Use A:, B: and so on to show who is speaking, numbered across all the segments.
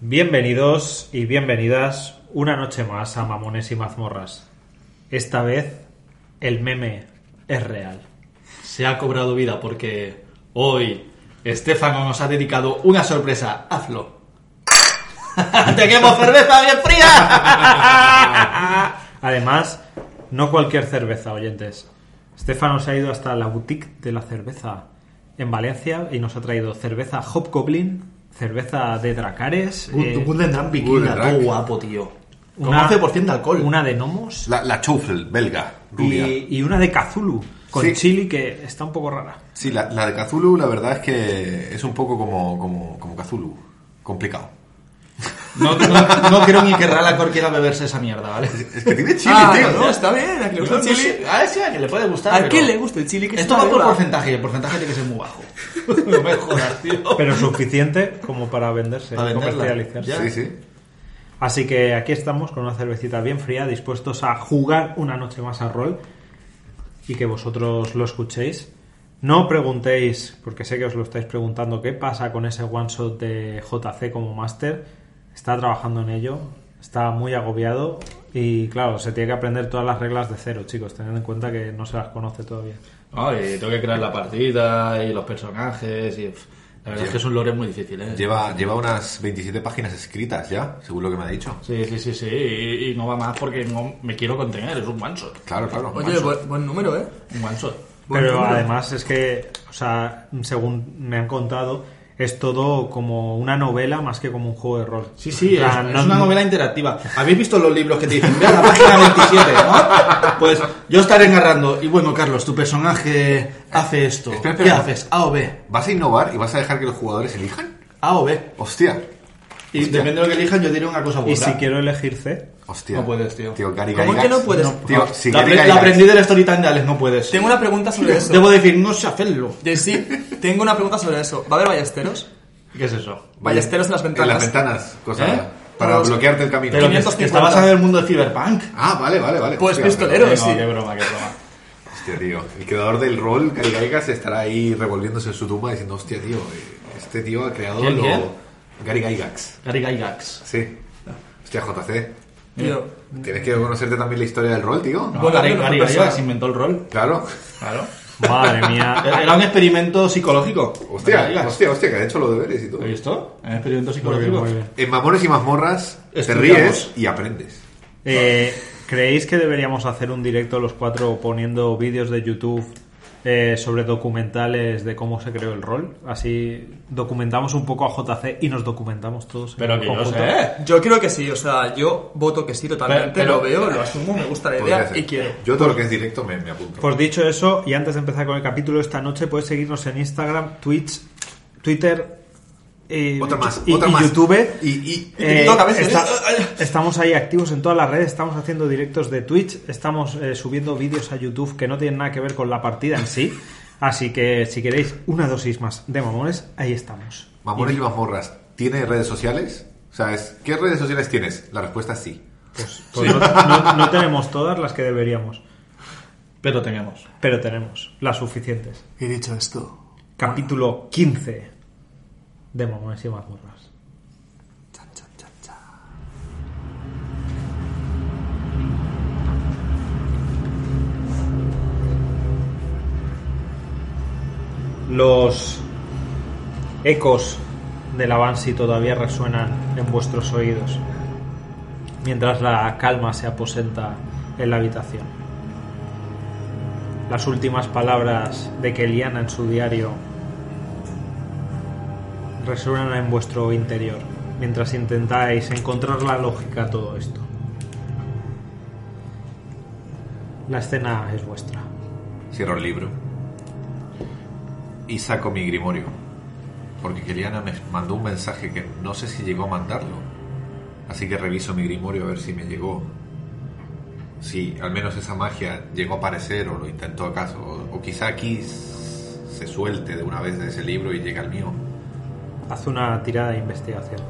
A: Bienvenidos y bienvenidas una noche más a Mamones y Mazmorras. Esta vez el meme es real.
B: se ha cobrado vida porque hoy Estefano nos ha dedicado una sorpresa. Hazlo. ¡Tenemos cerveza bien fría!
A: Además, no cualquier cerveza, oyentes. Estefano se ha ido hasta la boutique de la cerveza en Valencia y nos ha traído cerveza Hobgoblin, cerveza de Dracares, eh,
B: Guten Tag, Vikinga,
C: Guten Tag.
B: todo guapo, tío. Con
A: Una-
B: 11% de alcohol.
A: una de Nomos
C: La, la Schaufel, belga, rubia.
A: y, y una de Cthulhu con
C: Sí.
A: chili que está un poco rara.
C: Sí, la, la de Cthulhu la verdad es que es un poco como, como, como Cthulhu. Complicado.
B: No, no- no creo ni que Ralacor quiera beberse esa mierda, ¿vale? Ah,
C: Es que tiene chile, tío.
D: no, Ah, está bien, a que le gusta
B: No,
D: el
B: no
D: chile.
B: sé, A él sí, a que le puede gustar.
D: ¿A
B: pero-
D: quién le gusta el chile? Que
B: Esto
D: está
B: va por
D: de la-
B: porcentaje y el porcentaje tiene que ser muy bajo. No me jodas, tío.
A: Pero suficiente como para venderse,
B: Para venderla.
A: comercializarse.
B: Ya.
C: Sí, sí.
A: Así que aquí estamos con una cervecita bien fría, dispuestos a jugar una noche más a rol y que vosotros lo escuchéis. No preguntéis, porque sé que os lo estáis preguntando, qué pasa con ese one shot de JC como máster. Está trabajando en ello, está muy agobiado y claro, se tiene que aprender todas las reglas de cero, chicos. Tened en cuenta que no se las conoce todavía.
B: No, y tengo que crear la partida y los personajes y... pff, La verdad es que es un lore muy difícil, ¿eh?
C: Lleva, lleva unas 27 páginas escritas ya, según lo que me ha dicho.
B: Sí, sí, sí, sí. Y, y no va más porque no me quiero contener. Es un one shot.
C: Claro, claro.
D: Oye,
C: macho.
D: buen, buen número, ¿eh?
B: Un one shot.
D: Buen
A: Pero
D: número.
A: además es que, o sea, según me han contado, es todo como una novela más que como un juego de rol.
B: Sí, sí,
A: O
B: es,
A: sea, no-
B: es una novela interactiva. ¿Habéis visto los libros que te dicen? Ve a la página 27, ¿no? Pues yo estaré narrando. Y bueno, Carlos, tu personaje hace esto.
C: Espera,
B: ¿Qué
C: espera.
B: haces? A o B.
C: ¿Vas a innovar y vas a dejar que los jugadores elijan?
B: A o B.
C: Hostia.
B: Y depende de lo que elijan, yo diré una cosa u otra.
A: Y si quiero elegir C,
C: Hostia.
B: No puedes, tío.
C: Tío, Gary
D: ¿Cómo
C: Gygax.
D: que no puedes?
C: Tío, si
B: Ah, la,
C: Gary
B: apre- la
C: Gygax-
B: aprendí del storytelling de Alex, no puedes.
D: Tengo una pregunta sobre eso.
B: Debo decir, no sé hacerlo.
D: De sí, tengo una pregunta sobre eso. ¿Va a haber ballesteros?
B: ¿Qué es eso?
D: Ballesteros en las
C: En las
D: ventanas.
C: ventanas, cosa.
B: ¿Eh?
C: Para
D: Vamos.
C: bloquearte el camino.
B: Pero que,
D: 550.
B: que estabas en el mundo de Cyberpunk.
C: Ah, vale, vale, vale.
D: Pues
C: Hostia,
D: pistolero.
B: No,
D: sí.
B: qué broma, qué broma.
C: Hostia, tío. El creador del rol, Gary Gygax, estará ahí revolviéndose en su tumba diciendo, hostia, tío, eh, este tío ha creado
B: ¿Quién,
C: lo...
B: quién?
C: Gary Gygax.
B: Gary Gygax.
C: Sí. Hostia, JC.
D: Tío,
C: Tienes que conocerte también la historia del rol, tío.
B: No,
D: Bueno,
B: Gary,
D: no, no,
B: Gary
D: no,
B: Gygax
D: no.
B: inventó el rol.
C: Claro.
B: Claro.
A: madre mía.
B: Era un experimento psicológico.
C: Hostia,
B: Gary Gygax.
C: hostia, hostia, que ha hecho los deberes y todo.
B: ¿Lo has visto? Un experimento
A: Muy bien,
B: psicológico.
A: muy bien.
C: En Mamones y Mazmorras te
B: Estudiamos.
C: ríes y aprendes.
A: Eh, ¿Creéis que deberíamos hacer un directo los cuatro poniendo vídeos de YouTube eh, sobre documentales de cómo se creó el rol? Así documentamos un poco a JC y nos documentamos todos. en
B: Pero que yo
A: conjunto.
B: sé.
D: yo creo que sí, o sea, yo voto que sí totalmente.
B: Pero-
D: lo veo, lo asumo, me gusta la
C: Podría
D: idea
C: ser.
D: y quiero.
C: Yo todo lo que es directo me, me apunto.
A: Pues dicho eso, y antes de empezar con el capítulo esta noche, puedes seguirnos en Instagram, Twitch, Twitter. eh,
C: Otra más,
A: y,
C: otra
A: y
C: más.
A: YouTube Eh,
C: Y, y-
B: eh,
D: Y TikTok a
C: ¿eh?
D: veces.
A: estamos ahí activos en todas las redes, estamos haciendo directos de Twitch, estamos eh, subiendo vídeos a YouTube que no tienen nada que ver con la partida en sí. Así que si queréis una dosis más de mamones, ahí estamos.
C: Mamones y Mazmorras, ¿tiene redes sociales? O sea, es- ¿qué redes sociales tienes? La respuesta es sí.
A: Pues, pues no, no- no tenemos todas las que deberíamos,
B: Pero tenemos.
A: pero tenemos las suficientes.
D: Y dicho esto,
A: Capítulo 15 de Mamones y Mazmorras.
D: chan, chan, chan, chan.
A: Los ecos del avance todavía resuenan en vuestros oídos, mientras la calma se aposenta en la habitación. Las últimas palabras de Keliana en su diario resuenan en vuestro interior, mientras intentáis encontrar la lógica a todo esto. La escena es vuestra.
C: Cierro el libro y saco mi grimorio. Porque Keliana me mandó un mensaje que no sé si llegó a mandarlo. Así que reviso mi grimorio a ver si me llegó. Si al menos esa magia llegó a aparecer o lo intentó acaso. O, o quizá aquí s- se suelte de una vez de ese libro y llegue al mío.
A: Haz una tirada de investigación.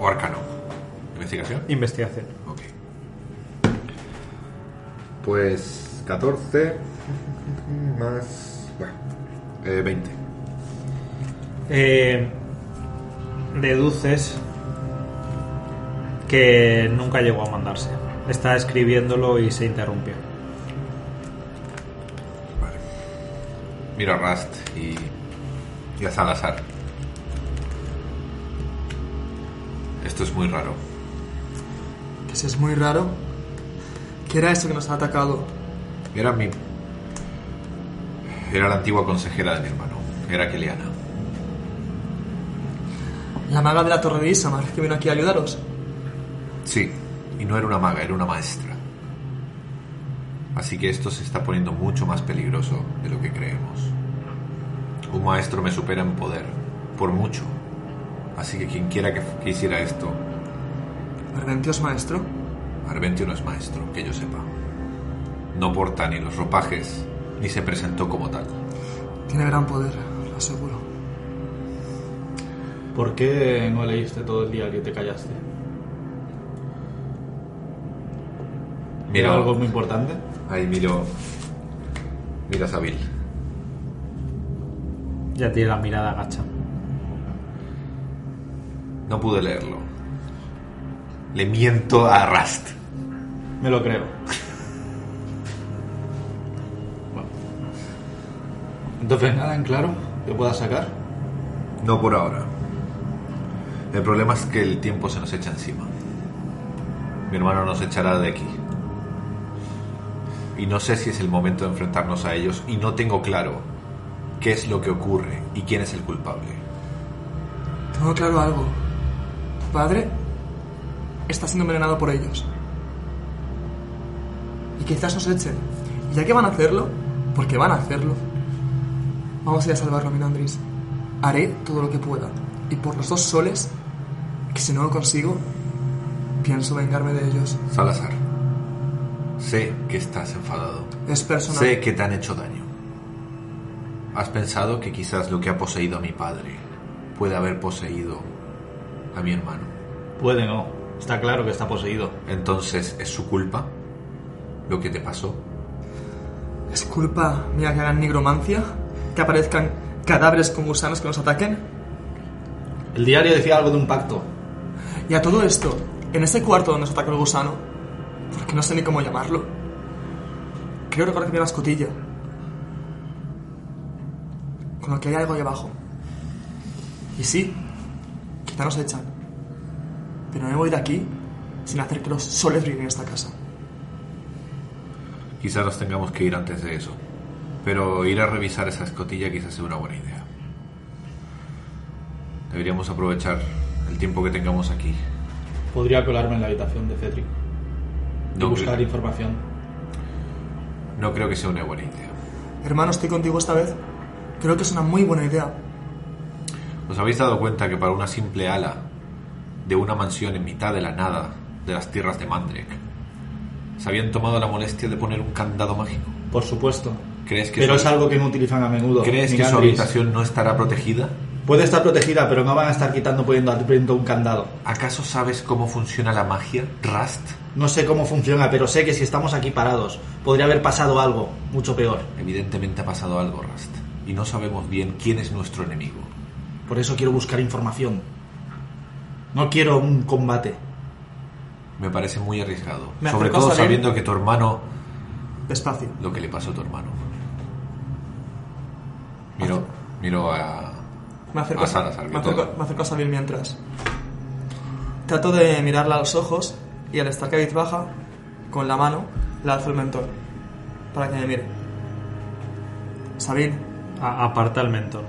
C: O arcano. ¿Investigación?
A: Investigación.
C: Ok. Pues 14 más... Bueno, eh, 20.
A: Eh, deduces que nunca llegó a mandarse. Está escribiéndolo y se interrumpió.
C: Vale. Miro a Rust y, y a Salazar. Esto es muy raro.
D: Que si es muy raro. ¿Qué era esto que nos ha atacado?
C: Era mi. Era la antigua consejera de mi hermano. Era Keliana.
D: La maga de la torre de Isamar, que vino aquí a ayudaros.
C: Sí, y no era una maga, era una maestra. Así que esto se está poniendo mucho más peligroso de lo que creemos. Un maestro me supera en poder, por mucho. Así que quien quiera que, que hiciera esto,
D: Arventios, maestro.
C: Arventio no es maestro, que yo sepa. No porta ni los ropajes, ni se presentó como tal.
D: Tiene gran poder, lo aseguro.
B: ¿Por qué no leíste todo el diario y te callaste? ¿Era algo muy importante?
C: ahí miro. Mira a Sabil.
A: Ya tiene la mirada gacha.
C: No pude leerlo. Le miento a Rast.
B: Me lo creo. Bueno. Entonces, nada en claro que pueda sacar.
C: No por ahora. El problema es que el tiempo se nos echa encima. Mi hermano nos echará de aquí. Y no sé si es el momento de enfrentarnos a ellos y no tengo claro qué es lo que ocurre y quién es el culpable.
D: Tengo claro algo. Tu padre está siendo envenenado por ellos. Y quizás nos echen. Y ya que van a hacerlo, porque van a hacerlo, vamos a ir a salvarlo, mi Andrés. Haré todo lo que pueda. Y por los dos soles, que si no lo consigo, pienso vengarme de ellos.
C: Salazar, sé que estás enfadado.
D: Es personal.
C: Sé que te han hecho daño. ¿Has pensado que quizás lo que ha poseído a mi padre puede haber poseído a mi hermano?
B: Puede no. Está claro que está poseído.
C: Entonces, ¿es su culpa lo que te pasó?
D: Es culpa mía que hagan nigromancia, que aparezcan cadáveres con gusanos que nos ataquen.
B: El diario decía algo de un pacto.
D: Y a todo esto, en ese cuarto donde se atacó el gusano, porque no sé ni cómo llamarlo, creo recordar que había una escotilla. Con lo que hay algo ahí abajo. Y sí, quizá nos echan. Pero no me voy de aquí sin hacer que los soles brillen en esta casa.
C: Quizás nos tengamos que ir antes de eso. Pero ir a revisar esa escotilla quizás sea una buena idea. Deberíamos aprovechar el tiempo que tengamos aquí.
B: Podría colarme en la habitación de Cedric y
C: No,
B: buscar
C: cre-
B: información.
C: no creo que sea una buena idea.
D: Hermano, estoy contigo esta vez. Creo que es una muy buena idea.
C: ¿Os habéis dado cuenta que para una simple ala de una mansión en mitad de la nada de las tierras de Mandrek, se habían tomado la molestia de poner un candado mágico?
B: Por supuesto.
C: ¿Crees que,
B: Pero
C: su-
B: es algo que no utilizan a menudo.
C: ¿crees que su
B: Migandris.
C: habitación no estará protegida?
B: Puede estar protegida, pero no van a estar quitando poniendo al viento un candado.
C: ¿Acaso sabes cómo funciona la magia, Rust?
B: No sé cómo funciona, pero sé que si estamos aquí parados, podría haber pasado algo mucho peor.
C: Evidentemente ha pasado algo, Rust, y no sabemos bien quién es nuestro enemigo.
B: Por eso quiero buscar información. No quiero un combate.
C: Me parece muy arriesgado.
D: Me
C: Sobre
D: acerco
C: todo
D: a Salim.
C: sabiendo que tu hermano.
D: Despacio.
C: Lo que le pasó a tu hermano. Miro, miro a.
D: Me acerco,
C: A Salazar,
D: me,
C: que todo.
D: acerco, me acerco a Sabir mientras. Trato de mirarla a los ojos y al estar cabizbaja, con la mano, la alzo el mentón para que me mire. Sabir,
A: A- aparta el mentón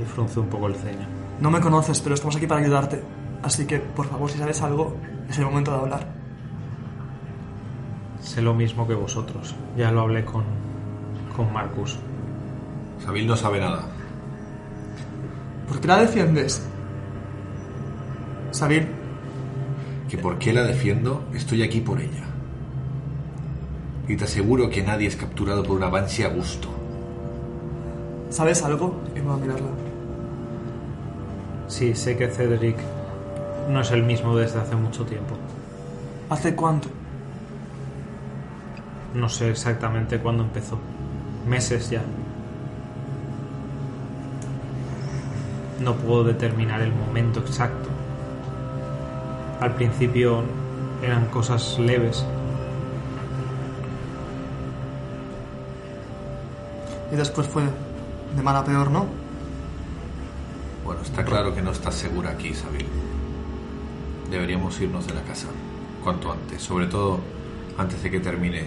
A: y frunce un poco el ceño.
D: no me conoces, pero estamos aquí para ayudarte. Así que, por favor, si sabes algo, es el momento de hablar.
A: Sé lo mismo que vosotros. Ya lo hablé con, con Marcus.
C: Sabil no sabe nada.
D: ¿Por qué la defiendes? Sabir,
C: Que por qué la defiendo, estoy aquí por ella. Y te aseguro que nadie es capturado por una Banshee a gusto.
D: ¿sabes algo? Y me voy a mirarla.
A: Sí, sé que Cedric no es el mismo desde hace mucho tiempo.
D: ¿Hace cuánto?
A: No sé exactamente cuándo empezó. Meses ya. No puedo determinar el momento exacto. Al principio eran cosas leves.
D: Y después fue de mal a peor, ¿no?
C: Bueno, está claro que no estás segura aquí, Isabel. Deberíamos irnos de la casa cuanto antes, sobre todo antes de que termine,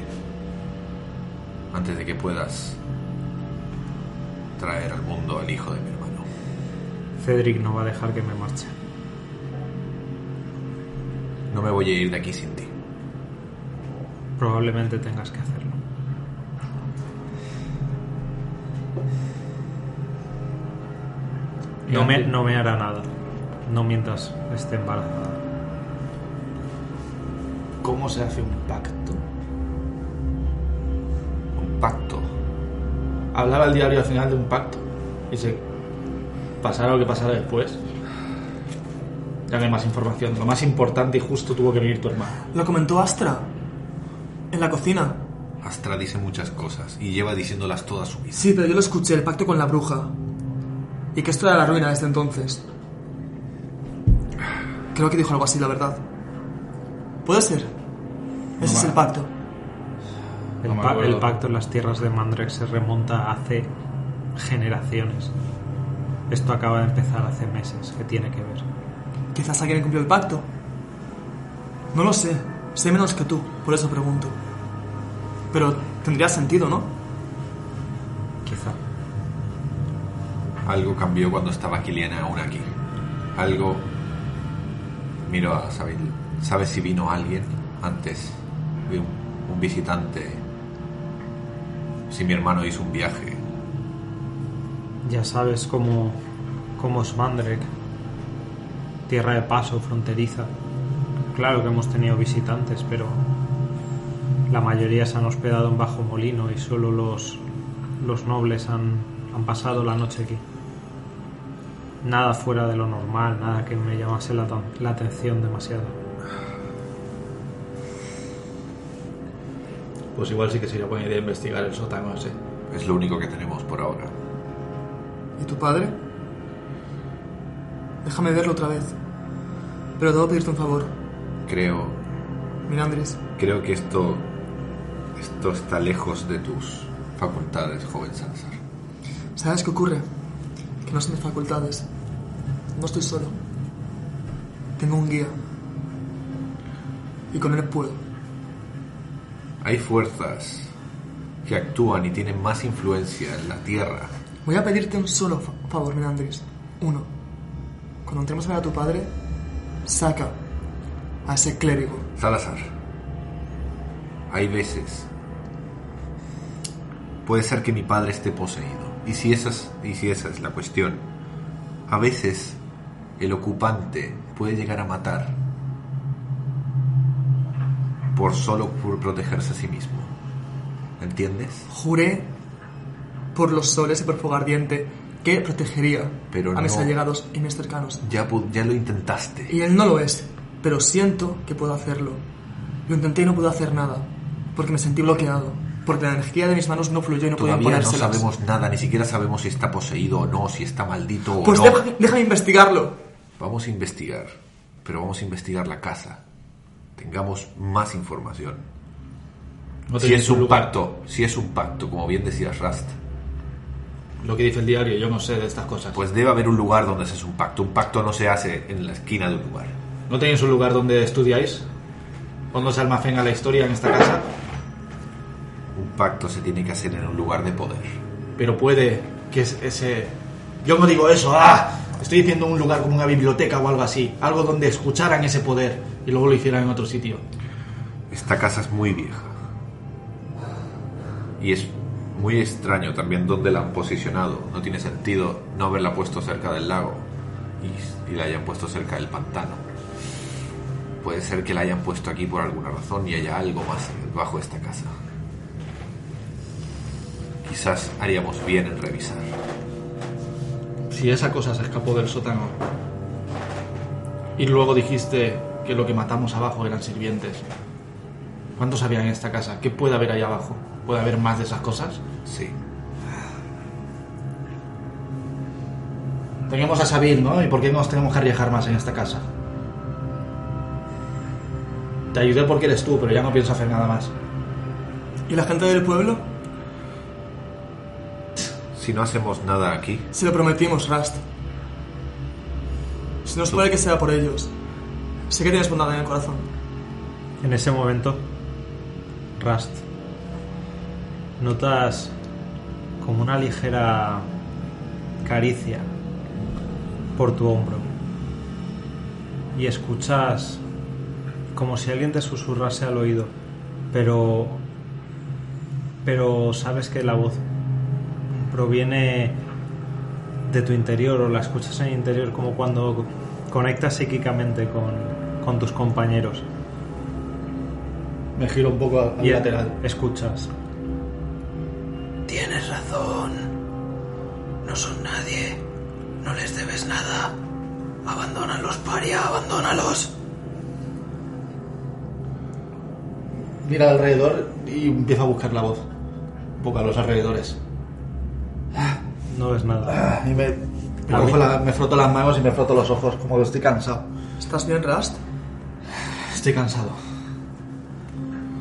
C: antes de que puedas traer al mundo al hijo de mi hermano.
A: Cedric no va a dejar que me marche.
C: No me voy a ir de aquí sin ti.
A: Probablemente tengas que hacerlo. No me, no me hará nada. No mientras esté embarazada.
B: ¿Cómo se hace un pacto?
C: Un pacto.
B: Hablaba el diario al final de un pacto. Y se pasara lo que pasara después. Ya no hay más información. Lo más importante y justo tuvo que venir tu hermano.
D: Lo comentó Astra. En la cocina.
C: Astra dice muchas cosas y lleva diciéndolas toda su vida.
D: Sí, pero yo lo escuché, el pacto con la bruja. Y que esto era la ruina desde entonces. Creo que dijo algo así, la verdad. Puede ser. Ese
B: No
D: es
B: va.
D: el pacto.
A: El,
B: No me
A: pa-
B: acuerdo.
A: el pacto en las tierras de Mandrake se remonta hace generaciones. Esto acaba de empezar hace meses, que tiene que ver.
D: Quizás alguien cumplió el pacto. No lo sé. Sé menos que tú, por eso pregunto. Pero tendría sentido, ¿no?
A: Quizá.
C: Algo cambió cuando estaba Kiliana aún aquí. Algo. Miro a Sabid. ¿Sabes si vino alguien antes? Vi un, un visitante. Si mi hermano hizo un viaje.
A: Ya sabes cómo, cómo es Mandrake. Tierra de paso, fronteriza. Claro que hemos tenido visitantes, pero la mayoría se han hospedado en Bajo Molino y solo los, los nobles han, han pasado la noche aquí. Nada fuera de lo normal, nada que me llamase la, tan- la atención demasiado.
B: Pues igual sí que sería buena idea investigar el sótano ese.
C: Es lo único que tenemos por ahora.
D: ¿Y tu padre? Déjame verlo otra vez. Pero debo pedirte un favor.
C: Creo.
D: Mira, Andrés.
C: Creo que esto. Esto está lejos de tus facultades, joven Sansar.
D: ¿Sabes qué ocurre? Que no son mis facultades. No estoy solo. Tengo un guía. Y con él puedo.
C: Hay fuerzas que actúan y tienen más influencia en la tierra.
D: Voy a pedirte un solo fa- favor, mira, Andrés. Uno. Cuando entremos a ver a tu padre, saca a ese clérigo.
C: Salazar, hay veces. Puede ser que mi padre esté poseído. Y si, esa es, y si esa es la cuestión, a veces el ocupante puede llegar a matar por solo por protegerse a sí mismo. ¿Entiendes?
D: Juré por los soles y por fuego ardiente que protegería
C: Pero
D: a
C: no.
D: mis allegados y mis cercanos.
C: Ya, pu- ya lo intentaste.
D: Y él no lo es, pero siento que puedo hacerlo. Lo intenté y no pude hacer nada, porque me sentí bloqueado, porque la energía de mis manos no fluyó y no podía
C: Todavía no
D: ponérselas.
C: sabemos nada, ni siquiera sabemos si está poseído o no, si está maldito o
D: pues
C: no.
D: déjame, déjame investigarlo.
C: Vamos a investigar, pero vamos a investigar la casa. Tengamos más información.
B: No te
C: si
B: dice
C: es un
B: lugar.
C: pacto, si es un pacto, como bien decías Rast,
B: Lo que dice el diario, yo no sé de estas cosas.
C: pues debe haber un lugar donde se hace un pacto. Un pacto no se hace en la esquina de un lugar.
B: ¿No tenéis un lugar donde estudiáis? ¿Cuándo se almacena la historia en esta casa?
C: Un pacto se tiene que hacer en un lugar de poder.
B: Pero puede que es- ese... Yo no digo eso, ¡ah! Estoy diciendo un lugar como una biblioteca o algo así. Algo donde escucharan ese poder y luego lo hicieran en otro sitio.
C: Esta casa es muy vieja. Y es muy extraño también dónde la han posicionado. No tiene sentido no haberla puesto cerca del lago y, y la hayan puesto cerca del pantano. Puede ser que la hayan puesto aquí por alguna razón y haya algo más bajo esta casa. Quizás haríamos bien en revisar.
B: Si esa cosa se escapó del sótano y luego dijiste que lo que matamos abajo eran sirvientes, ¿cuántos habían en esta casa? ¿Qué puede haber ahí abajo? ¿Puede haber más de esas cosas?
C: Sí.
B: Tenemos a Sabir, ¿no? ¿Y por qué nos tenemos que arriesgar más en esta casa? Te ayudé porque eres tú, pero ya no pienso hacer nada más.
D: ¿Y la gente del pueblo?
C: Si no hacemos nada aquí,
D: Se lo prometimos, Rust. Si no es por él, que sea por ellos. Sé que tienes bondad en el corazón.
A: En ese momento, Rust, notas como una ligera caricia por tu hombro y escuchas como si alguien te susurrase al oído, pero pero sabes que la voz proviene de tu interior o la escuchas en el interior como cuando conectas psíquicamente con, con tus compañeros.
B: Me giro un poco al, al
A: Y
B: lateral.
A: escuchas.
E: Tienes razón. No son nadie. No les debes nada. Abandónalos, paria, abandónalos.
B: Mira alrededor y empiezo a buscar la voz. Un poco a los alrededores.
A: No ves nada.
B: Ah, Y me, me,
A: A
B: cojo
A: mí-
B: la- me froto las manos y me froto los ojos, como que estoy cansado.
D: ¿Estás bien, Rust?
B: Estoy cansado.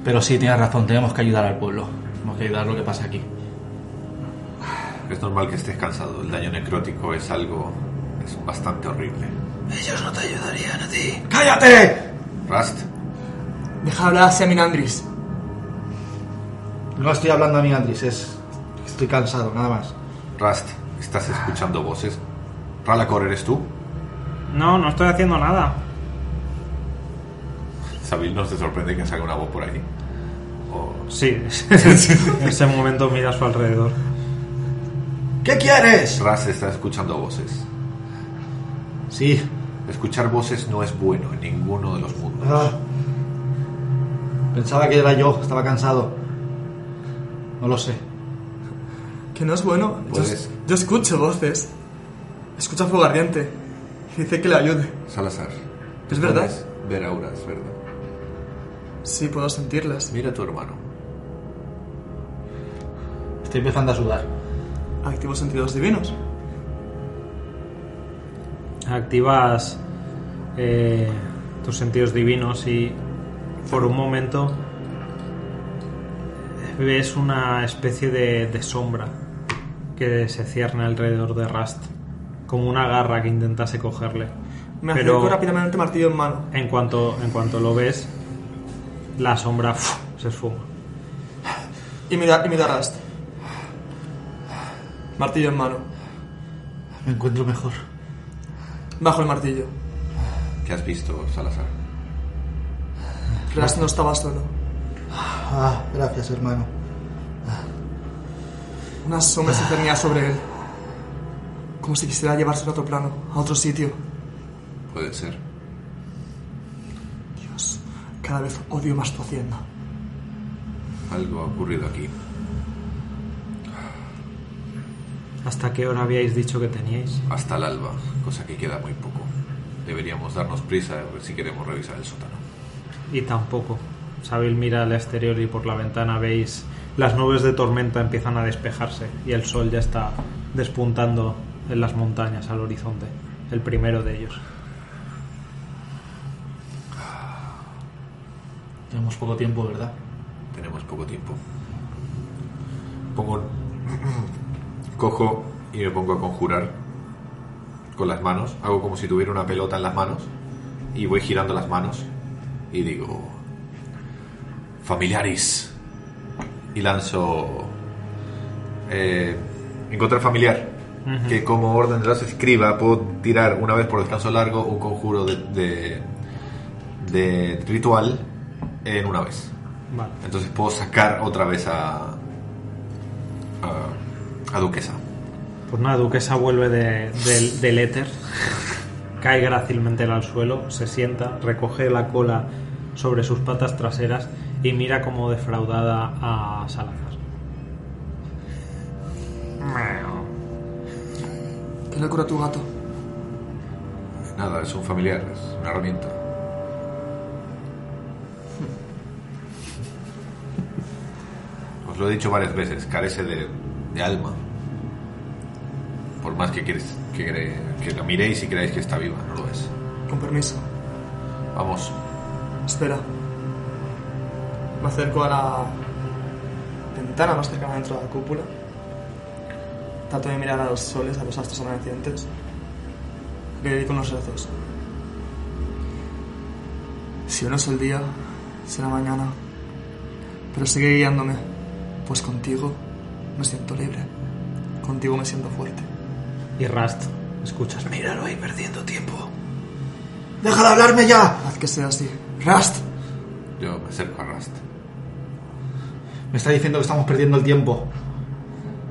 B: Pero sí, tienes razón, tenemos que ayudar al pueblo. Tenemos que ayudar lo que pasa aquí.
C: es normal que estés cansado. El daño necrótico es algo. es bastante horrible.
E: Ellos no te ayudarían a ti.
B: ¡Cállate!
C: Rust,
D: Deja hablar a Minandris.
B: No estoy hablando a mí, Andrés, es... Estoy cansado, nada más.
C: Rust, ¿estás escuchando voces? Ralacor, ¿eres tú?
A: No, no estoy haciendo nada.
C: Sabil, ¿no te sorprende que salga una voz por ahí? O-
A: Sí, en ese momento mira a su alrededor.
B: ¿Qué quieres?
C: Rust está escuchando voces.
B: Sí.
C: Escuchar voces no es bueno en ninguno de los mundos.
B: Ah. Pensaba que era yo, estaba cansado. No lo sé.
D: Que no es bueno.
E: Pues
D: Yo,
C: Puedes.
D: yo escucho voces. Escucha fuego ardiente. Y dice que le ayude.
C: Salazar.
D: Es verdad.
C: puedes Ver auras, ¿verdad?
D: Sí, puedo sentirlas.
C: Mira a tu hermano.
B: Estoy empezando a sudar.
D: Activo sentidos divinos.
A: Activas eh, tus sentidos divinos y por un momento ves una especie de, de sombra que se cierne alrededor de Rust, como una garra que intentase cogerle.
D: Me
A: Pero-
D: acerco rápidamente martillo en mano.
A: En cuanto, en cuanto lo ves, la sombra ¡fuf! se esfuma.
D: Y me da, y me da Rust. Martillo en mano.
B: Me encuentro mejor.
D: Bajo el martillo.
C: ¿Qué has visto, Salazar?
D: Rust no estaba solo.
B: Ah, gracias, hermano.
D: Una sombra se cernía sobre él. Como si quisiera llevarse a otro plano, a otro sitio.
C: Puede ser.
D: Dios, cada vez odio más tu hacienda.
C: Algo ha ocurrido aquí.
A: ¿Hasta qué hora habíais dicho que teníais?
C: Hasta el alba, cosa que queda muy poco. Deberíamos darnos prisa si queremos revisar el sótano.
A: Y tampoco. Sabil mira al exterior y por la ventana veis las nubes de tormenta empiezan a despejarse y el sol ya está despuntando en las montañas al horizonte, el primero de ellos.
B: Tenemos poco tiempo, ¿verdad?
C: Tenemos poco tiempo. Pongo. Cojo y me pongo a conjurar con las manos. Hago como si tuviera una pelota en las manos. Y voy girando las manos. Y digo. Familiaris. Y lanzo. eh, encontrar familiar. Que como orden de los escriba, puedo tirar una vez por descanso largo un conjuro de, de, de ritual en una vez.
A: Vale.
C: Entonces puedo sacar otra vez a. a, a Duquesa.
A: Pues nada, Duquesa vuelve de- del- del éter, cae grácilmente al suelo, se sienta, recoge la cola sobre sus patas traseras y mira como defraudada a Salazar.
D: ¿Qué le cura a tu gato?
C: Nada, es un familiar, es una herramienta. Os lo he dicho varias veces, carece de, de alma. Por más que, quieres, que, cre- que la miréis y creáis que está viva, no lo es.
D: Con permiso.
C: Vamos,
D: Espera. Me acerco a la ventana más cercana dentro de la cúpula. Trato de mirar a los soles, a los astros amanecientes. Le dedico unos rezos. Si hoy no es el día, será mañana. Pero sigue guiándome, pues contigo me siento libre. Contigo me siento fuerte.
A: Y Rust, escuchas.
E: Míralo ahí perdiendo tiempo. ¡Deja de hablarme ya!
D: Haz que sea así. Rust,
C: Yo me acerco a Rust.
B: Me está diciendo que estamos perdiendo el tiempo.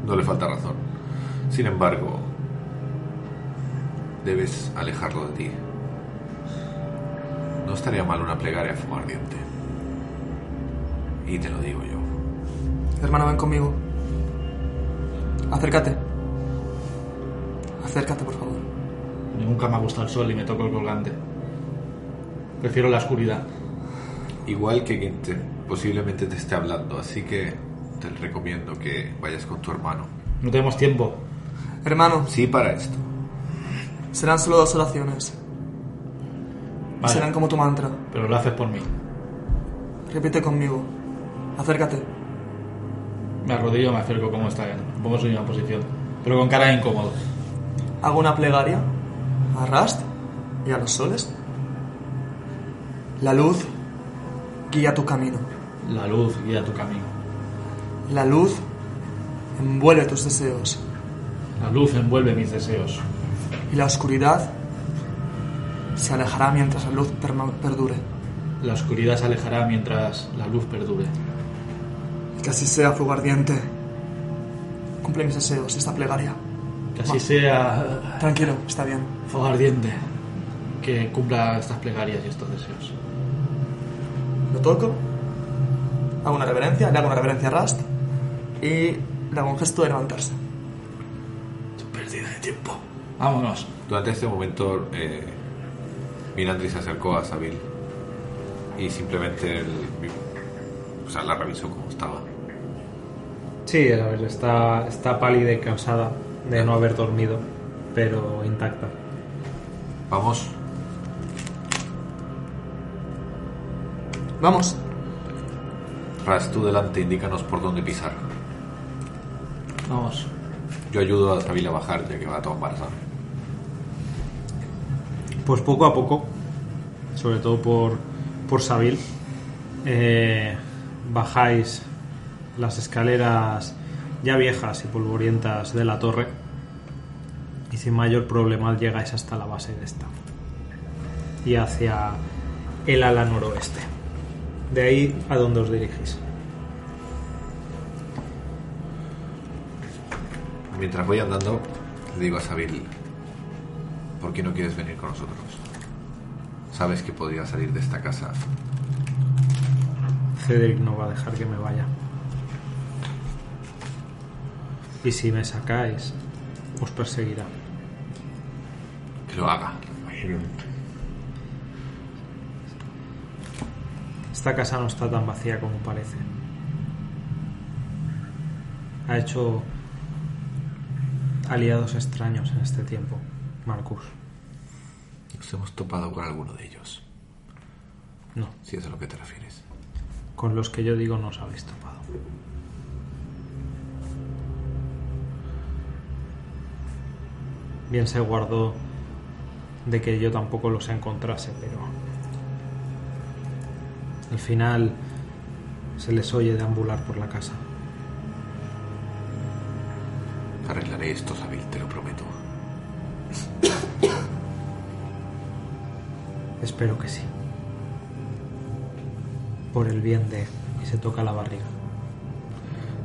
C: No le falta razón. Sin embargo, debes alejarlo de ti. No estaría mal una plegaria fumardiente. Y te lo digo yo.
D: hermano, ven conmigo. Acércate. Acércate, por favor.
B: Nunca me ha gustado el sol y me toco el colgante. Prefiero la oscuridad.
C: Igual que quien te- posiblemente te esté hablando, así que te recomiendo que vayas con tu hermano.
B: No tenemos tiempo.
D: Hermano,
C: Sí, para esto.
D: serán solo dos oraciones. Y
B: Vale.
D: Serán como tu mantra.
B: Pero lo haces por mí.
D: Repite conmigo. Acércate.
B: Me arrodillo, me acerco como está. Me pongo en su misma posición. Pero con cara de incómodo.
D: Hago una plegaria a Rast y a los soles. La luz guía tu camino.
B: La luz guía tu camino.
D: La luz envuelve tus deseos.
B: La luz envuelve mis deseos.
D: Y la oscuridad se alejará mientras la luz perma- perdure.
B: La oscuridad se alejará mientras la luz perdure.
D: Que así sea, fuego ardiente. Cumple mis deseos, esta plegaria.
B: Que así sea eh,
D: Tranquilo, está bien.
B: fuego ardiente que cumpla estas plegarias y estos deseos.
D: Lo toco, hago una reverencia, le hago una reverencia a Rust y le hago un gesto de levantarse.
B: Pérdida de tiempo. Vámonos.
C: Durante este momento, eh, Mirandri se acercó a Sabil y simplemente el- o sea, la revisó como estaba.
A: Sí, a ver, está, está pálida y cansada de no haber dormido, pero intacta.
C: Vamos,
D: Vamos,
C: Ras, tú delante, indícanos por dónde pisar.
B: Vamos.
C: Yo ayudo a Sabil a bajar ya que va toda embarazada.
A: Pues poco a poco, sobre todo por, por Sabil, eh, bajáis las escaleras ya viejas y polvorientas de la torre y sin mayor problema llegáis hasta la base de esta y hacia el ala noroeste. De ahí a donde os dirigís.
C: Mientras voy andando, le digo a Sabil, ¿por qué no quieres venir con nosotros? Sabes que podría salir de esta casa.
A: Cedric no va a dejar que me vaya. Y si me sacáis, os perseguirá.
C: Que lo haga.
A: Esta casa no está tan vacía como parece. Ha hecho aliados extraños en este tiempo, Marcus.
C: Nos hemos topado con alguno de ellos,
A: No,
C: si es a lo que te refieres.
A: con los que yo digo no os habéis topado. Bien se guardó de que yo tampoco los encontrase, pero al final se les oye deambular por la casa.
C: Arreglaré esto, Sabil, te lo prometo.
A: Espero que sí. Por el bien de... Y se toca la barriga.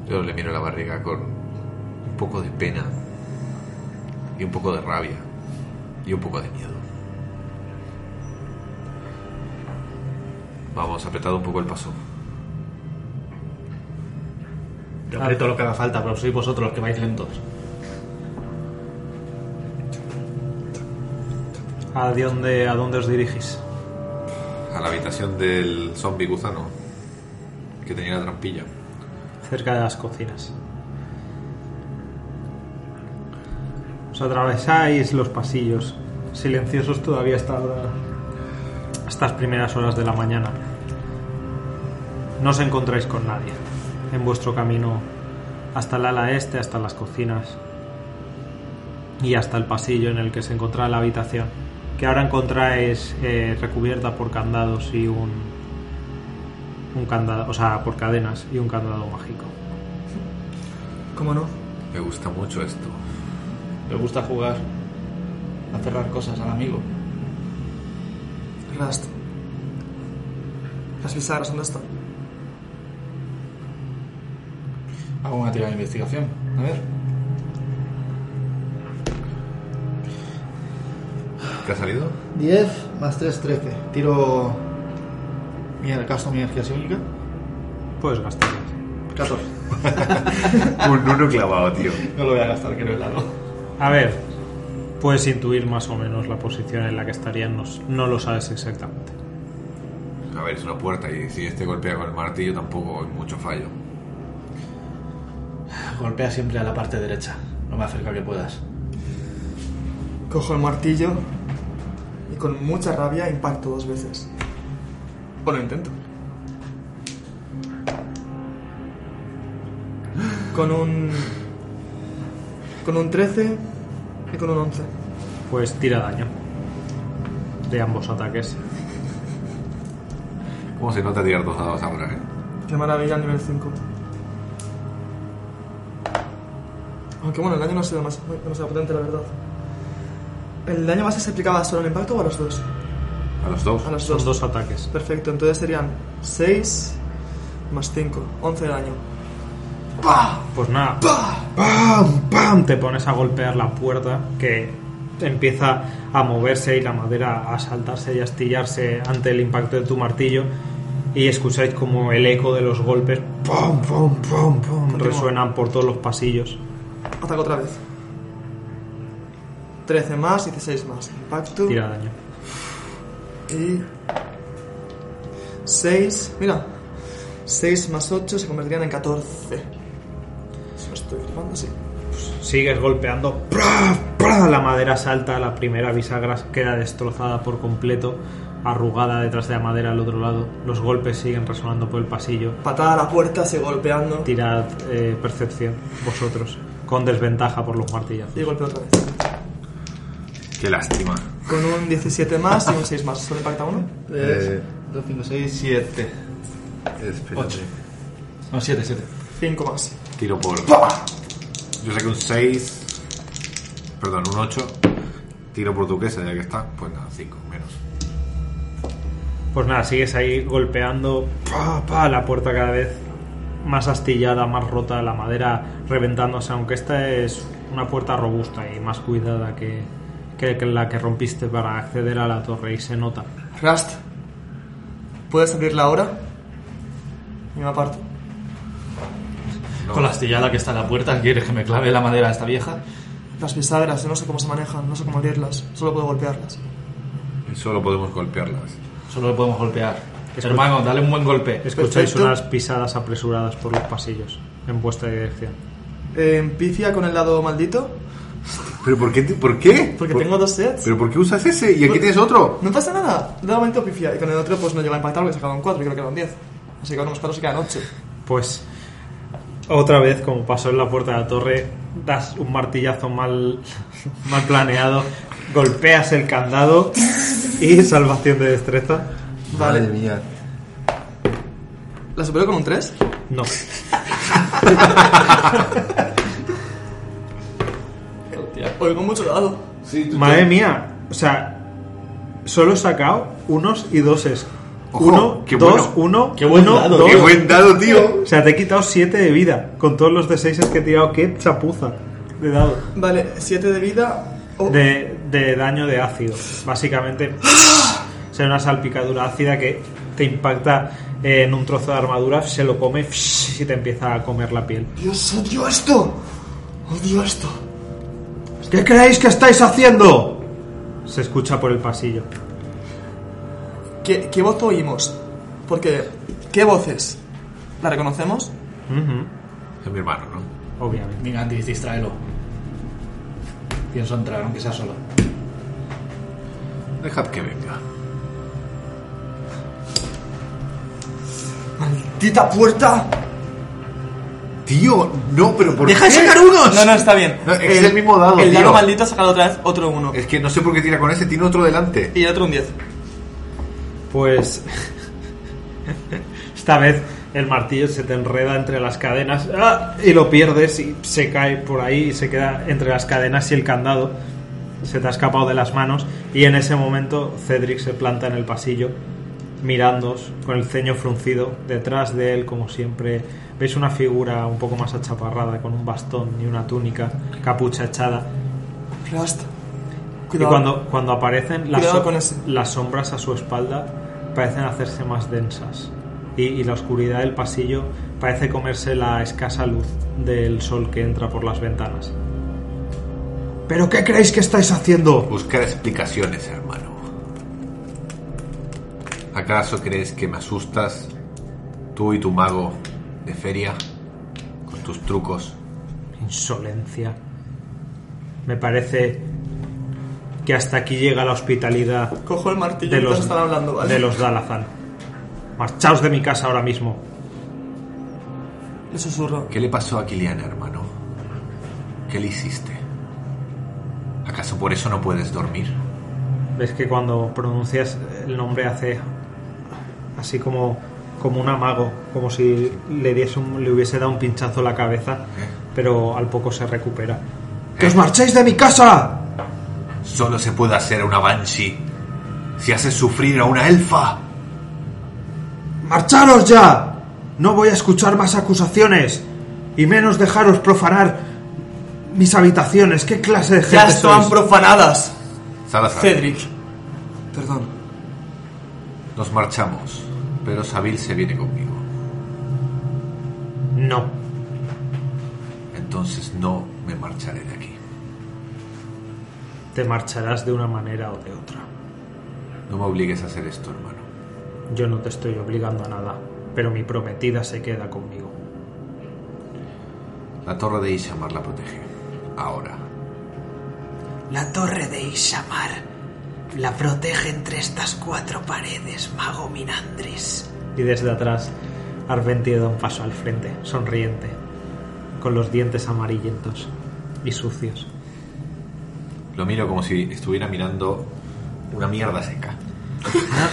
C: Yo le miro la barriga con un poco de pena y un poco de rabia y un poco de miedo. Vamos, apretado un poco el paso.
B: Yo haré todo lo que haga falta, pero sois vosotros los que vais lentos.
A: ¿A dónde, a dónde os dirigís?
C: A la habitación del zombie gusano que tenía la trampilla.
A: Cerca de las cocinas. Os atravesáis los pasillos, silenciosos todavía hasta estas primeras horas de la mañana. No os encontráis con nadie en vuestro camino hasta el ala este, hasta las cocinas y hasta el pasillo en el que se encontraba la habitación, que ahora encontráis eh, recubierta por candados y un, un candado, o sea, por cadenas y un candado mágico.
D: ¿Cómo no?
C: Me gusta mucho esto.
B: Le gusta jugar a cerrar cosas al amigo.
D: Rast. Las pizarras, ¿dónde están?
B: Hago una tirada de investigación. A ver.
C: ¿Te ha salido?
F: 10 más 3, 13. Tiro
B: Mira, gasto mi energía psíquica.
A: Puedes gastarlas.
F: 14.
C: Un uno clavado, tío.
B: No lo voy a gastar, que no es lado.
A: A ver, puedes intuir más o menos la posición en la que estarían, no, no lo sabes exactamente.
C: A ver, es una puerta y si este golpea con el martillo tampoco hay mucho fallo.
B: Golpea siempre a la parte derecha. Lo más cerca que puedas.
D: Cojo el martillo y con mucha rabia impacto dos veces. O lo intento. Con un. Con un 13 y con un 11.
A: Pues tira daño de ambos ataques.
C: ¿Cómo se nota tirar dos dados ahora, eh?
D: Qué maravilla el nivel 5. Aunque bueno, el daño no será más no será potente, la verdad. ¿El daño base se aplicaba solo al impacto o a los dos?
C: A los dos.
D: A los
A: Son
D: dos.
A: dos ataques.
D: Perfecto, entonces serían 6 más 5, 11 de daño.
A: Pues nada. ¡Pam! ¡Pam! Te pones a golpear la puerta que empieza a moverse y la madera a saltarse y a astillarse ante el impacto de tu martillo. Y escucháis como el eco de los golpes ¡pum, pum, pum, pum! resuenan por todos los pasillos.
D: Ataco otra vez. 13 más, 16 más. Impacto.
A: Tira daño.
D: Y. 6. Mira. 6 más 8 se convertirían en 14. Si no estoy flipando, sí.
A: Sigues golpeando. ¡pra! ¡pra! La madera salta, la primera bisagra queda destrozada por completo, arrugada detrás de la madera al otro lado. Los golpes siguen resonando por el pasillo.
D: Patada a la puerta, sigue golpeando.
A: Tirad eh, percepción, vosotros, con desventaja por los martillazos.
D: Y golpeo otra vez.
C: Qué lástima.
D: Con un 17 más y un 6 más. ¿Solo impacta uno?
F: 3,
C: Eh.
F: 2, 5, 6, 7.
C: Espérate.
B: Ocho. No, 7, 7.
D: 5 más.
C: Tiro por. Yo saqué un 6. Perdón, un 8. Tiro portuguesa, ya que está. Pues nada, 5 menos.
A: Pues nada, sigues ahí golpeando pa, pa, la puerta cada vez más astillada, más rota, la madera reventándose, aunque esta es una puerta robusta y más cuidada que, que- que la que rompiste para acceder a la torre y se nota.
D: Rust. ¿Puedes abrirla ahora? Y me aparto.
C: No.
B: Con la astillada que está en la puerta, ¿quieres que me clave la madera a esta vieja?
D: Las bisagras, yo no sé cómo se manejan, no sé cómo abrirlas, solo puedo golpearlas.
C: Y solo podemos golpearlas.
B: Solo lo podemos golpear.
A: Escucha.
B: Hermano, dale un buen golpe.
A: Escucháis
D: Perfecto.
A: unas pisadas apresuradas por los pasillos en vuestra dirección.
D: Eh, Empifia con el lado maldito,
C: ¿Pero por qué? te- ¿Por qué?
D: porque
C: Por-
D: tengo dos sets.
C: Pues, ¿Pero por qué usas ese? ¿Y aquí
D: Por-
C: tienes otro?
D: No pasa nada, el lado maldito pifia, y con el otro pues no llega a impactar porque se quedaron 4 y creo que eran 10. Así que con unos 4 se quedan 8.
A: Pues otra vez, como pasó en la puerta de la torre, das un martillazo mal, mal planeado, golpeas el candado y salvación de destreza.
D: Vale.
F: Madre mía.
D: ¿La supero con un 3?
A: No.
B: Hostia.
D: Oigo mucho dado.
A: Madre mía, o sea, solo he sacado unos y doses.
C: Ojo,
A: uno,
C: qué
A: dos,
C: bueno.
A: uno,
B: Qué buen
A: uno,
B: dado,
A: dos.
C: ¡Qué buen dado, tío!
A: O sea, te he quitado siete de vida con todos los de seises que he tirado. ¡Qué chapuza de dado!
D: Vale, 7 de vida. Oh,
A: de, de daño de ácido. Básicamente, será una salpicadura ácida que te impacta en un trozo de armadura, se lo come y te empieza a comer la piel.
D: Dios, odio esto. Odio esto.
A: ¿Qué creéis que estáis haciendo? Se escucha por el pasillo.
D: ¿Qué, qué voz oímos? Porque, ¿qué voces? ¿La reconocemos?
A: Ujú,
C: Es mi hermano, ¿no?
A: obviamente.
B: Venga, Andy, distráelo. Pienso entrar, aunque sea solo.
C: Dejad que venga.
D: Maldito.
E: maldita puerta.
C: Tío, no, pero por
G: ¡Deja de
C: qué?
G: sacar unos!
H: No, no, está bien.
C: No, es el mismo dado,
H: El dado
C: tío.
H: maldito ha sacado otra vez otro uno.
C: Es que no sé por qué tira con ese, tiene otro delante.
H: Y el otro un 10.
A: Pues esta vez el martillo se te enreda entre las cadenas ¡ah! y lo pierdes y se cae por ahí y se queda entre las cadenas y el candado. Se te ha escapado de las manos y en ese momento Cedric se planta en el pasillo mirándoos con el ceño fruncido. Detrás de él, como siempre, veis una figura un poco más achaparrada con un bastón y una túnica, capucha echada.
D: Rust.
A: Y cuando, cuando aparecen las,
D: Cuidado
A: so-
D: con ese.
A: las sombras a su espalda parecen hacerse más densas y, y la oscuridad del pasillo parece comerse la escasa luz del sol que entra por las ventanas. ¿Pero qué creéis que estáis haciendo?
C: Buscar explicaciones, hermano. ¿Acaso crees que me asustas? Tú y tu mago de feria, con tus trucos.
A: Insolencia. Me parece que hasta aquí llega la hospitalidad
G: Cojo el martillo
A: de los,
G: están hablando, ¿vale?
A: de los Dalazan. Marchaos de mi casa ahora mismo.
G: Le susurro.
C: ¿Qué le pasó a Kiliana, hermano? ¿Qué le hiciste? ¿Acaso por eso no puedes dormir?
A: Ves que cuando pronuncias el nombre hace así como, como un amago, como si le, diese un- le hubiese dado un pinchazo a la cabeza, pero al poco se recupera. ¡Que os marchéis de mi casa!
C: ¿Eh? Solo se puede hacer a una banshee si haces sufrir a una elfa.
A: ¡Marcharos ya! No voy a escuchar más acusaciones y menos dejaros profanar mis habitaciones. ¿Qué clase de gente
G: Ya están
A: sois?
G: profanadas.
C: Salazar,
G: Cedric.
D: Perdón.
C: nos marchamos, pero Sabil se viene conmigo.
A: No,
C: Entonces no me marcharé de aquí.
A: te marcharás de una manera o de otra.
C: No me obligues a hacer esto, hermano.
A: Yo no te estoy obligando a nada, pero mi prometida se queda conmigo.
C: La torre de Ishamar la protege. Ahora.
E: La torre de Ishamar la protege entre estas cuatro paredes, mago Minandris.
A: Y desde atrás, Arventi da un paso al frente, sonriente, con los dientes amarillentos y sucios.
C: Lo miro como si estuviera mirando una mierda seca.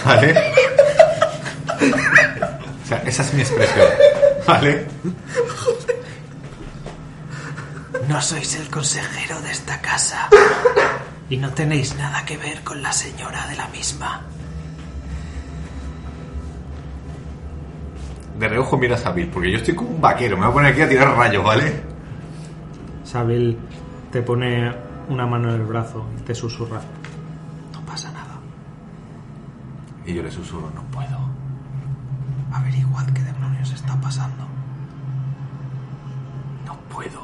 C: ¿Vale? o sea, esa es mi expresión. ¿Vale?
E: No sois el consejero de esta casa y no tenéis nada que ver con la señora de la misma.
C: De reojo miras a Bill, porque yo estoy como un vaquero. Me voy a poner aquí a tirar rayos, ¿vale?
A: Sabil te pone una mano en el brazo y te susurra.
E: No pasa nada.
C: Y yo le susurro, no puedo.
E: Averiguad qué demonios está pasando.
C: No puedo.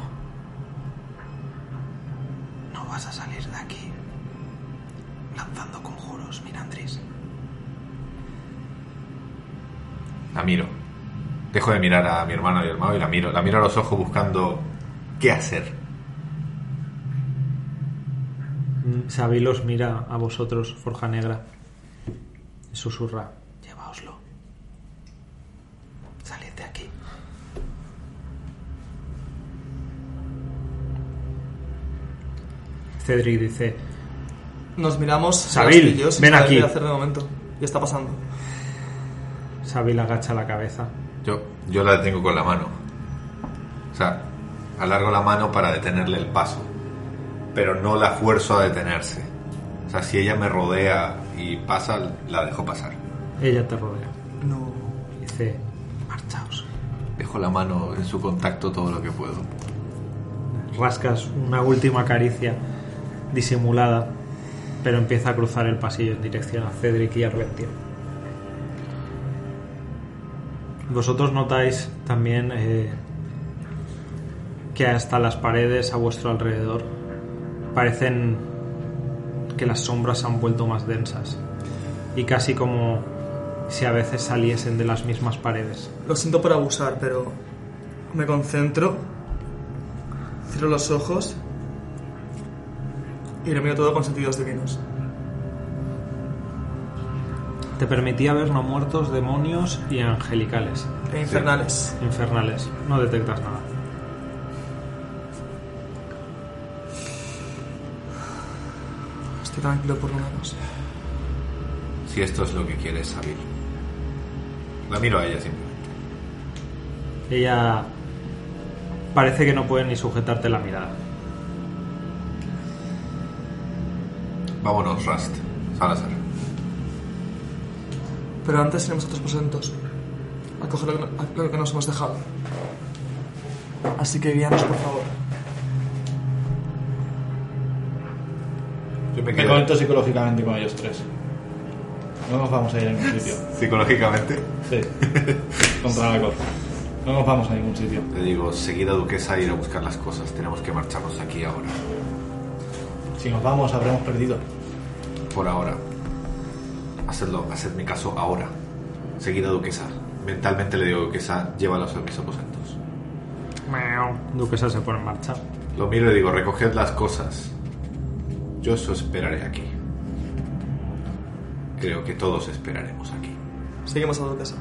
E: No vas a salir de aquí lanzando conjuros, Minandris.
C: La miro. Dejo de mirar a mi hermano y al mago y la miro. La miro a los ojos buscando qué hacer.
A: Mm, Sabil os mira a vosotros, Forja Negra, y susurra.
E: Llevaoslo. Salid de aquí.
A: Cedric dice,
H: Nos miramos. Sebastián
A: Sabil,
H: y yo, sin
A: ven
H: saber
A: aquí.
H: qué hacer de momento. ¿Qué está pasando?
A: Sabil agacha la cabeza.
C: Yo, yo la detengo con la mano. O sea, alargo la mano para detenerle el paso. Pero no la fuerzo a detenerse. O sea, si ella me rodea y pasa, la dejo pasar.
A: Ella te rodea.
D: No.
A: Dice,
E: Marchaos.
C: Dejo la mano en su contacto todo lo que puedo.
A: rascas una última caricia disimulada, pero empieza a cruzar el pasillo en dirección a Cedric y Arventia. Vosotros notáis también eh, que hasta las paredes a vuestro alrededor parecen que las sombras se han vuelto más densas y casi como si a veces saliesen de las mismas paredes.
H: Lo siento por abusar, pero me concentro, cierro los ojos y lo miro todo con sentidos divinos.
A: Te permitía ver no muertos, demonios y angelicales.
D: E infernales.
A: Infernales. No detectas nada.
D: Estoy tranquilo por lo menos.
C: Si esto es lo que quieres saber. La miro a ella simplemente.
A: Ella parece que no puede ni sujetarte la mirada.
C: Vámonos, Rust. Salazar.
D: Pero antes iremos a otros aposentos. A coger lo que, no- lo que nos hemos dejado. Así que guíanos, por favor.
C: Yo me
B: Me
C: quedo
B: conecto psicológicamente con ellos tres. No nos vamos a ir a ningún sitio.
C: psicológicamente.
B: Sí. Contra la cosa. No nos vamos a ningún sitio.
C: Le digo, seguid a Duquesa e ir a buscar las cosas. Tenemos que marcharnos aquí ahora.
B: Si nos vamos, habremos perdido.
C: Por ahora. Hacedlo, hacedme caso ahora. Seguid a Duquesa. Mentalmente le digo a Duquesa, llévalos a mis aposentos.
A: Duquesa se pone en marcha.
C: Lo miro y le digo, recoged las cosas. Yo os esperaré aquí. Creo que todos esperaremos aquí.
D: Seguimos a la duquesa.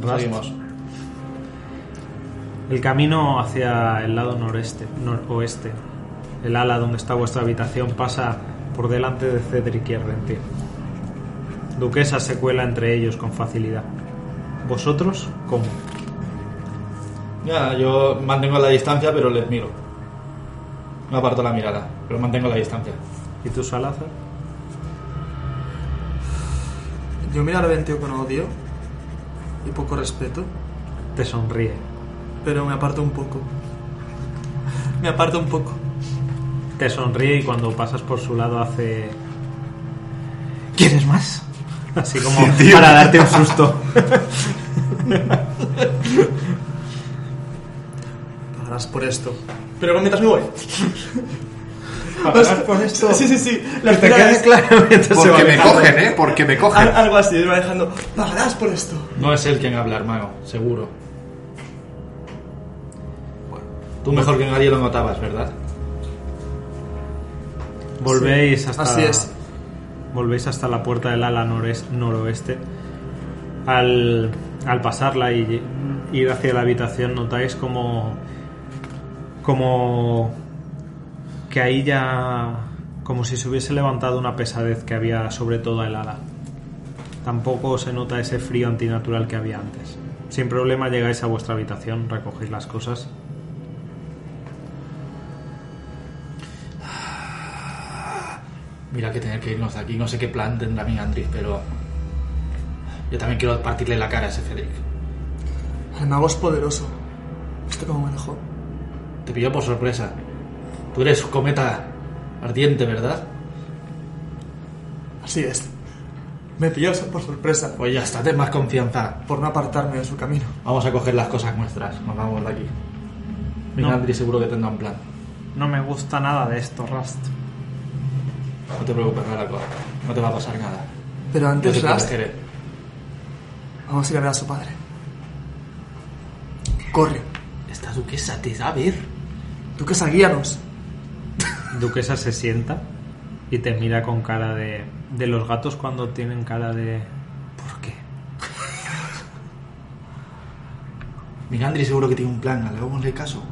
B: Nos seguimos.
A: El camino hacia el lado noreste, noroeste, el ala donde está vuestra habitación, pasa por delante de Cedric y Ardente. Duquesa se cuela entre ellos con facilidad. ¿Vosotros cómo?
B: Ya, yo mantengo la distancia, pero les miro. No aparto la mirada, pero mantengo la distancia.
A: ¿Y tú, Salazar?
D: Yo miro a Arventio con odio y poco respeto,
A: Te sonríe.
D: pero me aparto un poco. Me aparto un poco.
A: Te sonríe y cuando pasas por su lado hace... ¿Quieres más? Así como para darte un susto.
D: Pagarás por esto. Pero mientras me voy.
B: ¿Pagarás por esto?
D: Sí, sí, sí. Las
A: Te queda
D: miradas-
A: claro mientras se va
C: Porque me
A: alejando.
C: cogen, ¿eh? Porque me cogen.
D: Al- Algo así, me va dejando. Pagarás por esto.
B: No es él quien habla, hermano, seguro. Bueno, tú mejor que nadie lo notabas, ¿verdad?
A: Volvéis hasta.
D: así es.
A: Volvéis hasta la puerta del ala nores- noroeste. Al, al pasarla y ll- ir hacia la habitación, notáis como. como. que ahí ya. como si se hubiese levantado una pesadez que había sobre toda el ala. Tampoco se nota ese frío antinatural que había antes. Sin problema llegáis a vuestra habitación, recogéis las cosas.
B: Mira que tener que irnos de aquí. No sé qué plan tendrá mi Andrés, pero. Yo también quiero partirle la cara a ese Federic.
D: El mago es poderoso. ¿Viste cómo me dejó?
B: Te pilló por sorpresa. Tú eres cometa ardiente, ¿verdad?
D: Así es. Me pilló so- por sorpresa,
B: Pues ya está, ten más confianza.
D: por no apartarme de su camino.
B: Vamos a coger las cosas nuestras. Nos vamos de aquí. Mi
A: No.
B: Andrés seguro que tendrá un plan.
A: No me gusta nada de esto, Rust.
B: No te preocupes, Naraco. No te va a pasar nada.
D: Pero
B: Yo te
D: antes, Rast,
B: protegeré.
D: vamos a ir a ver a su padre. Corre.
B: Esta duquesa te da a ver.
D: Tú que guíanos.
A: Duquesa se sienta y te mira con cara de. De los gatos cuando tienen cara de. ¿Por qué?
B: Mirandri seguro que tiene un plan, hagámosle caso.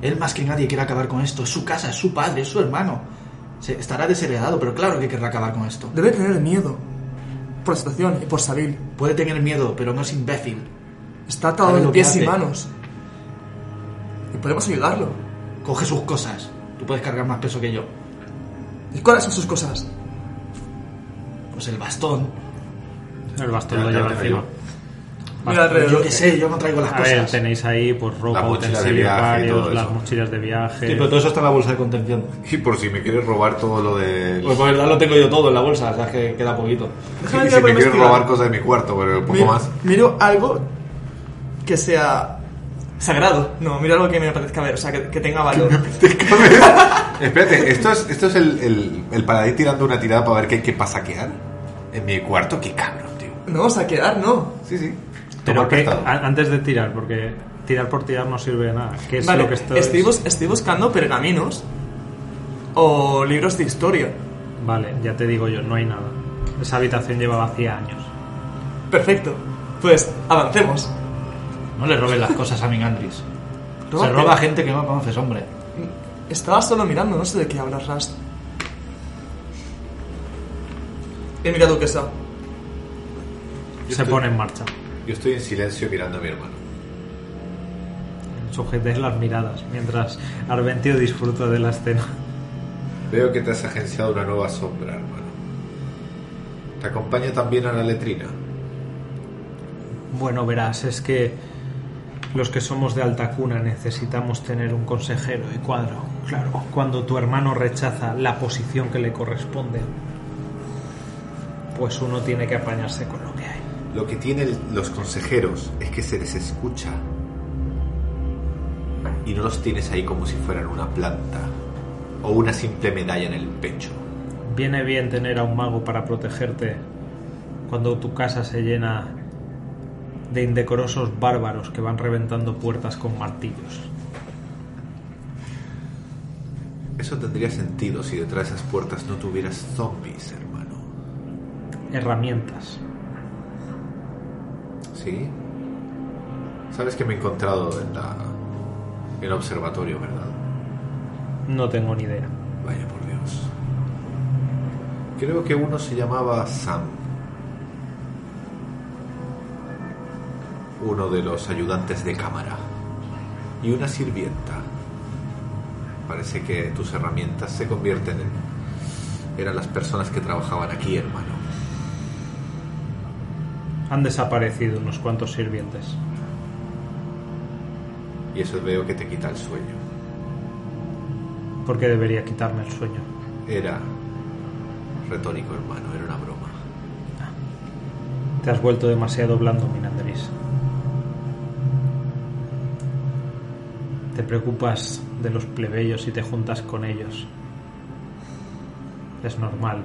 B: Él más que nadie quiere acabar con esto. Es su casa, es su padre, es su hermano. Se, estará desheredado, pero claro que querrá acabar con esto.
D: Debe tener miedo. Por la situación y por Sabil.
B: Puede tener miedo, pero no es imbécil.
D: Está atado
B: Sabe
D: de
B: lo que
D: pies y
B: hace.
D: manos. Y podemos ayudarlo.
B: Coge sus cosas. Tú puedes cargar más peso que yo.
D: ¿Y cuáles son sus cosas?
B: Pues el bastón.
A: El bastón
C: Ya,
A: lo
C: ya
A: lleva
C: te
A: encima.
C: digo.
D: Mira
B: Yo
D: alrededor.
B: qué sé, yo no traigo las
A: A
B: cosas.
A: ver, tenéis ahí pues ropa,
C: Las mochilas de
A: utensilios
C: viaje y todo
A: varios, las
C: eso.
A: mochilas de viaje.
B: Sí, pero todo eso está en la bolsa de contención.
C: Y por si me quieres robar todo lo de...
B: Pues por verdad lo tengo yo todo en la bolsa, o sea que queda poquito.
D: Déjame
C: y
D: que
C: si
D: voy a
C: me quieres
D: investigar.
C: robar cosas de mi cuarto, pero un poco
D: Mi-
C: más.
D: Miro algo que sea sagrado. No, miro algo que me parezca ver, o sea, que, que tenga valor.
C: Espérate, ¿esto es, esto es el, el, el paladín tirando una tirada para ver qué hay que pasaquear? En mi cuarto, qué cabrón, tío.
D: No, saquear no.
C: Sí, sí.
A: Pero
C: Tomar
A: que,
C: prestado.
A: a- antes de tirar, porque tirar por tirar no sirve de nada. ¿Qué es
D: vale,
A: lo que esto
D: estoy,
A: es?
D: bus- estoy buscando pergaminos o libros de historia.
A: Vale, ya te digo yo, no hay nada. Esa habitación lleva vacía años.
D: Perfecto. Pues avancemos.
B: No le robes las cosas a Mingandris. Se
D: Róbatela.
B: roba gente que no conoces, hombre.
D: Estaba solo mirando, no sé de qué hablas, Rast. He mirado que está.
A: Se pone en marcha.
C: Yo estoy en silencio mirando a mi hermano.
A: Sujetéis las miradas mientras Arventio disfruta de la escena.
C: Veo que te has agenciado una nueva sombra, hermano. Te acompaña también a la letrina.
A: Bueno, verás, es que los que somos de alta cuna necesitamos tener un consejero de cuadro. Claro, cuando tu hermano rechaza la posición que le corresponde, pues uno tiene que apañarse con lo que hay.
C: Lo que tienen los consejeros es que se les escucha. Y no los tienes ahí como si fueran una planta o una simple medalla en el pecho.
A: Viene bien tener a un mago para protegerte cuando tu casa se llena de indecorosos bárbaros que van reventando puertas con martillos.
C: Eso tendría sentido si detrás de esas puertas no tuvieras zombies, hermano.
A: Herramientas.
C: ¿Sí? Sabes que me he encontrado en, la, en el observatorio, ¿verdad?
A: No tengo ni idea.
C: Vaya por Dios. Creo que uno se llamaba Sam. Uno de los ayudantes de cámara. Y una sirvienta. Parece que tus herramientas se convierten en... Eran las personas que trabajaban aquí, hermano.
A: Han desaparecido unos cuantos sirvientes.
C: Y eso veo que te quita el sueño.
A: ¿Por qué debería quitarme el sueño?
C: Era retórico, hermano. Era una broma.
A: Te has vuelto demasiado blando, Minandris. Te preocupas de los plebeyos y te juntas con ellos. Es normal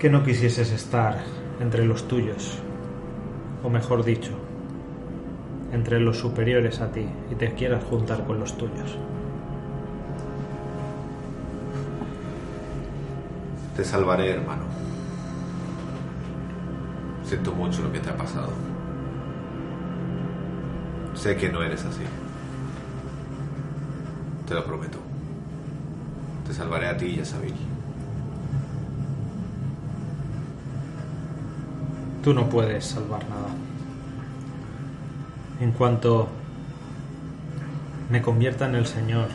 A: que no quisieses estar entre los tuyos, o mejor dicho, entre los superiores a ti y te quieras juntar con los tuyos.
C: Te salvaré, hermano. Siento mucho lo que te ha pasado. Sé que no eres así. Te lo prometo. Te salvaré a ti y a Sabine.
A: Tú no puedes salvar nada. En cuanto me convierta en el señor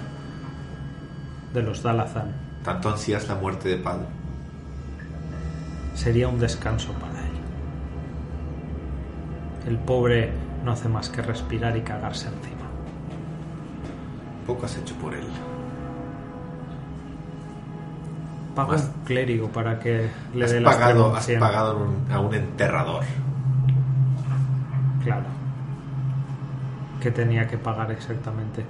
A: de los Dalazan,
C: Tanto ansías la muerte de padre.
A: sería un descanso para él. El pobre no hace más que respirar y cagarse encima.
C: Poco has hecho por él.
A: Paga
C: Has-
A: un clérigo para que le
C: Has
A: dé las
C: pagado, has
A: 100.
C: pagado un- a un enterrador.
A: Claro. ¿Qué tenía que pagar exactamente?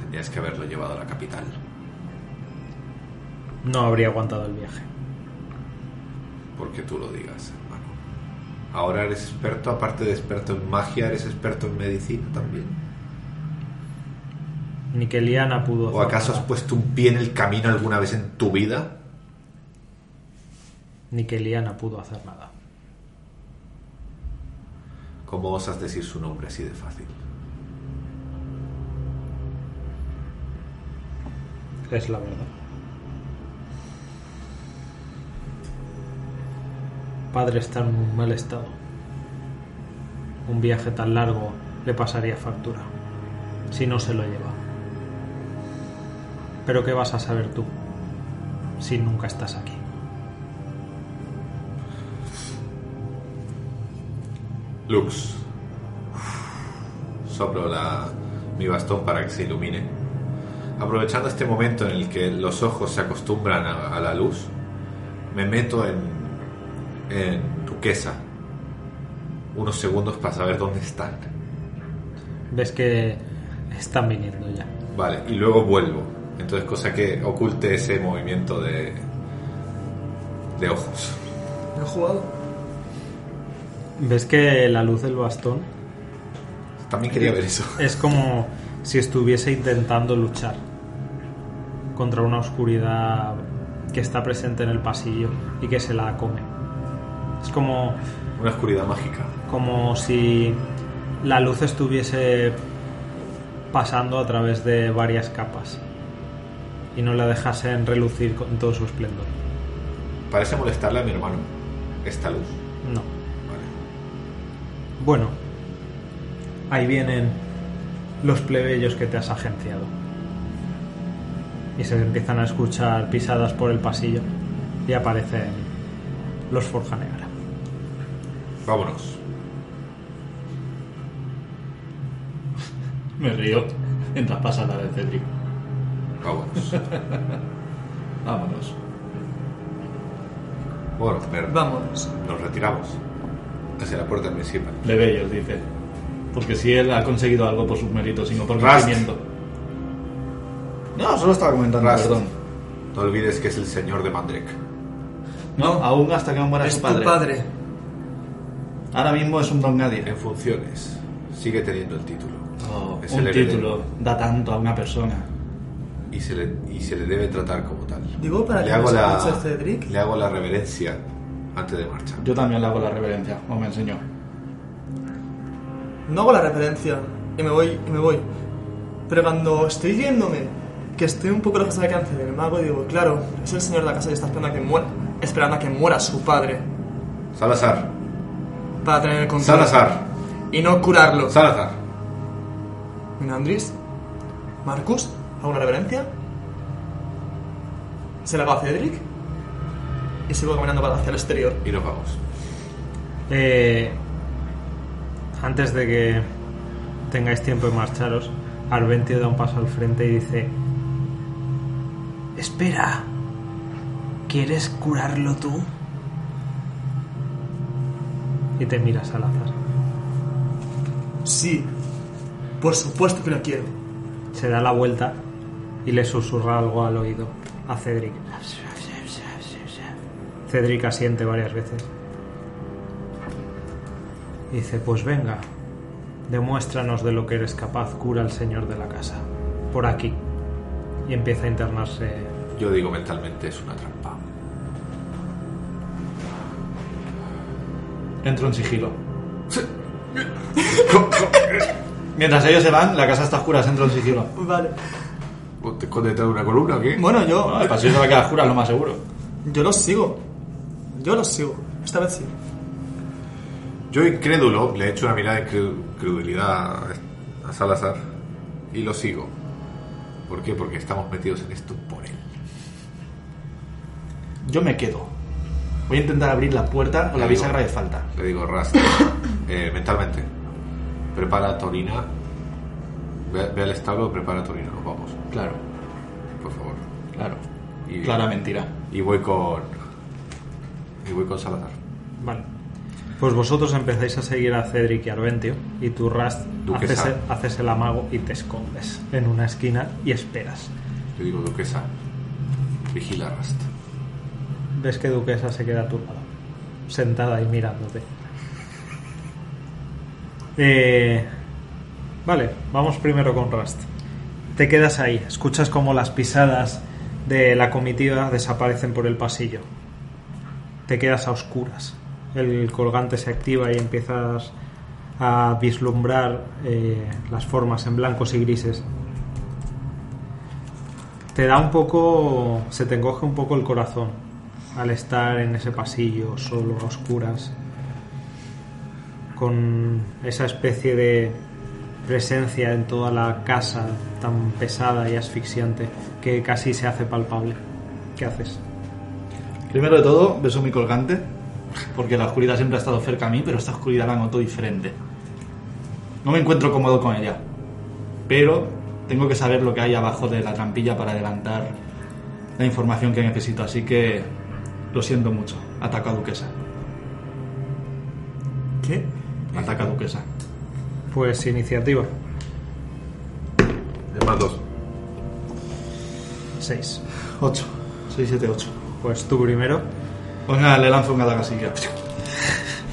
C: Tendrías que haberlo llevado a la capital.
A: No habría aguantado el viaje.
C: Porque tú lo digas, hermano. Ahora eres experto, aparte de experto en magia, eres experto en medicina también.
A: Ni que Liana pudo...
C: ¿O
A: hacer
C: acaso has
A: nada.
C: puesto un pie en el camino alguna vez en tu vida?
A: Ni que Liana pudo hacer nada.
C: ¿Cómo osas decir su nombre así de fácil?
A: Es la verdad. Padre está en un mal estado. Un viaje tan largo le pasaría factura. Si no se lo lleva. Pero ¿qué vas a saber tú? Si nunca estás aquí.
C: Lux. Soplo la- mi bastón para que se ilumine. Aprovechando este momento en el que los ojos se acostumbran a, a la luz, me meto en, en tu quesa. Unos segundos para saber dónde están.
A: Ves que están viniendo ya.
C: Vale, y luego vuelvo. Entonces, cosa que oculte ese movimiento de, de ojos.
D: ¿He jugado?
A: Ves que la luz del bastón
C: También quería ver eso.
A: es como si estuviese intentando luchar contra una oscuridad que está presente en el pasillo y que se la come. Es como,
C: Una oscuridad mágica.
A: como si la luz estuviese pasando a través de varias capas y no la dejasen relucir con todo su esplendor.
C: Parece molestarle a mi hermano. Esta luz.
A: No.
C: Vale.
A: Bueno, ahí vienen los plebeyos que te has agenciado. Y se empiezan a escuchar pisadas por el pasillo y aparecen los Forja Negra.
C: Vámonos.
B: Me río mientras pasa la de Cedric.
C: Vámonos.
B: Vámonos.
C: bueno, me-
D: Vámonos.
C: nos retiramos. Hacia la puerta principal.
B: De bellos, dice. Porque si él ha conseguido algo por sus méritos y no por
C: Rast.
B: conocimiento.
F: No, solo estaba comentando.
C: Rast.
F: Perdón.
C: No olvides que es el señor de Mandrek.
B: No, aún hasta que no muera
D: Es
B: su
D: tu
B: padre.
D: padre.
F: Ahora mismo es un don nadie.
C: En funciones. Sigue teniendo el título.
B: Oh,
C: Es
B: un
C: el heredero.
B: título da tanto a una persona.
C: Y se, le, y se le debe tratar como tal.
D: Digo, para
C: le
D: que
C: hago
D: nos
C: la,
D: escuche Cedric.
C: Le hago la reverencia antes de marchar.
B: Yo también le hago la reverencia, o me enseñó.
D: No hago la referencia y me voy, y me voy. Pero cuando estoy yéndome, que estoy un poco lejos del alcance del mago, digo, claro, es el señor de la casa y está esperando a que muera, esperando a que muera su padre
C: Salazar.
D: para tener el control
C: Salazar.
D: y no curarlo.
C: Salazar.
D: Minandris, Marcus, hago una reverencia. Se la hago a Cedric y sigo caminando para hacia el exterior.
C: Y nos vamos.
A: Eh, antes de que tengáis tiempo de marcharos, Arventio da un paso al frente y dice,
E: Espera. ¿Quieres curarlo tú?
A: y te miras al azar.
D: Sí, por supuesto que lo quiero.
A: Se da la vuelta y le susurra algo al oído a Cedric. Cedric asiente varias veces. Y dice, pues venga, demuéstranos de lo que eres capaz, cura al señor de la casa. Por aquí. Y empieza a internarse.
C: Yo digo mentalmente es una trampa.
B: Entro en sigilo. Mientras ellos se van, la casa está oscura, entro en sigilo.
D: Vale.
C: ¿Te escondes detrás de una columna o qué?
D: Bueno, yo...
B: No, el pasillo se va a quedar oscura, lo más seguro.
D: Yo los sigo. Yo los sigo. Esta vez sí.
C: Yo incrédulo le echo una mirada de incre- incredulidad a- a Salazar y lo sigo. ¿Por qué? Porque estamos metidos en esto por él.
B: Yo me quedo. Voy a intentar abrir la puerta con la
C: Digo.
B: bisagra de falta.
C: Le digo, Rast, eh, mentalmente, prepara Torina. Ve, ve al establo, prepara Torina, nos vamos,
B: Claro,
C: por favor.
B: claro.
C: Y-
B: Clara mentira.
C: Y voy con. Y voy con Salazar.
A: Vale. Pues vosotros empezáis a seguir a Cedric y Arventio y tú, Rast,
C: Duquesa.
A: haces, el- haces el amago y te escondes en una esquina y esperas.
C: Le digo, Duquesa, vigila a Rast.
A: Ves que Duquesa se queda a tu lado, sentada y mirándote. Eh, vale, vamos primero con Rust. Te quedas ahí, escuchas como las pisadas de la comitiva desaparecen por el pasillo. Te quedas a oscuras. El colgante se activa y empiezas a vislumbrar eh, las formas en blancos y grises te da un poco, se te encoge un poco el corazón al estar en ese pasillo solo, a oscuras, con esa especie de presencia en toda la casa tan pesada y asfixiante que casi se hace palpable. ¿Qué haces?
B: Primero de todo, beso mi colgante, porque la oscuridad siempre ha estado cerca a mí, pero esta oscuridad la noto diferente. No me encuentro cómodo con ella, pero tengo que saber lo que hay abajo de la trampilla para adelantar la información que necesito, así que lo siento mucho. Ataca a Duquesa,
D: ¿Qué?
B: ataca a Duquesa.
A: Pues iniciativa
C: Es más dos.
A: 6.
B: 8, 6, 7, 8.
A: Pues tú primero.
B: Pues nada, le lanzo un catacasilla. O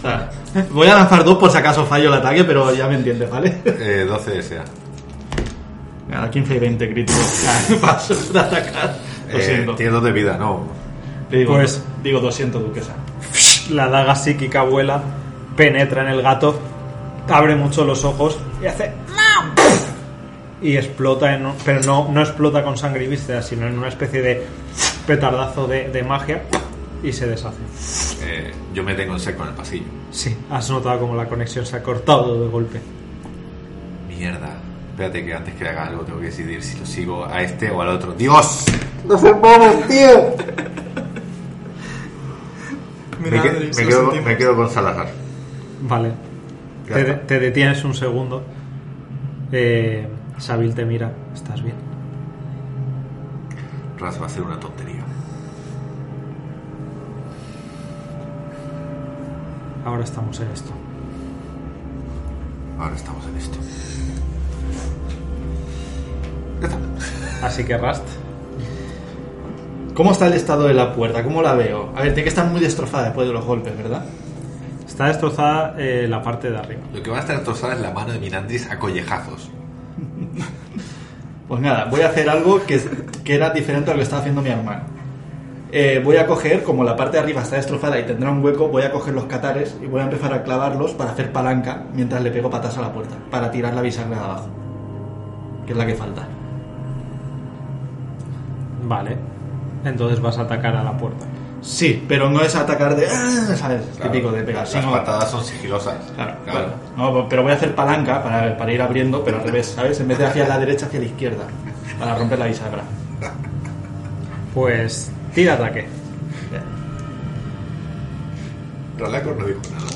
B: sea, Voy a lanzar dos por si acaso fallo el ataque, pero ya me entiendes, ¿vale?
C: Eh, 12 desea.
B: Nada, 15 y 20 críticos. Paso de atacar. Lo
C: Eh,
B: siento.
C: tiene dos de vida, no.
B: Le digo,
A: Pues-
B: digo 200, duquesa.
A: La daga psíquica vuela, penetra en el gato, abre mucho los ojos y hace. Y explota, en un- pero no, no explota con sangre y vísceras, sino en una especie de petardazo de, de magia y se deshace.
C: Eh, yo me tengo en seco en el pasillo.
A: Sí, has notado como la conexión se ha cortado de golpe.
C: Mierda. Espérate que antes que haga algo tengo que decidir si lo sigo a este o al otro. ¡Dios! Me,
D: Mira,
C: que-
D: Andrés,
C: me
D: lo
C: quedo,
D: sentimos.
C: me quedo con Salazar.
A: Vale.
C: Ya
A: Te,
C: está.
A: te detienes un segundo. Eh, Sabil te mira. ¿Estás bien?
C: Raz va a hacer una tontería.
A: Ahora estamos en esto.
C: Ahora estamos en esto.
A: Así que Rast.
B: ¿Cómo está el estado de la puerta? ¿Cómo la veo? A ver, tiene que estar muy destrozada después de los golpes, ¿verdad?
A: Está destrozada eh, la parte de arriba.
C: Lo que va a estar destrozada es la mano de Mirandris a collejazos.
B: Pues nada, voy a hacer algo que, que era diferente a lo que estaba haciendo mi hermano. Eh, voy a coger, como la parte de arriba está destrozada y tendrá un hueco, voy a coger los catares y voy a empezar a clavarlos para hacer palanca mientras le pego patas a la puerta, para tirar la bisagra de abajo, que es la que falta.
A: Vale. Entonces vas a atacar a la puerta.
B: Sí, pero no es atacar de... "Ah", ¿Sabes?
C: Claro.
B: Típico de pegar.
C: Las
B: sino-
C: patadas son sigilosas.
B: Claro, claro. No, pues, pero voy a hacer palanca para, para ir abriendo, pero al revés, ¿sabes? En vez de hacia la derecha, hacia la izquierda, para romper la bisagra.
A: Pues tira ataque.
C: Ralacor no dijo nada.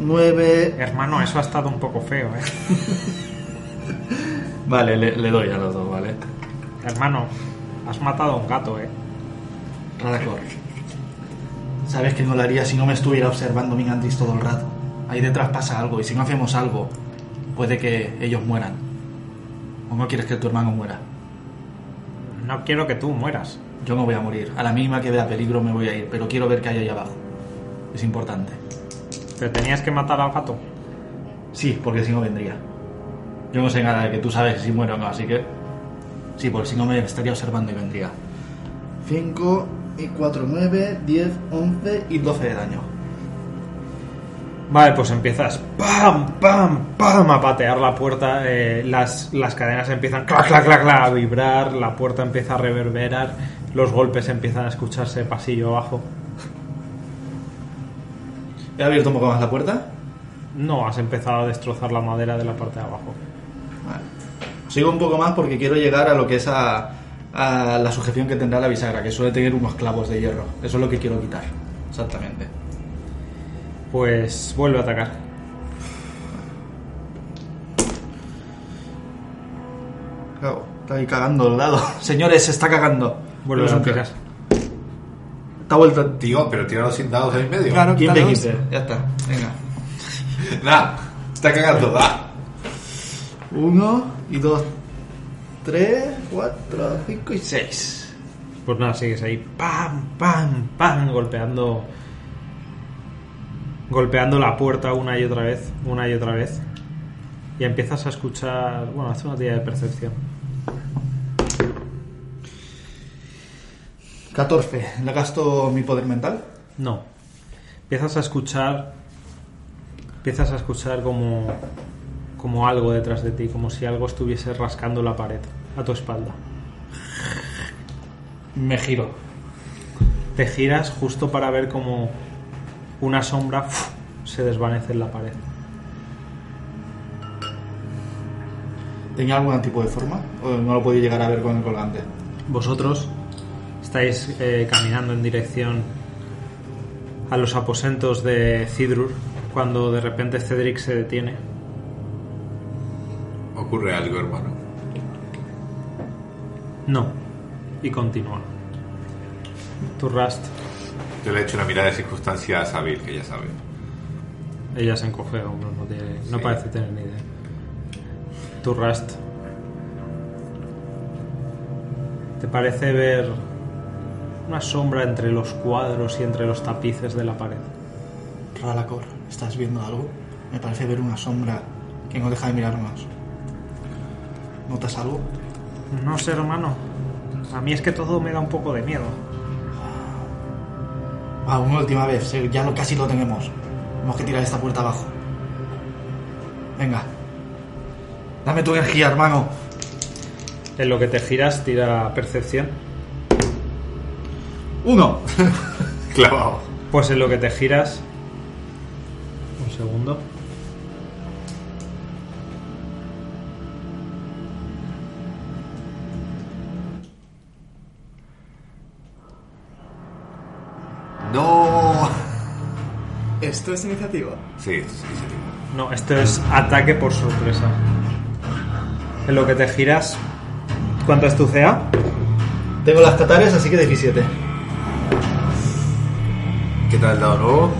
B: 9...
A: Hermano, eso ha estado un poco feo, ¿eh?
B: Vale, le, le doy a los dos, ¿vale?
A: Hermano, has matado a un gato, ¿eh?
B: Radacor. Sabes que no lo haría si no me estuviera observando Minandris todo el rato. Ahí detrás pasa algo y si no hacemos algo, puede que ellos mueran. ¿O no quieres que tu hermano muera?
A: No quiero que tú mueras.
B: Yo no voy a morir. A la mínima que vea peligro me voy a ir, pero quiero ver qué hay ahí abajo. Es importante.
A: Te tenías que matar al gato.
B: Sí, porque si no vendría. Yo no sé nada de que tú sabes si muero o no, así que... Sí, porque si no me estaría observando y vendría. 5 y 4, 9, 10, 11 y 12 de daño.
A: Vale, pues empiezas pam, pam, pam a patear la puerta, eh, las, las cadenas empiezan clac, clac, clac, clac, a vibrar, la puerta empieza a reverberar, los golpes empiezan a escucharse pasillo abajo.
B: ¿He abierto un poco más la puerta?
A: No, has empezado a destrozar la madera de la parte de abajo.
B: Vale. Sigo un poco más porque quiero llegar a lo que es a, a la sujeción que tendrá la bisagra, que suele tener unos clavos de hierro. Eso es lo que quiero quitar. Exactamente.
A: Pues vuelve a atacar.
B: Cago, está ahí cagando el dado. Señores, se está cagando.
A: Vuelve
B: Es
A: a
B: un
A: atacar.
B: ca- Está vuelto.
C: Tío, pero tiraron sin dados en medio.
D: Claro,
B: ¿Quién
D: quítalo.
B: de 15? Ya está. Venga.
C: Da. Está cagando, da.
B: Uno y dos. Tres, cuatro, cinco y seis.
A: Pues nada, sigues ahí pam, pam, pam, golpeando. Golpeando la puerta una y otra vez, una y otra vez. Y empiezas a escuchar. Bueno, hace una tira de percepción.
B: 14. ¿Le gasto mi poder mental?
A: No. Empiezas a escuchar. Empiezas a escuchar como. como algo detrás de ti, como si algo estuviese rascando la pared a tu espalda.
B: Me giro.
A: Te giras justo para ver como una sombra ¡fuf! se desvanece en la pared.
B: ¿Tenía algún tipo de forma? ¿O no lo podía llegar a ver con el colgante?
A: Vosotros estáis eh, caminando en dirección a los aposentos de Cidrur cuando de repente Cedric se detiene.
C: Ocurre algo, hermano.
A: No. Y continúa. Tu Rust,
C: Yo le he hecho una mirada de circunstancia a Sabil, que ya sabe.
A: ella se encoge, hombre, no, tiene- no
C: Sí.
A: parece tener ni idea. Tu Rust. ¿Te parece ver una sombra entre los cuadros y entre los tapices de la pared?
B: Ralacor, ¿estás viendo algo? Me parece ver una sombra que no deja de mirar más. ¿Notas algo?
A: No sé, hermano. A mí es que todo me da un poco de miedo.
B: Ah, una última vez, eh, ya lo, casi lo tenemos. Tenemos que tirar esta puerta abajo. Venga. Dame tu energía, hermano.
A: En lo que te giras, tira percepción.
B: Uno.
C: Clavado.
A: Pues en lo que te giras. Un segundo.
C: No.
D: ¿Esto es iniciativa?
C: Sí, es iniciativa.
A: No, esto es ataque por sorpresa. En lo que te giras. ¿Cuánto es tu CA?
B: Tengo las tatares, así que 17.
C: ¿Qué tal el dado nuevo?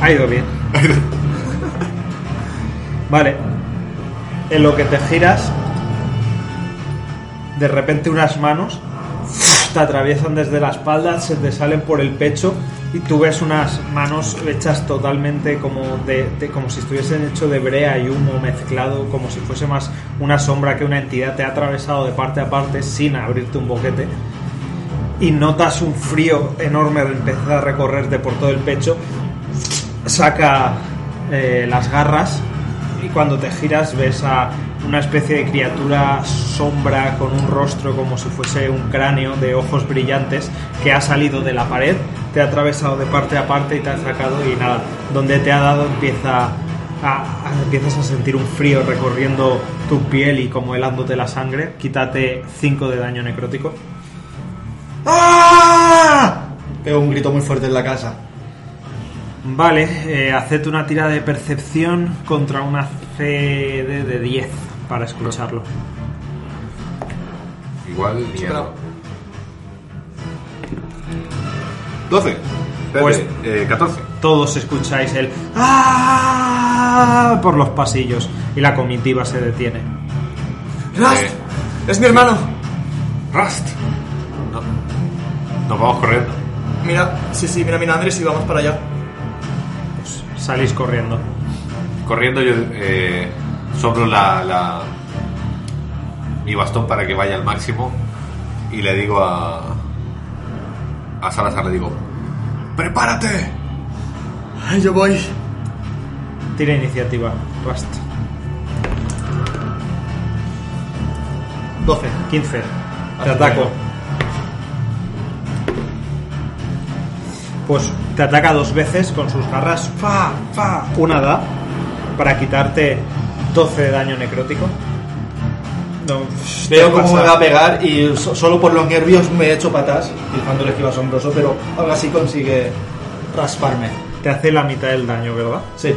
A: Ha ido bien. Vale. En lo que te giras, de repente unas manos te atraviesan desde la espalda, se te salen por el pecho y tú ves unas manos hechas totalmente como de, de- como si estuviesen hecho de brea y humo mezclado, como si fuese más una sombra que una entidad te ha atravesado de parte a parte sin abrirte un boquete y notas un frío enorme que empieza a recorrerte por todo el pecho. Saca eh, las garras y cuando te giras ves a una especie de criatura sombra con un rostro como si fuese un cráneo de ojos brillantes que ha salido de la pared, te ha atravesado de parte a parte y te ha sacado y nada, donde te ha dado empieza a- a- empiezas a sentir un frío recorriendo tu piel y como helándote la sangre. Quítate 5 de daño necrótico.
B: ¡Ah! Pego un grito muy fuerte en la casa.
A: Vale, eh, haced una tira de percepción contra una CD de 10 para escucharlo.
C: Igual miedo. 12. Espérate,
A: Pues-
C: eh, 14.
A: Todos escucháis el ¡Ah! por los pasillos y la comitiva se detiene.
D: ¡Rust!
C: Eh.
D: ¡Es mi hermano!
C: Rust. No. Nos vamos corriendo.
D: Mira, sí, sí, mira, mira, Andrés, y vamos para allá.
A: Salís corriendo.
C: Corriendo yo eh, soplo la, la- mi bastón para que vaya al máximo y le digo a a Salazar le digo prepárate.
D: Ay, yo voy.
A: Tira iniciativa. Rust.
B: 12.
A: 15. Te
B: Así
A: ataco.
B: que
A: Pues te ataca dos veces con sus garras. ¡Fa! ¡Fa! Una da para quitarte 12 de daño necrótico. No,
B: Veo cómo
A: pasa.
B: me va a pegar y so- solo por los nervios me echo patas, dejando el esquivo asombroso, pero ahora sí consigue rasparme.
A: Te hace la mitad del daño, ¿verdad?
B: Sí.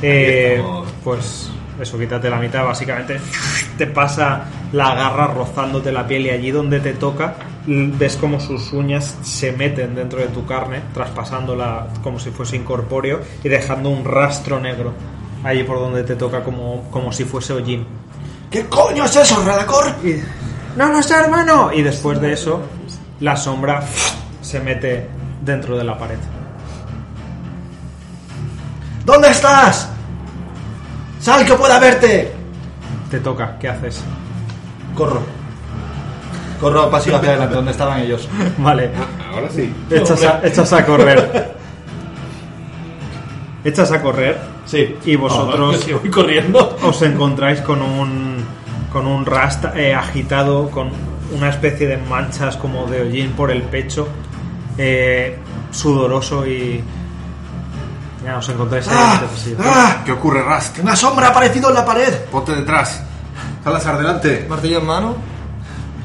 A: Eh,
C: estamos.
A: pues eso, quítate la mitad, básicamente te pasa la garra rozándote la piel y allí donde te toca l- ves como sus uñas se meten dentro de tu carne, traspasándola como si fuese incorpóreo y dejando un rastro negro allí por donde te toca como, como si fuese hollín.
B: ¿Qué coño es eso, Radacor?
A: Y- ¡No, no está, hermano! Y después de eso, la sombra se mete dentro de la pared.
B: ¿Dónde estás? ¡Sal que pueda verte!
A: Te toca, ¿qué haces?
B: Corro. Corro pasivo hacia adelante, donde estaban ellos.
A: Vale.
C: Ah, Ahora sí.
A: Echas a, echas a correr. Echas a correr.
B: Sí.
A: Y vosotros-
B: No, es que voy corriendo.
A: Os encontráis con un con un rasta eh, agitado, con una especie de manchas como de hollín por el pecho, eh, sudoroso y ya os encontráis ahí. en el pasillo.
B: ¡Ah!
C: ¿Qué ocurre Rust?
B: ¡Una sombra ha aparecido en la pared!
C: Ponte detrás. Salazar delante.
D: Martillo en mano.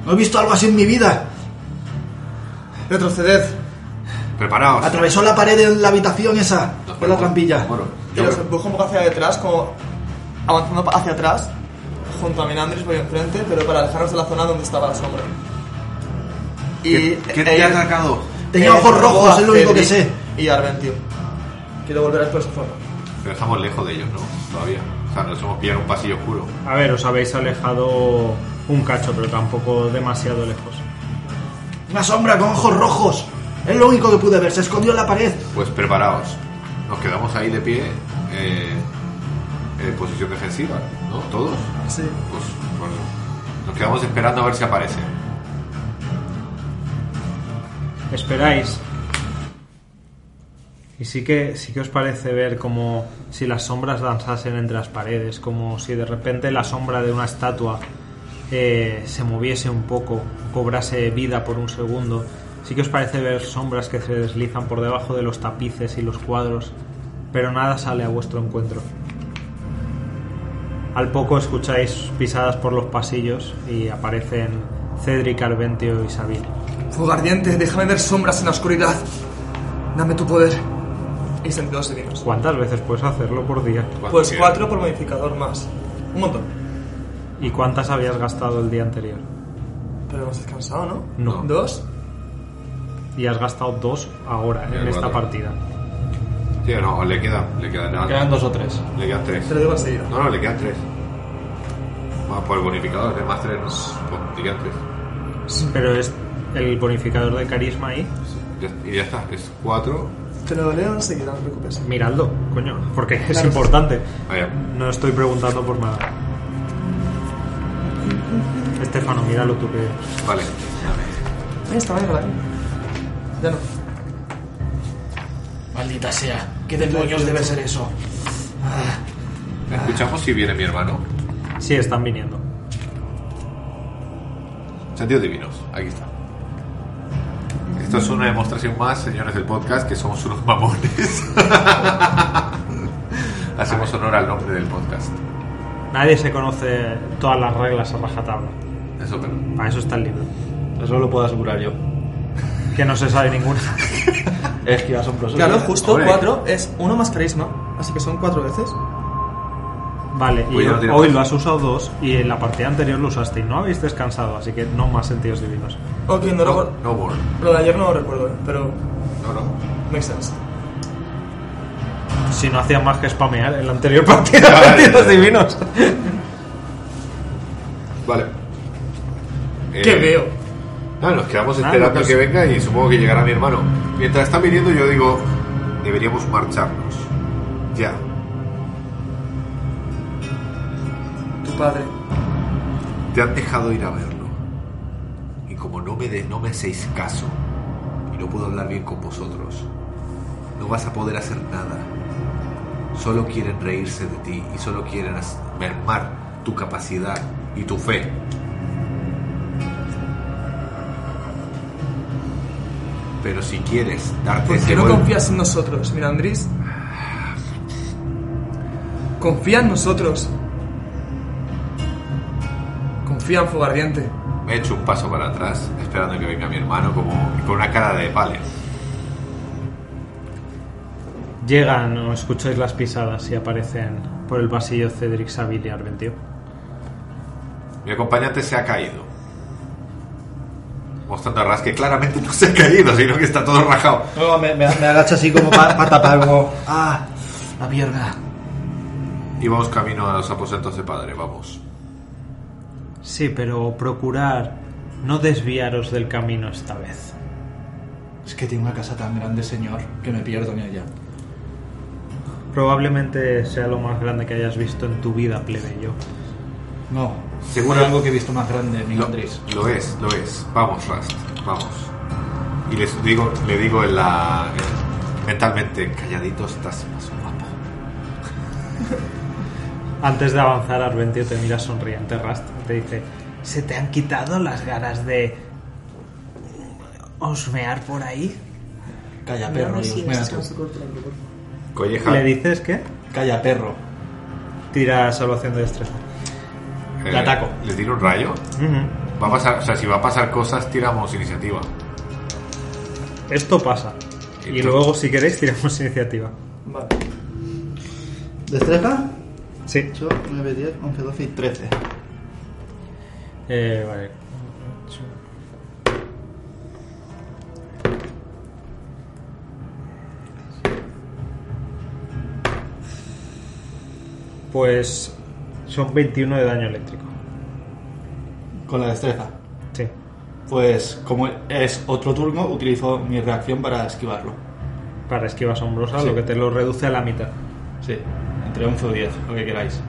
B: No he visto algo así en mi vida.
D: Retroceded.
C: Preparaos.
B: Atravesó la pared en la habitación esa, en
C: Nos
B: la
C: vemos.
B: trampilla.
C: Bueno,
D: Yo
C: yo
D: los
C: creo-
D: empujo un poco hacia detrás, como avanzando hacia atrás. Junto a Minandris voy enfrente, pero para alejarnos de la zona donde estaba la sombra. Y eh,
C: ¿Qué, qué te
D: ella-
C: ha atacado?
B: Tenía
D: ella
B: ojos
D: robó
B: rojos,
D: a
B: es lo único que
D: Cedric
B: sé.
D: Y Arven, tío. Quiero volver a explorar esa zona.
C: Pero estamos lejos de ellos, ¿no? Todavía. O sea, nos hemos pillado en un pasillo oscuro.
A: A ver, os habéis alejado un cacho, pero tampoco demasiado lejos.
B: Una sombra con ojos rojos. Es lo único que pude ver. Se escondió en la pared.
C: Pues preparaos. Nos quedamos ahí de pie. Eh, eh, posición defensiva, ¿no? Todos.
D: Sí.
C: Pues, bueno, Nos quedamos esperando a ver si aparece.
A: Esperáis. Y sí que, sí que os parece ver como si las sombras danzasen entre las paredes, como si de repente la sombra de una estatua eh, se moviese un poco, cobrase vida por un segundo. Sí que os parece ver sombras que se deslizan por debajo de los tapices y los cuadros, pero nada sale a vuestro encuentro. Al poco escucháis pisadas por los pasillos y aparecen Cedric, Arventio y Sabine.
D: Fuego ardiente, déjame ver sombras en la oscuridad. Dame tu poder.
H: Y sentidos divinos.
A: ¿Cuántas veces puedes hacerlo por día?
C: Cuando
H: Pues
C: quiera.
H: 4 por modificador más. Un montón.
A: ¿Y cuántas habías gastado el día anterior?
H: Pero hemos descansado, ¿no?
A: No.
H: ¿Dos?
A: Y has gastado dos ahora, en
C: Bien,
A: esta
C: cuatro.
A: partida.
C: Sí, no, le queda, le quedan,
B: Quedan dos o tres.
C: le quedan tres.
H: Te lo digo enseguida.
C: No, no, le quedan tres. Vamos por el bonificador, de más tres, no, pues, le quedan tres.
A: Pero es el bonificador de carisma ahí.
C: Ya- Y ya está, es cuatro.
H: Te lo leo enseguida, no te preocupes.
A: Miradlo, coño, porque es
H: Claro.
A: importante.
C: Vaya,
A: No estoy preguntando por nada. Estefano, míralo tú que...
C: vale.
H: Ahí está, vaya, vale. Ya no.
E: Maldita sea, ¿qué demonios debe ser eso?
C: Escuchamos si viene mi hermano.
A: Sí, están viniendo.
C: Sentidos divinos, aquí está. Esto es una demostración más, señores del podcast, que somos unos mamones. Hacemos honor al nombre del podcast.
A: Nadie se conoce todas las reglas a rajatabla.
C: Eso, pero.
A: Para eso está el libro.
B: Eso lo puedo asegurar yo.
A: Que no se sabe ninguna.
B: Es que asombroso.
H: Claro, justo
C: Hombre.
H: 4 es uno más carisma, así que son cuatro veces.
A: Vale, y
C: Pues ya no tiene
A: hoy
C: más.
A: lo has usado dos y en la partida anterior lo usaste y no habéis descansado, así que no más sentidos divinos.
H: Ok, no,
C: No,
H: recuerdo.
C: no more.
H: Lo de ayer no lo recuerdo, eh, pero.
C: No, no.
H: Makes sense.
A: Si no hacían más que spamear en la anterior partida, sentidos divinos.
C: Vale. Eh,
H: ¿Qué veo?
C: No, nos quedamos
A: Nada,
C: esperando a
A: pues-
C: que venga y supongo que llegará mi hermano. Mientras está viniendo, yo digo: deberíamos marcharnos. Ya.
H: Tu padre.
C: Te han dejado ir a verlo. Y como no me, de- no me hacéis caso y no puedo hablar bien con vosotros, no vas a poder hacer nada. Solo quieren reírse de ti y solo quieren as- mermar tu capacidad y tu fe. Pero si quieres darte
H: ¿Por
C: ese
H: qué Pues no
C: golpe-
H: confías en nosotros? Mira, Andrés. Confía en nosotros. Confía en Fuego Ardiente.
C: Me he hecho un paso para atrás, esperando que venga mi hermano como con una cara de vale.
A: Llegan o escucháis las pisadas y aparecen por el pasillo Cedric Savile y Arventio.
C: Mi acompañante se ha caído. Mostrando a Ras que claramente no se ha caído, sino que está todo rajado.
F: No, me, me, me agacho así como para tapar, como. ¡Ah!
E: La mierda.
C: Y vamos camino a los aposentos de padre, vamos.
A: Sí, pero procurar no desviaros del camino esta vez.
B: Es que tiene una casa tan grande, señor, que me pierdo en ella.
A: Probablemente sea lo más grande que hayas visto en tu vida, plebeyo.
B: No.
C: Seguro-
B: Seguro algo que he visto más grande, mi
C: Lo,
B: Andrés.
C: lo es, lo es. Vamos, Ras, vamos. Y les digo, le digo en la, en- mentalmente, calladito estás más guapo.
A: Antes de avanzar, Arventio te mira sonriente, Rast, te dice... ¿Se te han quitado las ganas de osmear por ahí?
B: Calla perro, Dios mira tú.
C: Colleja.
A: ¿Le dices qué?
B: Calla perro.
A: Tira salvación de destreza.
C: eh,
A: le ataco.
C: Le tiro un rayo.
A: Ujú.
C: Va a pasar, o sea, si va a pasar cosas, tiramos iniciativa.
A: Esto pasa. Y
C: Esto-
A: luego, si queréis, tiramos iniciativa.
H: Vale.
F: Destreza,
A: Sí.
F: 8, 9, 10, 11, 12 y 13.
A: Eh, vale. Pues son 21 de daño eléctrico.
B: Con la destreza.
A: Sí.
B: Pues como es otro turno, utilizo mi reacción para esquivarlo.
A: Para esquiva asombrosa,
B: Sí.
A: lo que te lo reduce a la mitad.
B: Sí, entre 11 o 10, lo que queráis.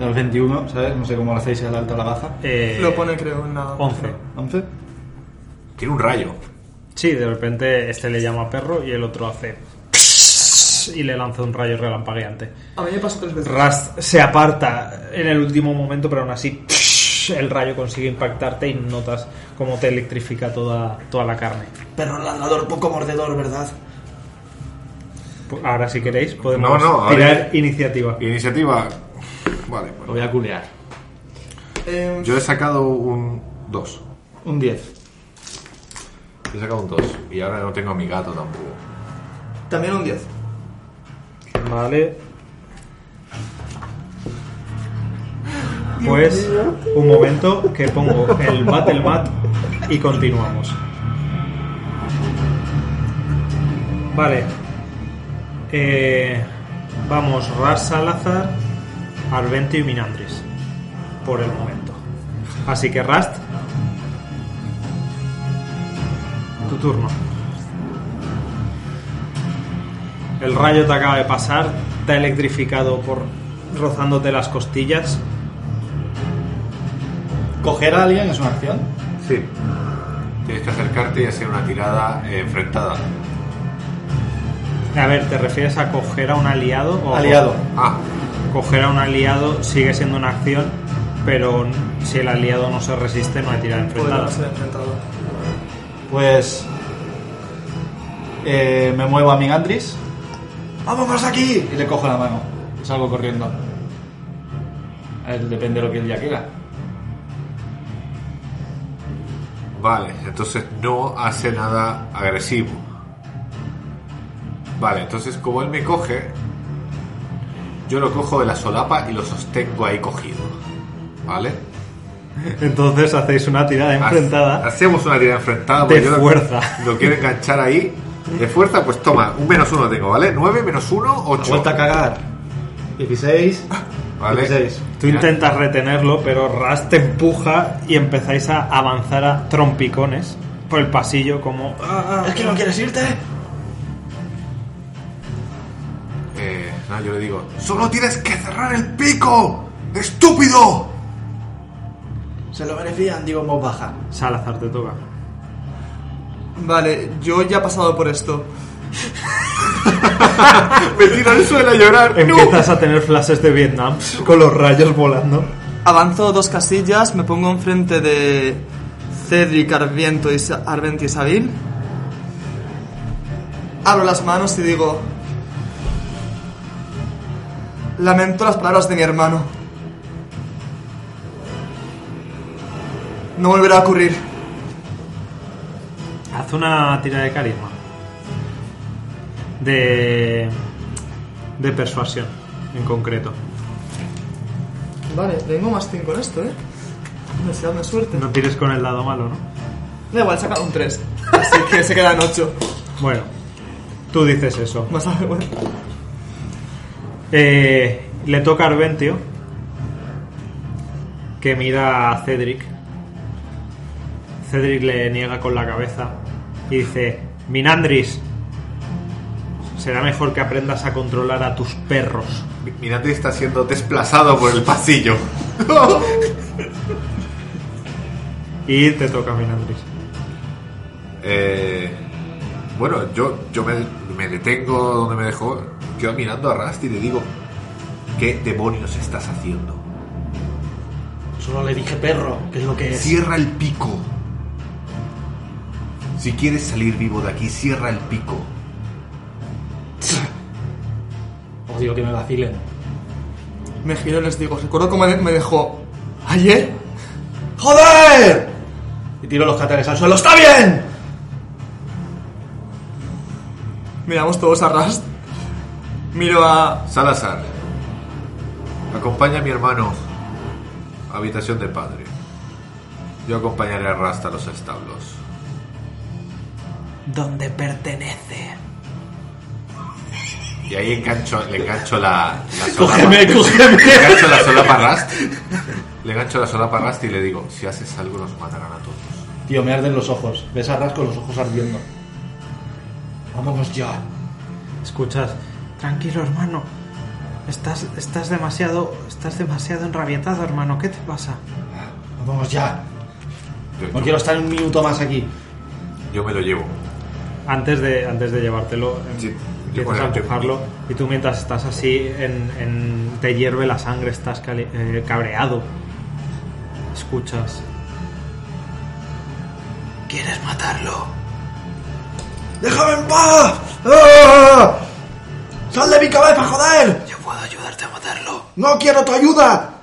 B: El 21, ¿sabes? No sé cómo lo hacéis, el alto o la baja.
A: Eh,
D: Lo pone, creo, en la.
A: 11.
B: 11.
C: Tiene un rayo.
A: Sí, de repente este le llama perro y el otro hace. Y le lanza un rayo relampagueante.
D: A mí me pasó tres veces.
A: Rast se aparta en el último momento, pero aún así el rayo consigue impactarte y notas cómo te electrifica toda, toda la carne.
E: Perro ladrador, poco mordedor, ¿verdad?
A: Pues Ahora, si queréis, podemos
C: No, no,
A: tirar
C: ahora-
A: iniciativa.
C: Iniciativa. Vale,
B: Lo
C: bueno.
B: voy a culear.
H: Em,
D: Eh,
C: Yo he sacado un 2.
B: Un 10.
C: Yo he sacado un 2. Y ahora no tengo a mi gato tampoco.
D: También un 10.
A: Vale. Pues un momento que pongo el battle mat y continuamos. Vale. Eh, vamos, Ras Salazar, Arvento y Minandris. Por el momento. Así que Rast. Tu turno. El rayo te acaba de pasar, te ha electrificado por rozándote las costillas.
B: Coger a alguien es una acción.
C: Sí. Tienes que acercarte y hacer una tirada eh, enfrentada.
A: A ver, ¿te refieres a coger a un aliado? O
B: Aliado.
C: Ah,
A: Coger a un aliado sigue siendo una acción, pero si el aliado no se resiste, no hay tirada enfrentada.
D: Podría ser enfrentado.
B: Pues. eh, me muevo a mi Gantris
H: ¡Vámonos aquí!
B: y le cojo la mano. Y salgo corriendo. A él depende de lo que él ya quiera.
C: vale. Entonces no hace nada agresivo. Vale, entonces como él me coge, yo lo cojo de la solapa y lo sostengo ahí cogido. ¿Vale?
A: Entonces hacéis una tirada enfrentada.
C: Ha- Hacemos una tirada enfrentada. porque
A: De
C: yo lo-
A: fuerza.
C: Lo, quiero enganchar ahí. De fuerza, pues toma, un menos uno tengo, ¿vale? 9 menos 1, 8.
B: Vuelta a cagar. 16.
C: Vale.
B: 16.
A: Tú intentas retenerlo, pero Ras te empuja y empezáis a avanzar a trompicones por el pasillo como... "Ah,
E: Ah, ¿Es que no quieres irte?
C: Eh, no, yo le digo, solo tienes que cerrar el pico, estúpido.
E: Se lo merecían, digo en voz baja.
A: Salazar te toca.
D: Vale, yo ya he pasado por esto.
C: Me tiro al suelo a llorar. ¡No!
A: Empiezas a tener flashes de Vietnam con los rayos volando.
D: Avanzo dos casillas, me pongo enfrente de Cedric, Arviento y Sa- Arvento y Sabil. Abro las manos y digo... Lamento las palabras de mi hermano. No volverá a ocurrir.
A: Haz una tira de carisma. De. De persuasión, en concreto.
D: Vale, tengo más 5 en esto, ¿eh? Deseadme suerte.
A: No tires con el dado malo, ¿no?
D: Da igual, saca un 3. Así que se quedan 8.
A: Bueno, tú dices eso.
D: Más a bueno.
A: Eh, le toca a Arventio, que mira a Cedric. Cedric le niega con la cabeza y dice, Minandris, será mejor que aprendas a controlar a tus perros.
C: Mirante está siendo desplazado por el pasillo.
A: Y te toca Minandris.
C: Eh, bueno, yo, yo me, me detengo donde me dejó. Quedo mirando a Rust y le digo, ¿qué demonios estás haciendo?
E: Solo le dije perro, que es lo que es.
C: Cierra el pico. Si quieres salir vivo de aquí, cierra el pico.
B: Odio que me vacilen.
D: Me giro y les digo, recuerdo cómo me dejó ayer.
B: ¡Joder! Y tiro los catares al suelo. ¡Está bien!
D: Miramos todos a Rust. Miro a...
C: Salazar, acompaña a mi hermano a habitación de padre. Yo acompañaré a Rasta a los establos.
E: Donde pertenece.
C: Y ahí engancho, le engancho la, la solapa.
B: ¡Cógeme,
C: Le
B: cógeme!
C: engancho la solapa a Rast. Le engancho la solapa a Rast y le digo, si haces algo nos matarán a todos.
B: Tío, me arden los ojos. Ves a Ras con los ojos ardiendo.
E: Vámonos ya.
A: Escuchas, tranquilo hermano, Estás, estás demasiado. Estás demasiado enrabietado, hermano. ¿Qué te pasa?
B: Nos vamos ya.
C: Yo-
B: No
C: yo-
B: quiero estar un minuto más aquí.
C: Yo me lo llevo.
A: Antes de, antes de llevártelo,
C: Sí,
A: em,
C: yo
A: empiezas
C: con
A: a
C: el- yo-
A: empujarlo y tú mientras estás así, en, en- te hierve la sangre, estás cali- eh, cabreado. Escuchas.
E: ¿Quieres matarlo?
F: ¡Déjame en paz! ¡Ah! ¡Sal de mi cabeza, joder!
E: Yo puedo ayudarte a matarlo.
F: ¡No quiero tu ayuda!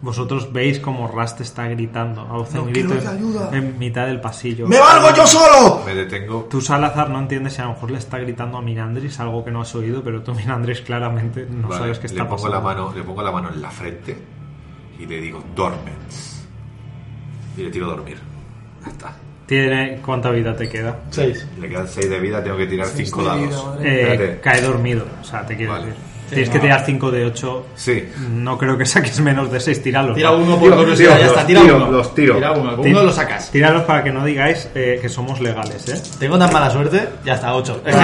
A: Vosotros veis como Rast está gritando a voz en
F: No
A: grito
F: quiero que ayuda.
A: en, en mitad del pasillo.
F: ¡Me valgo yo solo!
C: Me detengo.
A: Tú, Salazar, no entiendes si a lo mejor le está gritando a Mirandris algo que no has oído, pero tú, Mirandris, claramente no
C: Vale,
A: sabes qué
C: le
A: está
C: pongo
A: pasando.
C: la mano Le pongo la mano en la frente y le digo Dormens. Y le tiro a dormir. Ya está.
A: Tiene, ¿Cuánta vida te queda?
B: Seis.
C: Le quedan 6 de vida, tengo que tirar
D: Seis
C: 5
D: de vida,
C: dados.
D: madre.
A: Eh,
C: Espérate.
A: cae dormido, o sea, te quiero
C: Vale.
A: decir. Tienes que tirar 5 de 8.
C: Sí.
A: No creo que saques menos de 6, tíralos.
B: Tira uno por
C: Tío,
B: curiosidad,
C: tío,
B: ya está,
C: los
B: tira
C: tiro,
B: uno.
C: los tiro.
B: Tira uno, con
A: Ti-
B: uno lo sacas.
A: Tíralos para que no digáis eh, que somos legales, ¿eh?
B: Tengo tan mala suerte, ya está, ocho.
C: 8,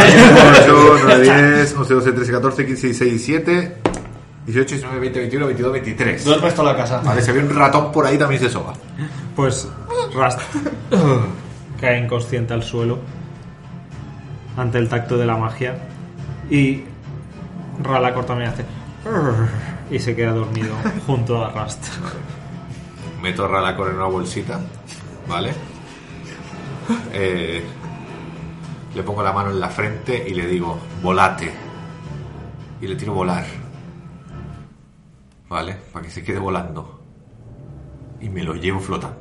C: 9, 10, 11, 12, 13, 14, 15, 16, 17, 18, 19, 20, 21, 22, 23.
B: Duermes toda la casa.
C: Vale, se ve un ratón por ahí también se soba.
A: Pues Rast cae inconsciente al suelo ante el tacto de la magia y Rala cortame hace y se queda dormido junto a Rast.
C: Meto a Ralacor en una bolsita, ¿vale? Eh, le pongo la mano en la frente y le digo, volate. Y le tiro volar. ¿Vale? Para que se quede volando. Y me lo llevo flotando.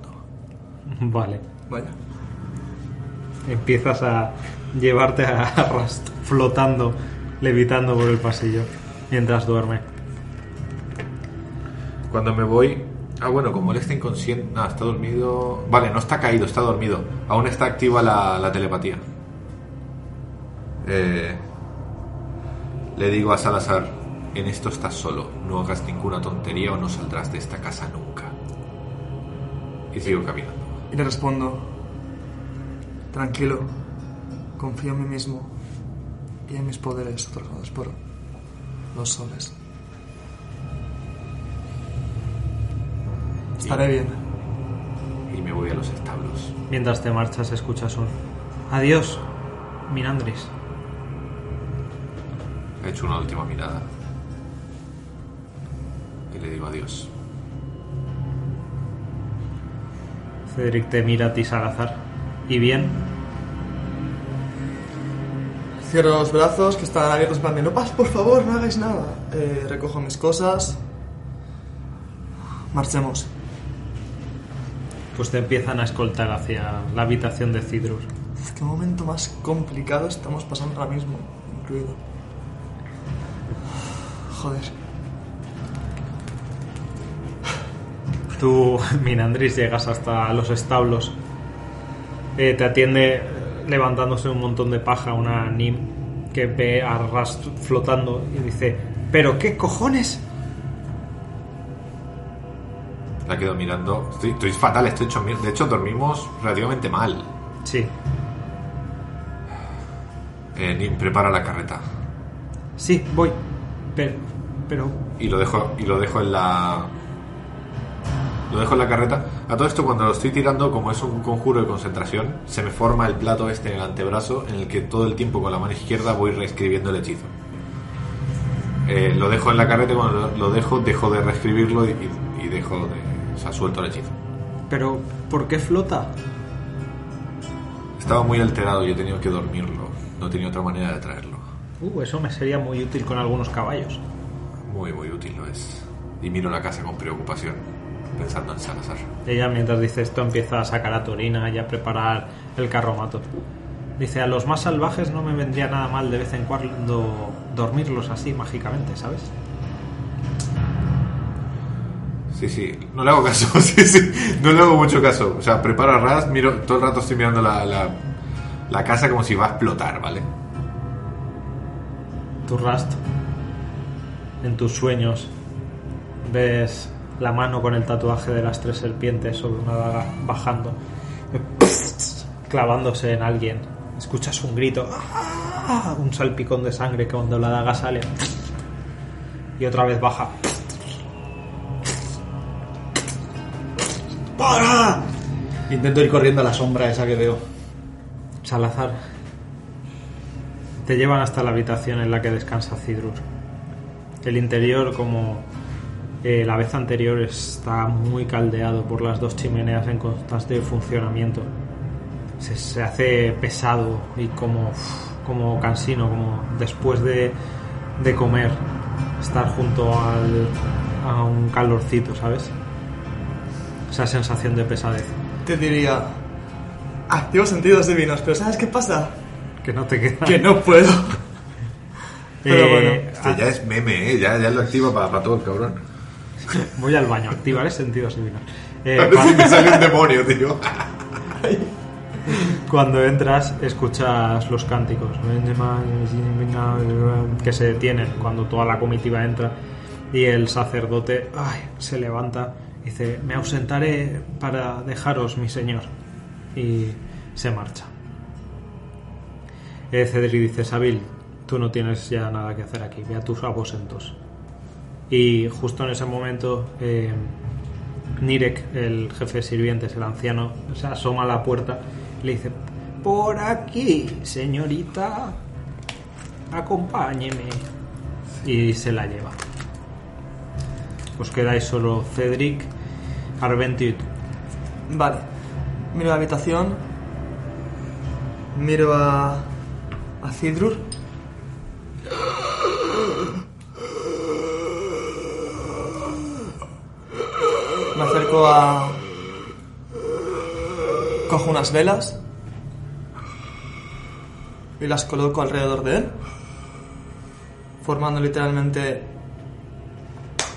A: Vale,
D: Vaya.
A: empiezas a llevarte a Rast flotando, levitando por el pasillo mientras duerme.
C: Cuando me voy... Ah, bueno, como él está inconsciente... Ah, está dormido... Vale, no está caído, está dormido. Aún está activa la, la telepatía. Eh, le digo a Salazar, en esto estás solo. No hagas ninguna tontería o no saldrás de esta casa nunca. Y sigo caminando.
D: Y le respondo, tranquilo, confío en mí mismo y en mis poderes otorgados por los soles. Estaré bien.
C: Y me voy a los establos.
A: Mientras te marchas escuchas un adiós, Minandris.
C: He hecho una última mirada. Y le digo adiós.
A: Cedric te mira a ti Salazar. ¿Y bien?
D: Cierro los brazos que están abiertos en plan de, no pas, por favor, no hagáis nada. Eh, recojo mis cosas. Marchemos.
A: Pues te empiezan a escoltar hacia la habitación de Cidrus.
D: Uf, qué momento más complicado estamos pasando ahora mismo, incluido. Joder.
A: Tú, Minandris, llegas hasta los establos. Eh, te atiende eh, levantándose un montón de paja una Nim que ve a Rast flotando y dice, ¿pero qué cojones?
C: La quedo mirando. Estoy, estoy fatal, estoy hecho mier- De hecho, dormimos relativamente mal.
A: Sí,
C: Eh, Nim, prepara la carreta.
A: sí, voy. Pero, pero,
C: Y lo dejo, y lo dejo en la. Lo dejo en la carreta. A todo esto, cuando lo estoy tirando, como es un conjuro de concentración, se me forma el plato este en el antebrazo, en el que todo el tiempo con la mano izquierda voy reescribiendo el hechizo. Eh, lo dejo en la carreta y cuando lo- lo dejo, dejo de reescribirlo y, y- y dejo de. O sea, suelto el hechizo.
A: pero, ¿por qué flota?
C: Estaba muy alterado y he tenido que dormirlo. No tenía otra manera de traerlo.
A: Uh, eso me sería muy útil con algunos caballos.
C: Muy, muy útil lo es. Y miro la casa con preocupación, pensando en Salazar.
A: Ella mientras dice esto empieza a sacar a Torina y a preparar el carromato. Dice, a los más salvajes no me vendría nada mal de vez en cuando dormirlos así mágicamente, ¿sabes?
C: Sí, sí, no le hago caso, sí, sí, no le hago mucho caso. O sea, preparo a Raz, miro, todo el rato estoy mirando la, la, la casa como si va a explotar, ¿vale?
A: Tu rast, en tus sueños, ves la mano con el tatuaje de las tres serpientes sobre una daga bajando, clavándose en alguien. Escuchas un grito, ¡ah! un salpicón de sangre que cuando la daga sale y otra vez baja.
I: ¡Para!
B: Intento ir corriendo a la sombra esa que veo.
A: Salazar, te llevan hasta la habitación en la que descansa Cidrus. El interior, como eh, la vez anterior, está muy caldeado por las dos chimeneas en constante funcionamiento. Se, se hace pesado y como, uf, como cansino, como después de, de comer, estar junto al, a un calorcito, ¿sabes? Esa sensación de pesadez.
D: Te diría, "Ah, activo sentidos divinos, pero ¿sabes qué pasa?
A: Que no te queda.
D: Que no puedo. pero
A: Eh,
C: Este ya es meme, ¿eh? ya, ya lo activa para, para todo el cabrón.
A: Voy al baño, activaré sentidos divinos. Eh,
C: Parece que sale un demonio, tío.
A: Cuando entras, escuchas los cánticos que se detienen cuando toda la comitiva entra y el sacerdote ay, se levanta y dice: Me ausentaré para dejaros, mi señor. Y se marcha. Eh, Cedric dice: Sabil, tú no tienes ya nada que hacer aquí, ve a tus aposentos. Y justo en ese momento. eh, Nirek, el jefe de sirvientes, el anciano, se asoma a la puerta y le dice: Por aquí, señorita, acompáñeme. Y se la lleva. Os quedáis solo Cedric, Arvento y tú.
D: Vale. Miro la habitación. Miro a. a Cidrur. Me acerco a. Cojo unas velas. Y las coloco alrededor de él. Formando literalmente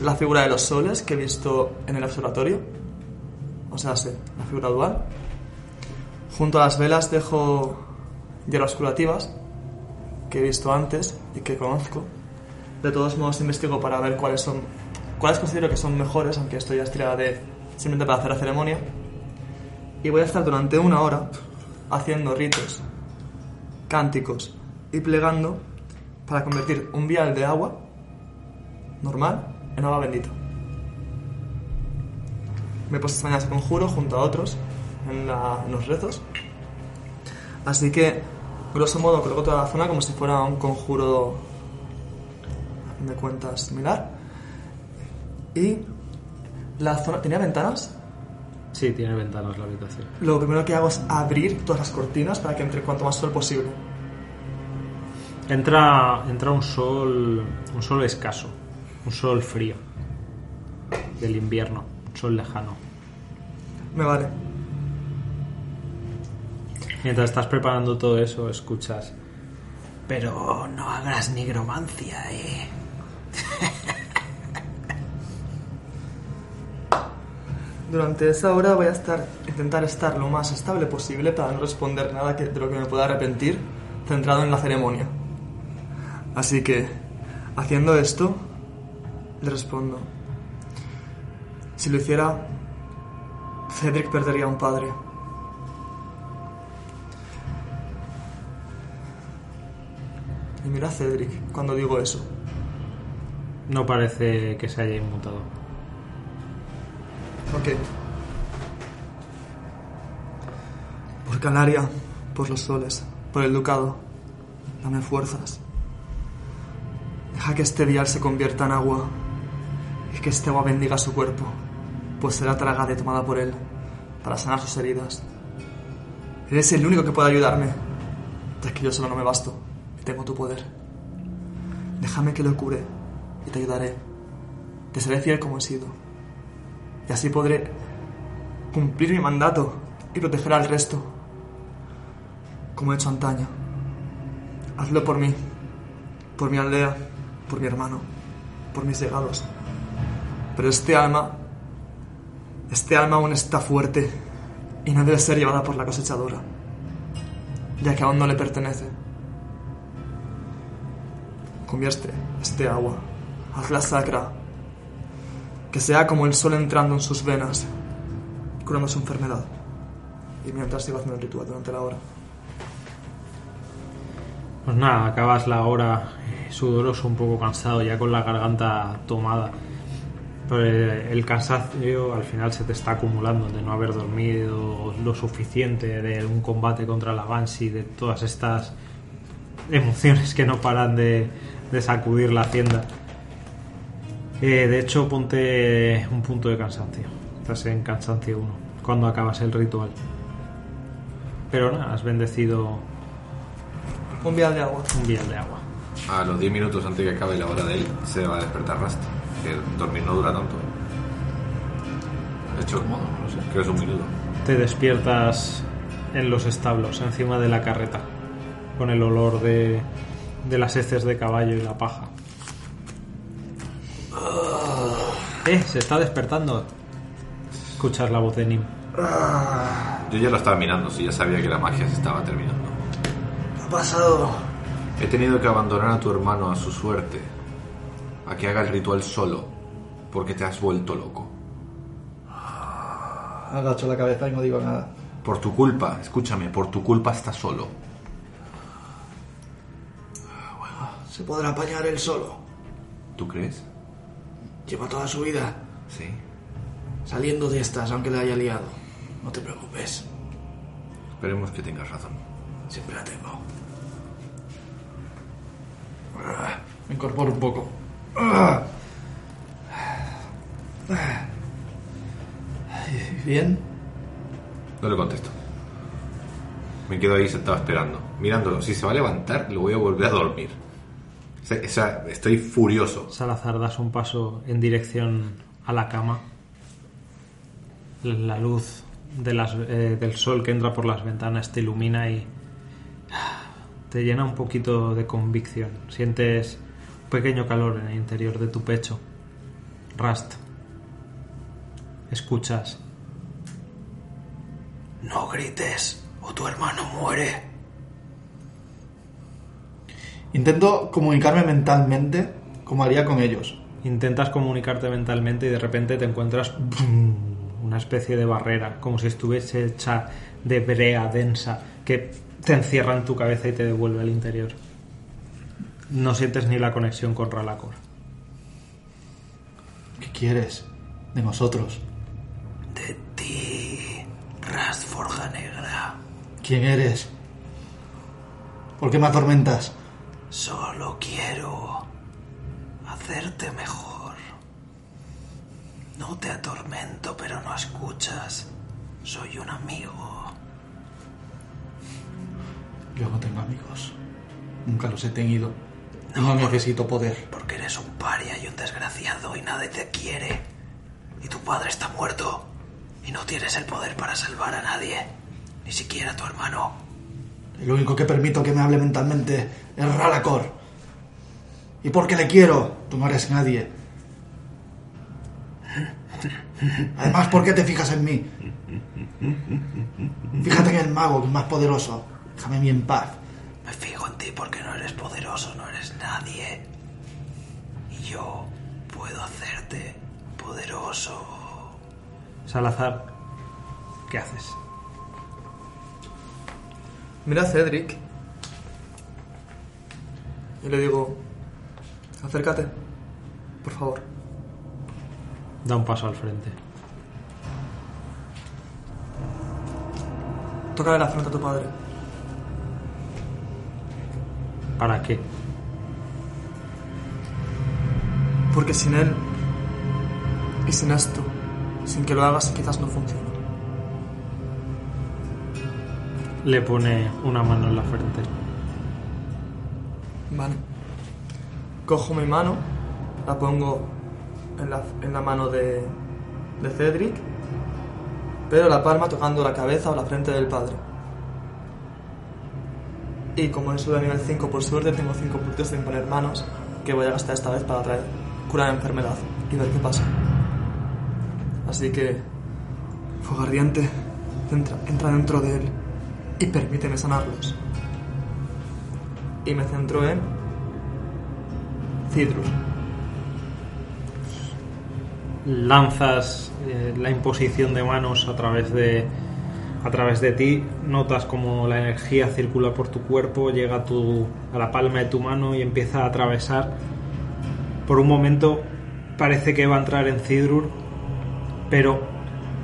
D: la figura de los soles que he visto en el observatorio. O sea, sí, la figura dual. Junto a las velas dejo hierbas curativas que he visto antes y que conozco. De todos modos investigo para ver cuáles son, cuáles considero que son mejores, aunque esto ya es tirada de simplemente para hacer la ceremonia. Y voy a estar durante una hora haciendo ritos, cánticos y plegando para convertir un vial de agua normal en agua bendita me he puesto esta mañana ese conjuro junto a otros en, la- en los rezos. Así que, grosso modo, coloco toda la zona como si fuera un conjuro, a fin de cuentas, similar. Y la zona... ¿Tenía ventanas?
A: Sí, tiene ventanas la habitación.
D: Lo primero que hago es abrir todas las cortinas para que entre cuanto más sol posible.
A: Entra, entra un sol, un sol escaso, un sol frío del invierno, un sol lejano.
D: Me vale.
A: Mientras estás preparando todo eso, escuchas
J: Pero no hagas nigromancia, ¿eh?
D: Durante esa hora voy a estar, intentar estar lo más estable posible para no responder nada que- de lo que me pueda arrepentir, centrado en la ceremonia. Así que, haciendo esto, le respondo. Si lo hiciera, Cedric perdería a un padre. Y mira a Cedric cuando digo eso.
A: No parece que se haya inmutado.
D: Ok. Por Canaria, por los soles, por el ducado, dame fuerzas. Deja que este vial se convierta en agua y que este agua bendiga su cuerpo, pues será tragada y tomada por él para sanar sus heridas. Eres el único que puede ayudarme, ya que yo solo no me basto y tengo tu poder. Déjame que lo cure y te ayudaré. Te seré fiel como he sido y así podré cumplir mi mandato y proteger al resto, como he hecho antaño. Hazlo por mí, por mi aldea, por mi hermano, por mis llegados. Pero este alma, este alma aún está fuerte y no debe ser llevada por la cosechadora, ya que aún no le pertenece. Convierte este agua, hazla sacra que sea como el sol entrando en sus venas, curando su enfermedad. Y mientras sigo haciendo el ritual durante la hora.
A: Pues nada, acabas la hora eh, sudoroso, un poco cansado, ya con la garganta tomada. Pero eh, el cansancio al final se te está acumulando de no haber dormido lo suficiente, de un combate contra la Banshee, de todas estas emociones que no paran de, de sacudir la hacienda. Eh, de hecho, ponte un punto de cansancio. Estás en cansancio 1 cuando acabas el ritual. Pero nada, has bendecido
D: Un vial de agua.
A: un vial de agua.
C: A los 10 minutos antes que acabe la hora de él, se va a despertar Rusty. Que dormir no dura tanto. ¿eh? De hecho, no sé, creo que es un minuto.
A: Te despiertas en los establos, encima de la carreta, con el olor de, de las heces de caballo y la paja. ¡Eh! Se está despertando. Escuchas la voz de Nim.
C: Yo ya lo estaba mirando, sí, ya sabía que la magia se estaba terminando.
K: Ha pasado.
C: He tenido que abandonar a tu hermano a su suerte, a que haga el ritual solo, porque te has vuelto loco.
B: Agacho la cabeza y no digo nada.
C: Por tu culpa, escúchame, por tu culpa está solo.
K: Se podrá apañar él solo.
C: ¿Tú crees?
K: Lleva toda su vida
C: Sí.
K: saliendo de estas, aunque la haya liado. No te preocupes.
C: Esperemos que tengas razón.
K: Siempre la tengo.
B: Me incorporo un poco. Bien.
C: No le contesto. Me quedo ahí sentado esperando, mirándolo. Si se va a levantar, lo voy a volver a dormir. O sea, o sea, estoy furioso.
A: Salazar das un paso en dirección a la cama. La luz de las- eh, del sol que entra por las ventanas te ilumina y ah, te llena un poquito de convicción. Sientes un pequeño calor en el interior de tu pecho. Rast. Escuchas.
E: No grites o tu hermano muere.
B: Intento comunicarme mentalmente como haría con ellos.
A: Intentas comunicarte mentalmente y de repente te encuentras ¡pum!, una especie de barrera, como si estuviese hecha de brea densa que te encierra en tu cabeza y te devuelve al interior. No sientes ni la conexión con Ralacor.
B: ¿Qué quieres de nosotros?
E: De ti, Rast Forja Negra.
B: ¿Quién eres? ¿Por qué me atormentas?
E: Solo quiero hacerte mejor. No te atormento, pero no escuchas. Soy un amigo.
B: Yo no tengo amigos. Nunca los he tenido. Y No, necesito poder.
E: Porque eres un paria y un desgraciado y nadie te quiere. Y tu padre está muerto. Y no tienes el poder para salvar a nadie. Ni siquiera a tu hermano.
B: El único que permito que me hable mentalmente es Ralacor. Y porque le quiero, tú no eres nadie. Además, ¿por qué te fijas en mí? Fíjate en el mago, que es más poderoso. Déjame a mí en paz.
E: Me fijo en ti porque no eres poderoso, no eres nadie. Y yo puedo hacerte poderoso.
A: Salazar, ¿qué haces?
D: Mira a Cedric. Y le digo, acércate, por favor.
A: Da un paso al frente.
D: Toca de la frente a tu padre.
A: ¿Para qué?
D: Porque sin él y sin esto, sin que lo hagas, quizás no funcione.
A: Le pone una mano en la frente.
D: Vale. Cojo mi mano, la pongo en la, en la mano de, de Cedric, pero la palma tocando la cabeza o la frente del padre. Y como eso de nivel 5 por suerte, tengo 5 puntos de imponer manos que voy a gastar esta vez para traer curar enfermedad y ver qué pasa. Así que, fuego ardiente, entra, entra dentro de él y permíteme sanarlos y me centro en Citrus.
A: lanzas eh, la imposición de manos a través de a través de ti notas como la energía circula por tu cuerpo, llega a, tu, a la palma de tu mano y empieza a atravesar. Por un momento parece que va a entrar en Cidrur, pero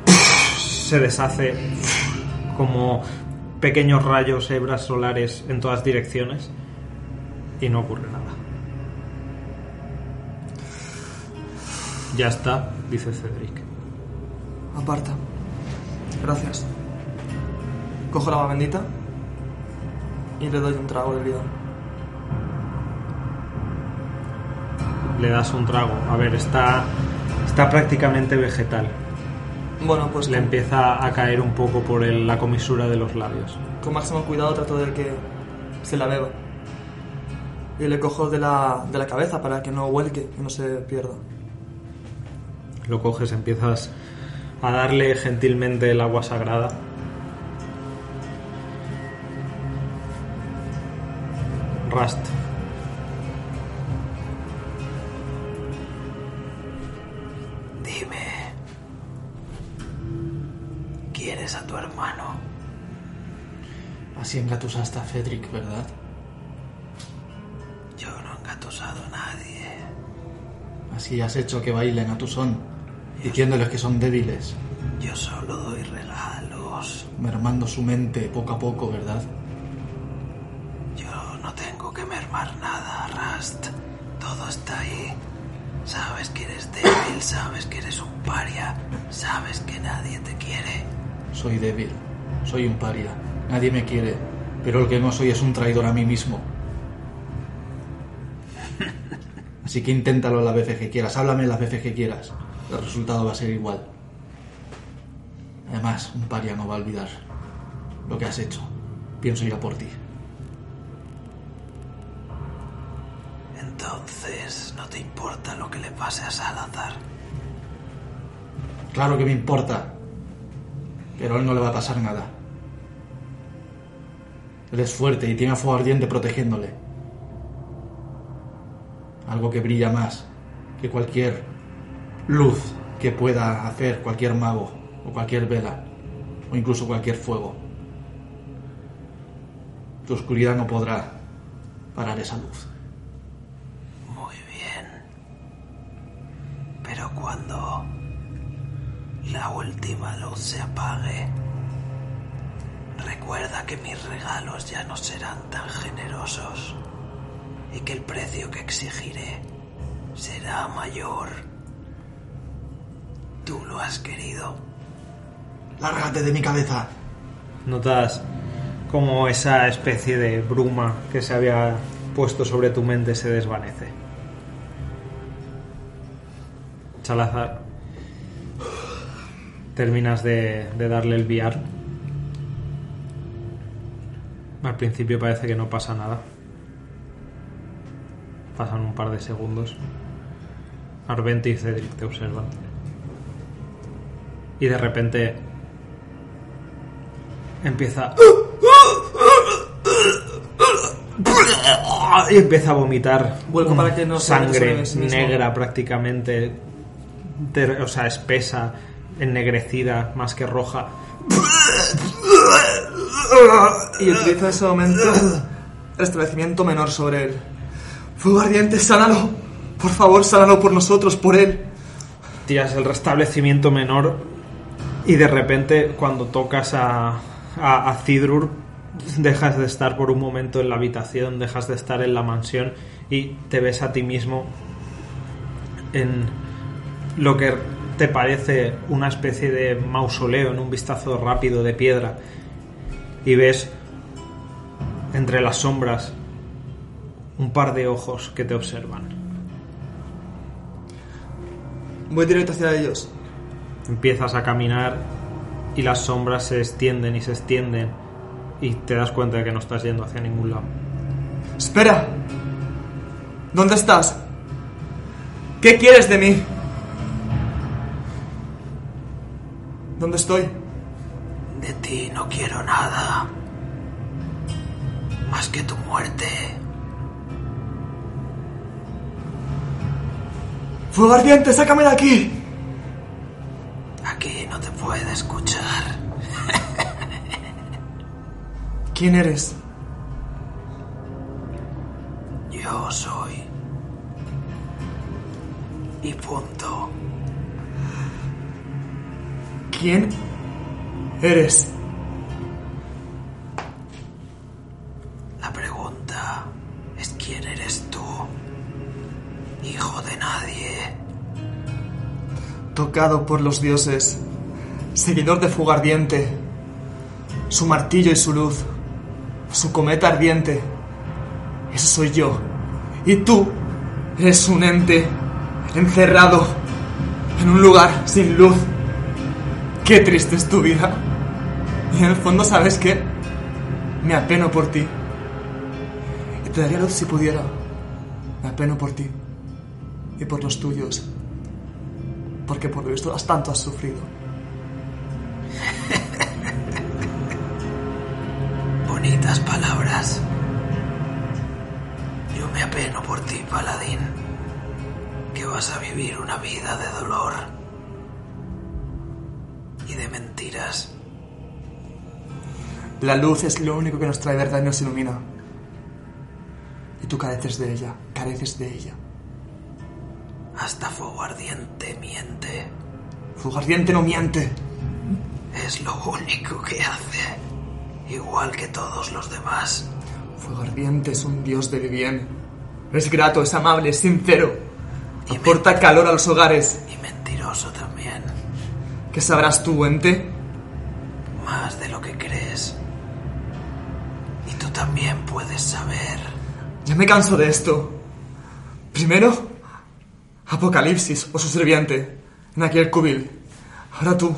A: se deshace como pequeños rayos, hebras solares en todas direcciones y no ocurre nada. Ya está, dice Cedric.
D: Aparta. Gracias. Cojo la agua bendita y le doy un trago del bidón.
A: Le das un trago. A ver, está, está prácticamente vegetal.
D: Bueno, pues
A: Le
D: con,
A: empieza a caer un poco por el- la comisura de los labios.
D: con máximo cuidado trato de que se la beba. Y le cojo de la, de la cabeza para que no huelque y no se pierda.
A: Lo coges, empiezas a darle gentilmente el agua sagrada. Rust.
E: Dime. ¿Quieres a tu hermano?
B: Así engatusaste a Fedric, ¿verdad?
E: Yo no he engatusado a nadie.
B: Así has hecho que bailen a tu son, diciéndoles que son débiles,
E: Yo solo doy regalos.
B: mermando su mente poco a poco, ¿verdad?
E: Yo no tengo que mermar nada, Rust. Todo está ahí. Sabes que eres débil, sabes que eres un paria, sabes que nadie te quiere.
B: Soy débil, soy un paria, nadie me quiere, pero el que no soy es un traidor a mí mismo. Así que inténtalo las veces que quieras, háblame las veces que quieras, el resultado va a ser igual. Además, un paria no va a olvidar lo que has hecho. Pienso ir a por ti.
E: Entonces, ¿no te importa lo que le pase a Salazar?
B: Claro que me importa. Pero a él no le va a pasar nada. Él es fuerte y tiene a fuego ardiente protegiéndole. Algo que brilla más que cualquier luz que pueda hacer cualquier mago o cualquier vela o incluso cualquier fuego. Tu oscuridad no podrá parar esa luz.
E: Muy bien. Pero cuando la última luz se apague, recuerda que mis regalos ya no serán tan generosos y que el precio que exigiré será mayor. Tú lo has querido.
B: Lárgate de mi cabeza.
A: Notas como esa especie de bruma que se había puesto sobre tu mente se desvanece. Chalazar, terminas de, de darle el viar. Al principio parece que no pasa nada. Pasan un par de segundos. Arvente y Cedric te observan. Y de repente empieza y empieza a vomitar
D: Vuelco
A: una
D: para que no se
A: sangre
D: resuelva en sí mismo.
A: negra prácticamente ter- o sea espesa ennegrecida más que roja
D: Y utilizo en ese momento restablecimiento menor sobre él. Fuego ardiente, sánalo. Por favor, sánalo por nosotros, por él.
A: tiras el restablecimiento menor y de repente cuando tocas a, a, a Cidrur dejas de estar por un momento en la habitación, dejas de estar en la mansión y te ves a ti mismo en lo que te parece una especie de mausoleo en un vistazo rápido de piedra y ves entre las sombras un par de ojos que te observan.
D: Voy directo hacia ellos.
A: Empiezas a caminar y las sombras se extienden y se extienden y te das cuenta de que no estás yendo hacia ningún lado.
D: Espera. ¿Dónde estás? ¿Qué quieres de mí? ¿Dónde estoy?
E: De ti no quiero nada. Más que tu muerte.
D: Fuego ardiente, sácame de aquí.
E: Aquí no te puede escuchar.
D: ¿Quién eres?
E: Yo soy. Y punto.
D: ¿Quién eres?
E: La pregunta es quién eres tú, hijo de nadie.
D: Tocado por los dioses, seguidor de fuego ardiente, su martillo y su luz, su cometa ardiente. Eso soy yo. Y tú eres un ente encerrado en un lugar sin luz. Qué triste es tu vida. Y en el fondo, ¿sabes qué? Me apeno por ti. Y te daría luz si pudiera. Me apeno por ti. Y por los tuyos. Porque por lo visto has tanto has sufrido.
E: Bonitas palabras. Yo me apeno por ti, paladín, que vas a vivir una vida de dolor y de mentiras.
D: La luz es lo único que nos trae verdad y nos ilumina. Y tú careces de ella, careces de ella.
E: Hasta fuego ardiente miente.
D: Fuego ardiente no miente.
E: Es lo único que hace, igual que todos los demás.
D: Fuego ardiente es un dios del bien. Es grato, es amable, es sincero.
E: Y
D: Aporta calor a los hogares.
E: Y mentiroso también,
D: ¿Qué sabrás tú, ente?
E: más de lo que crees. Y tú también puedes saber.
D: Ya me canso de esto. Primero, Apocalipsis o su sirviente, en aquel cubil. Ahora tú.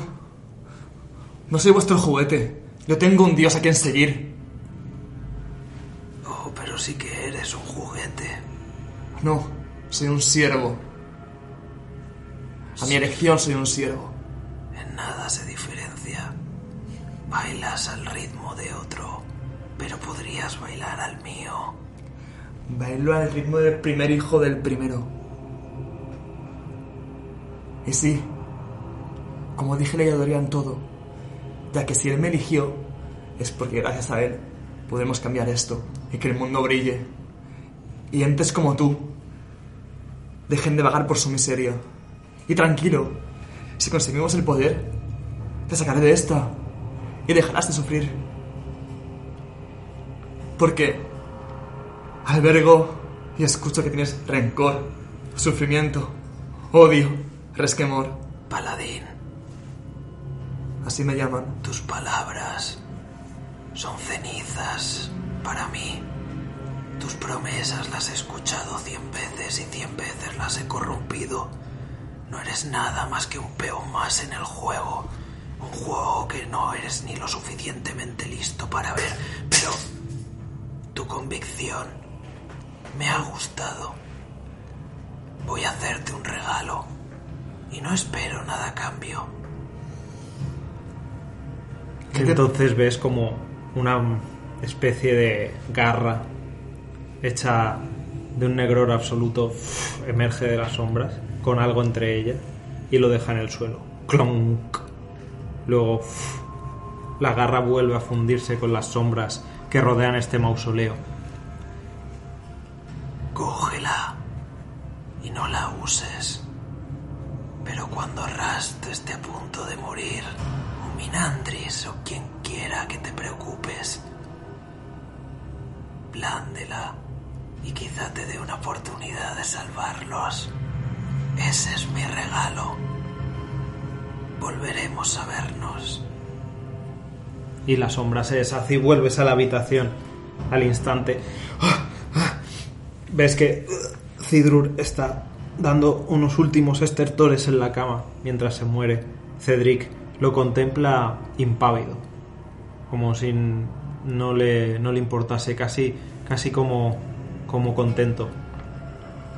D: No soy vuestro juguete. Yo tengo un dios a quien seguir.
E: Oh, pero sí que eres un juguete.
D: No, soy un siervo. A mi elección soy un siervo.
E: En nada se diferencia. Bailas al ritmo de otro, pero podrías bailar al mío.
D: Bailo al ritmo del primer hijo del primero. Y sí, como dije, le adoraría en todo, ya que si él me eligió, es porque gracias a él podemos cambiar esto y que el mundo brille. Y entes como tú, dejen de vagar por su miseria. Y tranquilo, si conseguimos el poder, te sacaré de esta y dejarás de sufrir. Porque Albergo y escucho que tienes rencor, sufrimiento, odio, resquemor.
E: Paladín,
D: Así me llaman.
E: tus palabras son cenizas para mí. Tus promesas las he escuchado cien veces y cien veces las he corrompido. No eres nada más que un peón más en el juego. Un juego que no eres ni lo suficientemente listo para ver. Pero tu convicción me ha gustado. Voy a hacerte un regalo y no espero nada a cambio.
A: Entonces ves como una especie de garra hecha de un negror absoluto emerge de las sombras con algo entre ella y lo deja en el suelo. Clonk. Luego la garra vuelve a fundirse con las sombras que rodean este mausoleo.
E: Cógela y no la uses. Pero cuando Rast esté a punto de morir, o Minandris o quien quiera que te preocupes, plándela y quizá te dé una oportunidad de salvarlos. Ese es mi regalo. Volveremos a vernos.
A: y la sombra se deshace y vuelves a la habitación al instante. Ah, Ves que Cidrur está dando unos últimos estertores en la cama mientras se muere. Cedric lo contempla impávido, como si no le, no le importase, casi, casi como, como contento.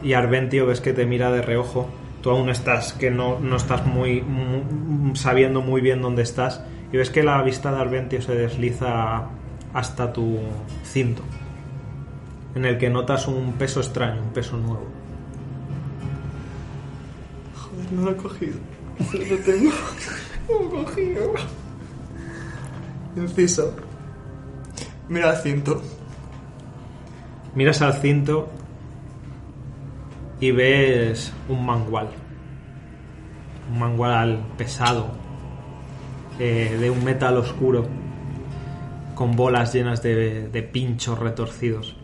A: Y Arventio ves que te mira de reojo. Tú aún estás, que no, no estás muy, mu- sabiendo muy bien dónde estás. Y ves que la vista de Arventio se desliza hasta tu cinto. En el que notas un peso extraño, un peso nuevo.
D: Joder, no lo he cogido. Lo tengo. No lo he cogido. Inciso. Mira el cinto.
A: Miras al cinto y ves un mangual. Un mangual pesado, eh, de un metal oscuro, con bolas llenas de, de pinchos retorcidos.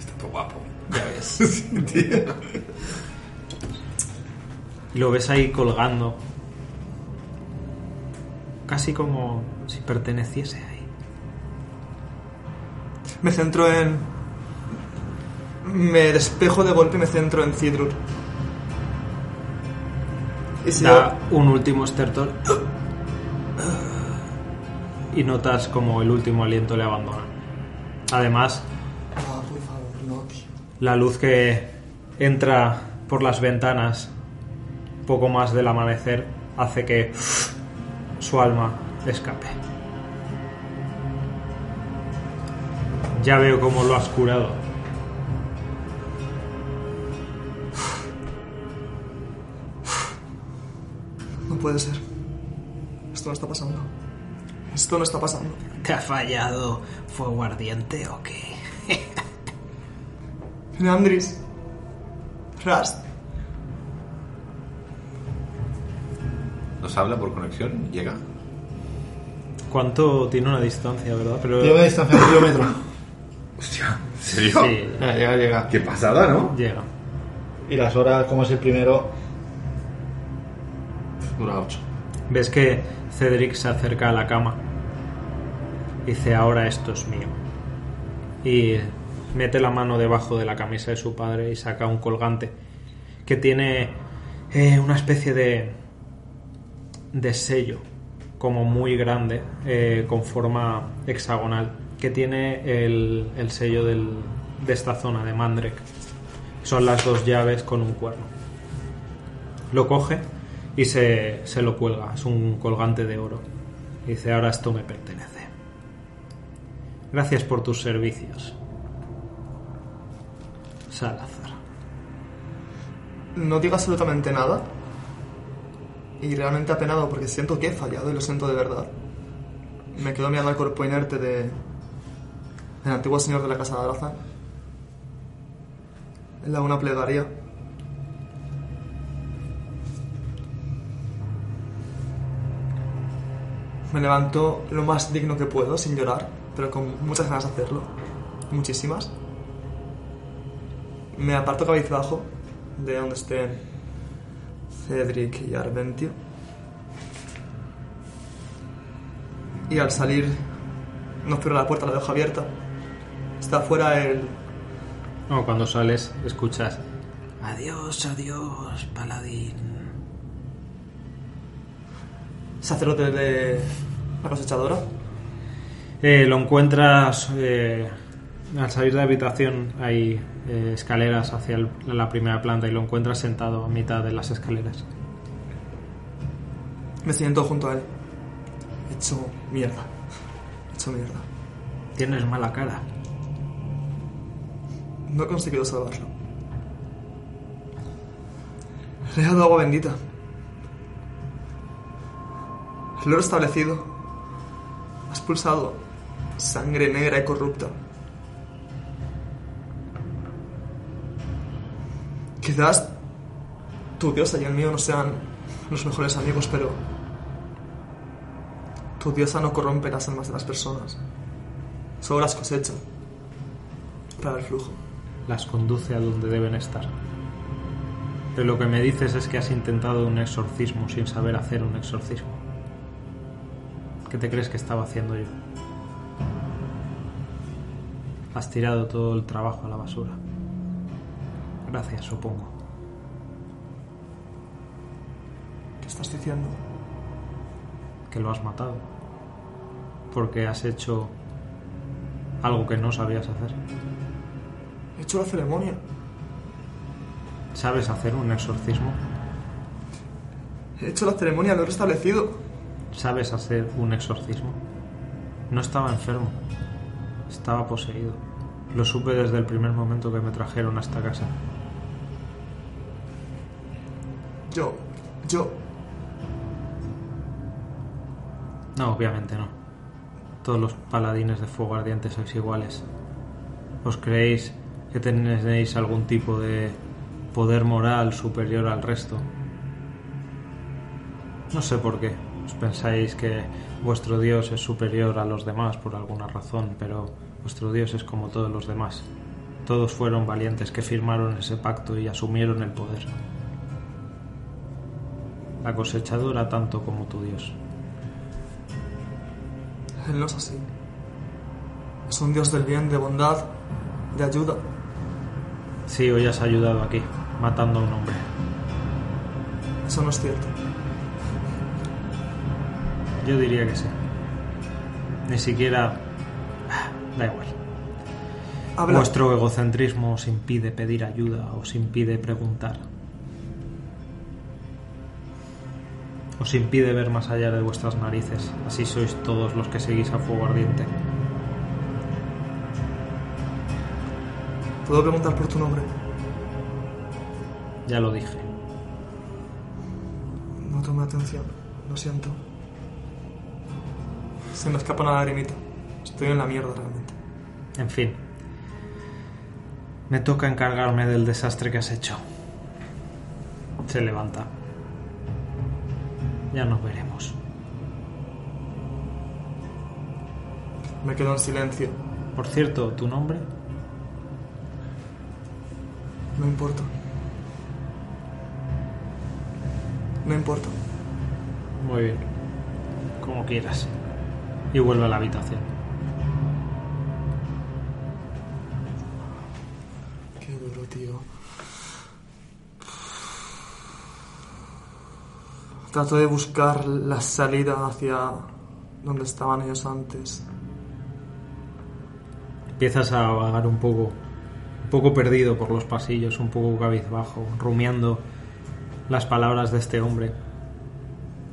C: Está todo guapo.
E: Ya ves.
A: Y lo ves ahí colgando. Casi como si perteneciese ahí.
D: Me centro en. Me despejo de golpe y me centro en Cidrur. Y si
A: Da un último estertor. Y notas como el último aliento le abandona. Además,
D: Ah, por favor, no, tío.
A: la luz que entra por las ventanas poco más del amanecer hace que su alma escape. Ya veo cómo lo has curado.
D: No puede ser. Esto no está pasando. Esto no está pasando.
E: ¿Te ha fallado fuego ardiente o qué?
D: Leandris. Rast.
C: Nos habla por conexión, llega.
A: ¿Cuánto tiene una distancia, verdad? Pero
B: Lleva distancia de un kilómetro.
C: Hostia, ¿en serio?
A: sí,
B: Llega, Ah, llega, llega.
C: Qué pasada, ¿no?
A: llega.
B: Y las horas, como es el primero, dura 8.
A: Ves que Cedric se acerca a la cama. Dice, ahora esto es mío. Y mete la mano debajo de la camisa de su padre y saca un colgante que tiene eh, una especie de, de sello, como muy grande, eh, con forma hexagonal, que tiene el, el sello del- de esta zona, de Mandrek. Son las dos llaves con un cuerno lo coge y se, se lo cuelga. Es un colgante de oro. Dice, ahora esto me pertenece. Gracias por tus servicios. Salazar.
D: No digo absolutamente nada. Y realmente apenado porque siento que he fallado y lo siento de verdad. Me quedo mirando al cuerpo inerte de. del antiguo señor de la casa de Alazán. La una plegaria. Me levanto lo más digno que puedo, sin llorar, pero con muchas ganas de hacerlo. Muchísimas. Me aparto cabizbajo de donde estén Cedric y Arventio. Y al salir, no espero la puerta, la dejo abierta. Está afuera el.
A: No, cuando sales escuchas.
E: Adiós, adiós, paladín.
D: sacerdote de la cosechadora.
A: Eh, lo encuentras eh, al salir de la habitación. Hay eh, escaleras hacia el- la primera planta y lo encuentras sentado a mitad de las escaleras.
D: Me siento junto a él. Hecho mierda. Hecho mierda.
A: Tienes mala cara.
D: No he conseguido salvarlo. Le he dado agua bendita. Lo he restablecido. Has pulsado sangre negra y corrupta. Quizás tu diosa y el mío no sean los mejores amigos, pero tu diosa no corrompe las almas de las personas. Solo las cosecha para el flujo.
A: las conduce a donde deben estar. Pero lo que me dices es que has intentado un exorcismo sin saber hacer un exorcismo. ¿Qué te crees que estaba haciendo yo? Has tirado todo el trabajo a la basura. Gracias, supongo.
D: ¿Qué estás diciendo?
A: Que lo has matado. Porque has hecho algo que no sabías hacer.
D: He hecho la ceremonia.
A: ¿Sabes hacer un exorcismo?
D: He hecho la ceremonia, lo he restablecido.
A: ¿Sabes hacer un exorcismo? No estaba enfermo, estaba poseído. Lo supe desde el primer momento que me trajeron a esta casa.
D: Yo, yo,
A: No, obviamente no. Todos los paladines de fuego ardiente sois iguales. ¿Os creéis que tenéis algún tipo de poder moral superior al resto? No sé por qué. Os pensáis que vuestro Dios es superior a los demás por alguna razón, pero vuestro Dios es como todos los demás. Todos fueron valientes que firmaron ese pacto y asumieron el poder. La cosechadora tanto como tu Dios.
D: Él no es así. Es un Dios del bien, de bondad, de ayuda.
A: Sí, hoy has ayudado aquí, matando a un hombre.
D: Eso no es cierto.
A: Yo diría que sí. Ni siquiera... Da igual.
D: Habla.
A: Vuestro egocentrismo os impide pedir ayuda, os impide preguntar. Os impide ver más allá de vuestras narices. Así sois todos los que seguís a fuego ardiente.
D: ¿Puedo preguntar por tu nombre?
A: Ya lo dije.
D: No tomé atención. Lo siento. Se me escapa una lagrimita. Estoy en la mierda realmente.
A: En fin. Me toca encargarme del desastre que has hecho. Se levanta. Ya nos veremos.
D: Me quedo en silencio.
A: Por cierto, ¿tu nombre?
D: No importa. No importa.
A: Muy bien. Como quieras. Y vuelve a la habitación.
D: Qué duro, tío. Trato de buscar la salida hacia donde estaban ellos antes.
A: Empiezas a vagar un poco, un poco perdido por los pasillos, un poco cabizbajo, rumiando las palabras de este hombre.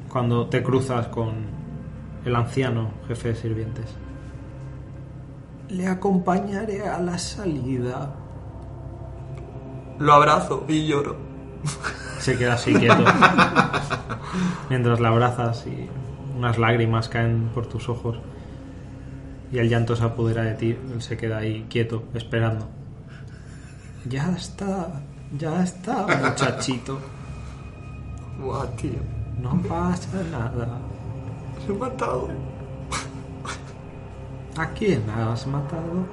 A: Cuando te cruzas con el anciano jefe de sirvientes.
E: Le acompañaré a la salida.
D: Lo abrazo y lloro.
A: Se queda así quieto. Mientras la abrazas y unas lágrimas caen por tus ojos. Y el llanto se apodera de ti. Él se queda ahí quieto, esperando.
E: Ya está, ya está, muchachito.
D: Buah, tío.
E: No pasa nada.
D: Lo he matado.
E: ¿A quién has matado?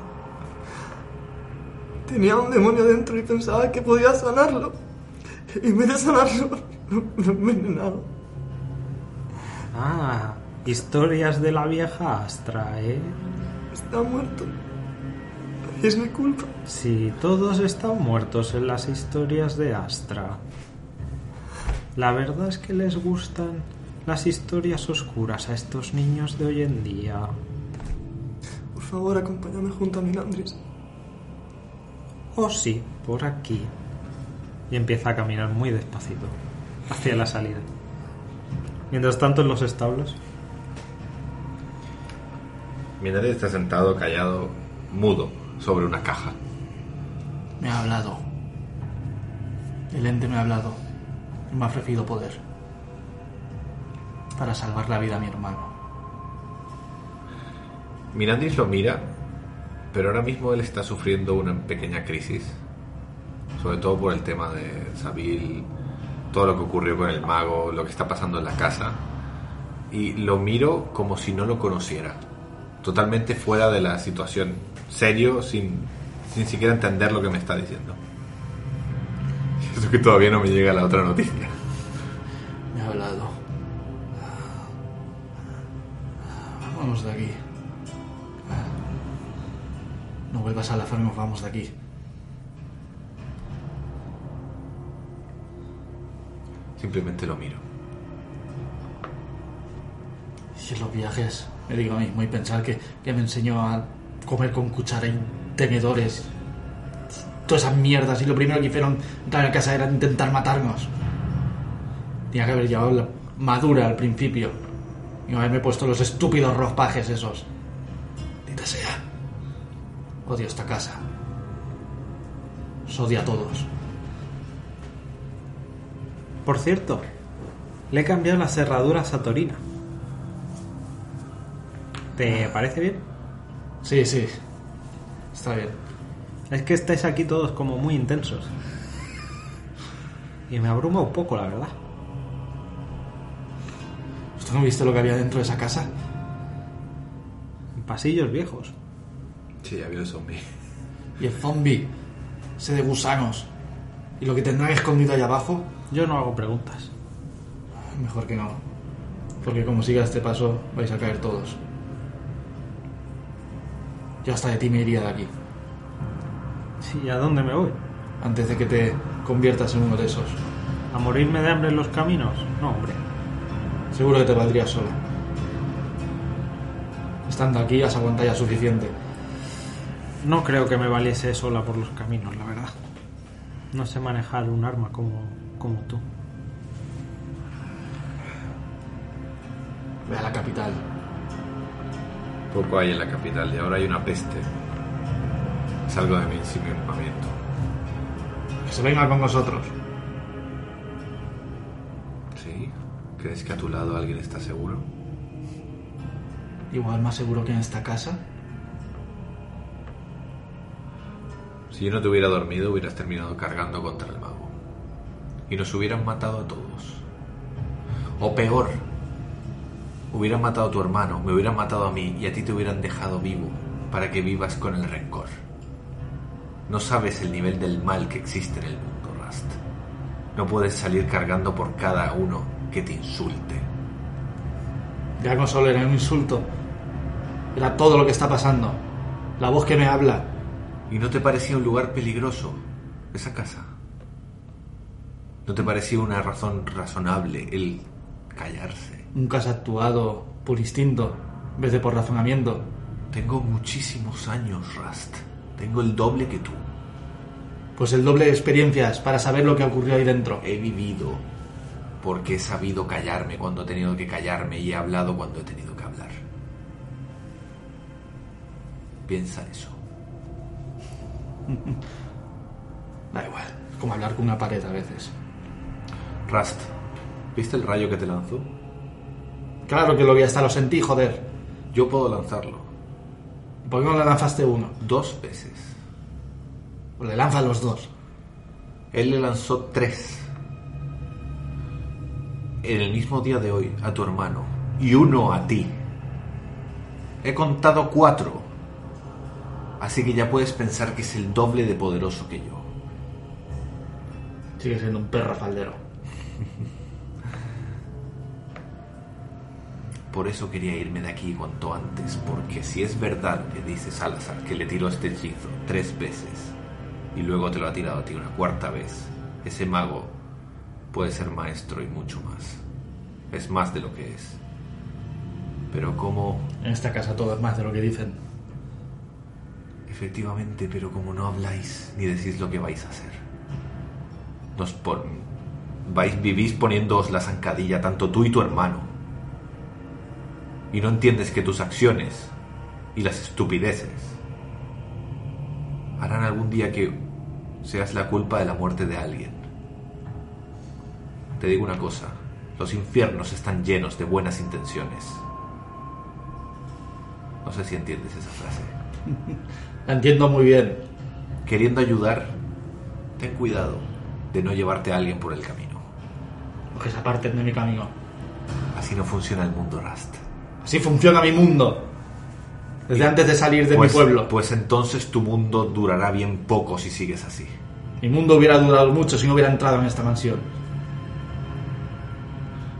D: Tenía un demonio dentro y pensaba que podía sanarlo. Y en vez de sanarlo, lo he envenenado.
E: Ah, historias de la vieja Astra, ¿eh?
D: Está muerto. Es mi culpa.
E: Sí, todos están muertos en las historias de Astra. La verdad es que les gustan las historias oscuras a estos niños de hoy en día.
D: Por favor, acompáñame junto a Minandris.
E: Oh sí, por aquí.
A: y empieza a caminar muy despacito hacia la salida. Mientras tanto, en los establos,
G: Minari está sentado, callado, mudo, sobre una caja.
B: Me ha hablado. El ente me ha hablado. Y me ha ofrecido poder. Para salvar la vida a mi hermano.
G: Mirandis lo mira, pero ahora mismo él está sufriendo una pequeña crisis, sobre todo por el tema de Sabil, todo lo que ocurrió con el mago, lo que está pasando en la casa, y lo miro como si no lo conociera, totalmente fuera de la situación, serio, sin, sin siquiera entender lo que me está diciendo. Eso que todavía no me llega la otra noticia.
B: Me ha hablado. Vamos de aquí. No vuelvas a la fama, vamos de aquí.
G: Simplemente lo miro.
B: Y en los viajes, me digo a mí mismo, y pensar que, que me enseñó a comer con cuchara y tenedores. Todas esas mierdas, y lo primero que hicieron entrar a la casa era intentar matarnos. Tenía que haber llevado la madura al principio. Y no haberme puesto los estúpidos ropajes esos. Dita sea. Odio esta casa. Os odio a todos.
A: Por cierto, le he cambiado las cerraduras a Torina. ¿Te parece bien?
B: Sí, sí. Está bien.
A: Es que estáis aquí todos como muy intensos. Y me abruma un poco, la verdad.
B: ¿Usted no viste lo que había dentro de esa casa?
A: Pasillos viejos.
C: Sí, ha habido zombies.
B: Y el zombie. Ese de gusanos. ¿Y lo que tendrán escondido allá abajo?
A: Yo no hago preguntas.
B: Mejor que no. Porque como siga este paso, vais a caer todos. Yo hasta de ti me iría de aquí.
A: Sí, ¿y a dónde me voy?
B: Antes de que te conviertas en uno de esos.
A: ¿A morirme de hambre en los caminos? No, hombre.
B: Seguro que te valdría sola. Estando aquí has aguantado ya suficiente.
A: No creo que me valiese sola por los caminos, la verdad. No sé manejar un arma como, como tú.
B: Ve a la capital.
C: Poco hay en la capital y ahora hay una peste. Salgo de mi equipamiento.
B: Que se venga con nosotros.
C: ¿Sí? ¿Crees que a tu lado alguien está seguro?
B: Igual más seguro que en esta casa.
C: Si yo no te hubiera dormido, hubieras terminado cargando contra el mago. Y nos hubieran matado a todos. O peor, hubieran matado a tu hermano, me hubieran matado a mí y a ti te hubieran dejado vivo para que vivas con el rencor. No sabes el nivel del mal que existe en el mundo, Rust. No puedes salir cargando por cada uno que te insulte.
B: Ya no solo era un insulto. Era todo lo que está pasando. La voz que me habla.
C: ¿Y no te parecía un lugar peligroso esa casa? ¿No te parecía una razón razonable el callarse?
B: Nunca has actuado por instinto, en vez de por razonamiento.
C: Tengo muchísimos años, Rust. Tengo el doble que tú.
B: Pues el doble de experiencias para saber lo que ocurrió ahí dentro.
C: He vivido porque he sabido callarme cuando he tenido que callarme y he hablado cuando he tenido que hablar. Piensa eso.
B: Da igual. Como hablar con una pared a veces.
C: Rust, ¿viste el rayo que te lanzó?
B: Claro que lo vi, hasta lo sentí, joder.
C: Yo puedo lanzarlo
B: ¿Por qué no le lanzaste uno?
C: dos veces.
B: O le lanzas los dos.
C: Él le lanzó tres. En el mismo día de hoy a tu hermano y uno a ti. He contado cuatro. Así que ya puedes pensar que es el doble de poderoso que yo.
B: Sigue siendo un perro faldero.
C: Por eso quería irme de aquí cuanto antes, porque si es verdad que dice Salazar que le tiró este hechizo tres veces y luego te lo ha tirado a ti una cuarta vez, ese mago puede ser maestro y mucho más. Es más de lo que es. Pero como,
B: En esta casa todo es más de lo que dicen.
C: efectivamente, pero como no habláis ni decís lo que vais a hacer, nos pon... vais, vivís poniéndoos la zancadilla tanto tú y tu hermano. y no entiendes que tus acciones y las estupideces harán algún día que seas la culpa de la muerte de alguien. Te digo una cosa, los infiernos están llenos de buenas intenciones. No sé si entiendes esa frase.
B: La entiendo muy bien.
C: Queriendo ayudar, ten cuidado de no llevarte a alguien por el camino.
B: Porque se aparten de mi camino.
C: Así no funciona el mundo, Rust.
B: Así funciona mi mundo. Desde antes de salir de
C: pues,
B: mi pueblo.
C: Pues entonces tu mundo durará bien poco si sigues así.
B: Mi mundo hubiera durado mucho si no hubiera entrado en esta mansión.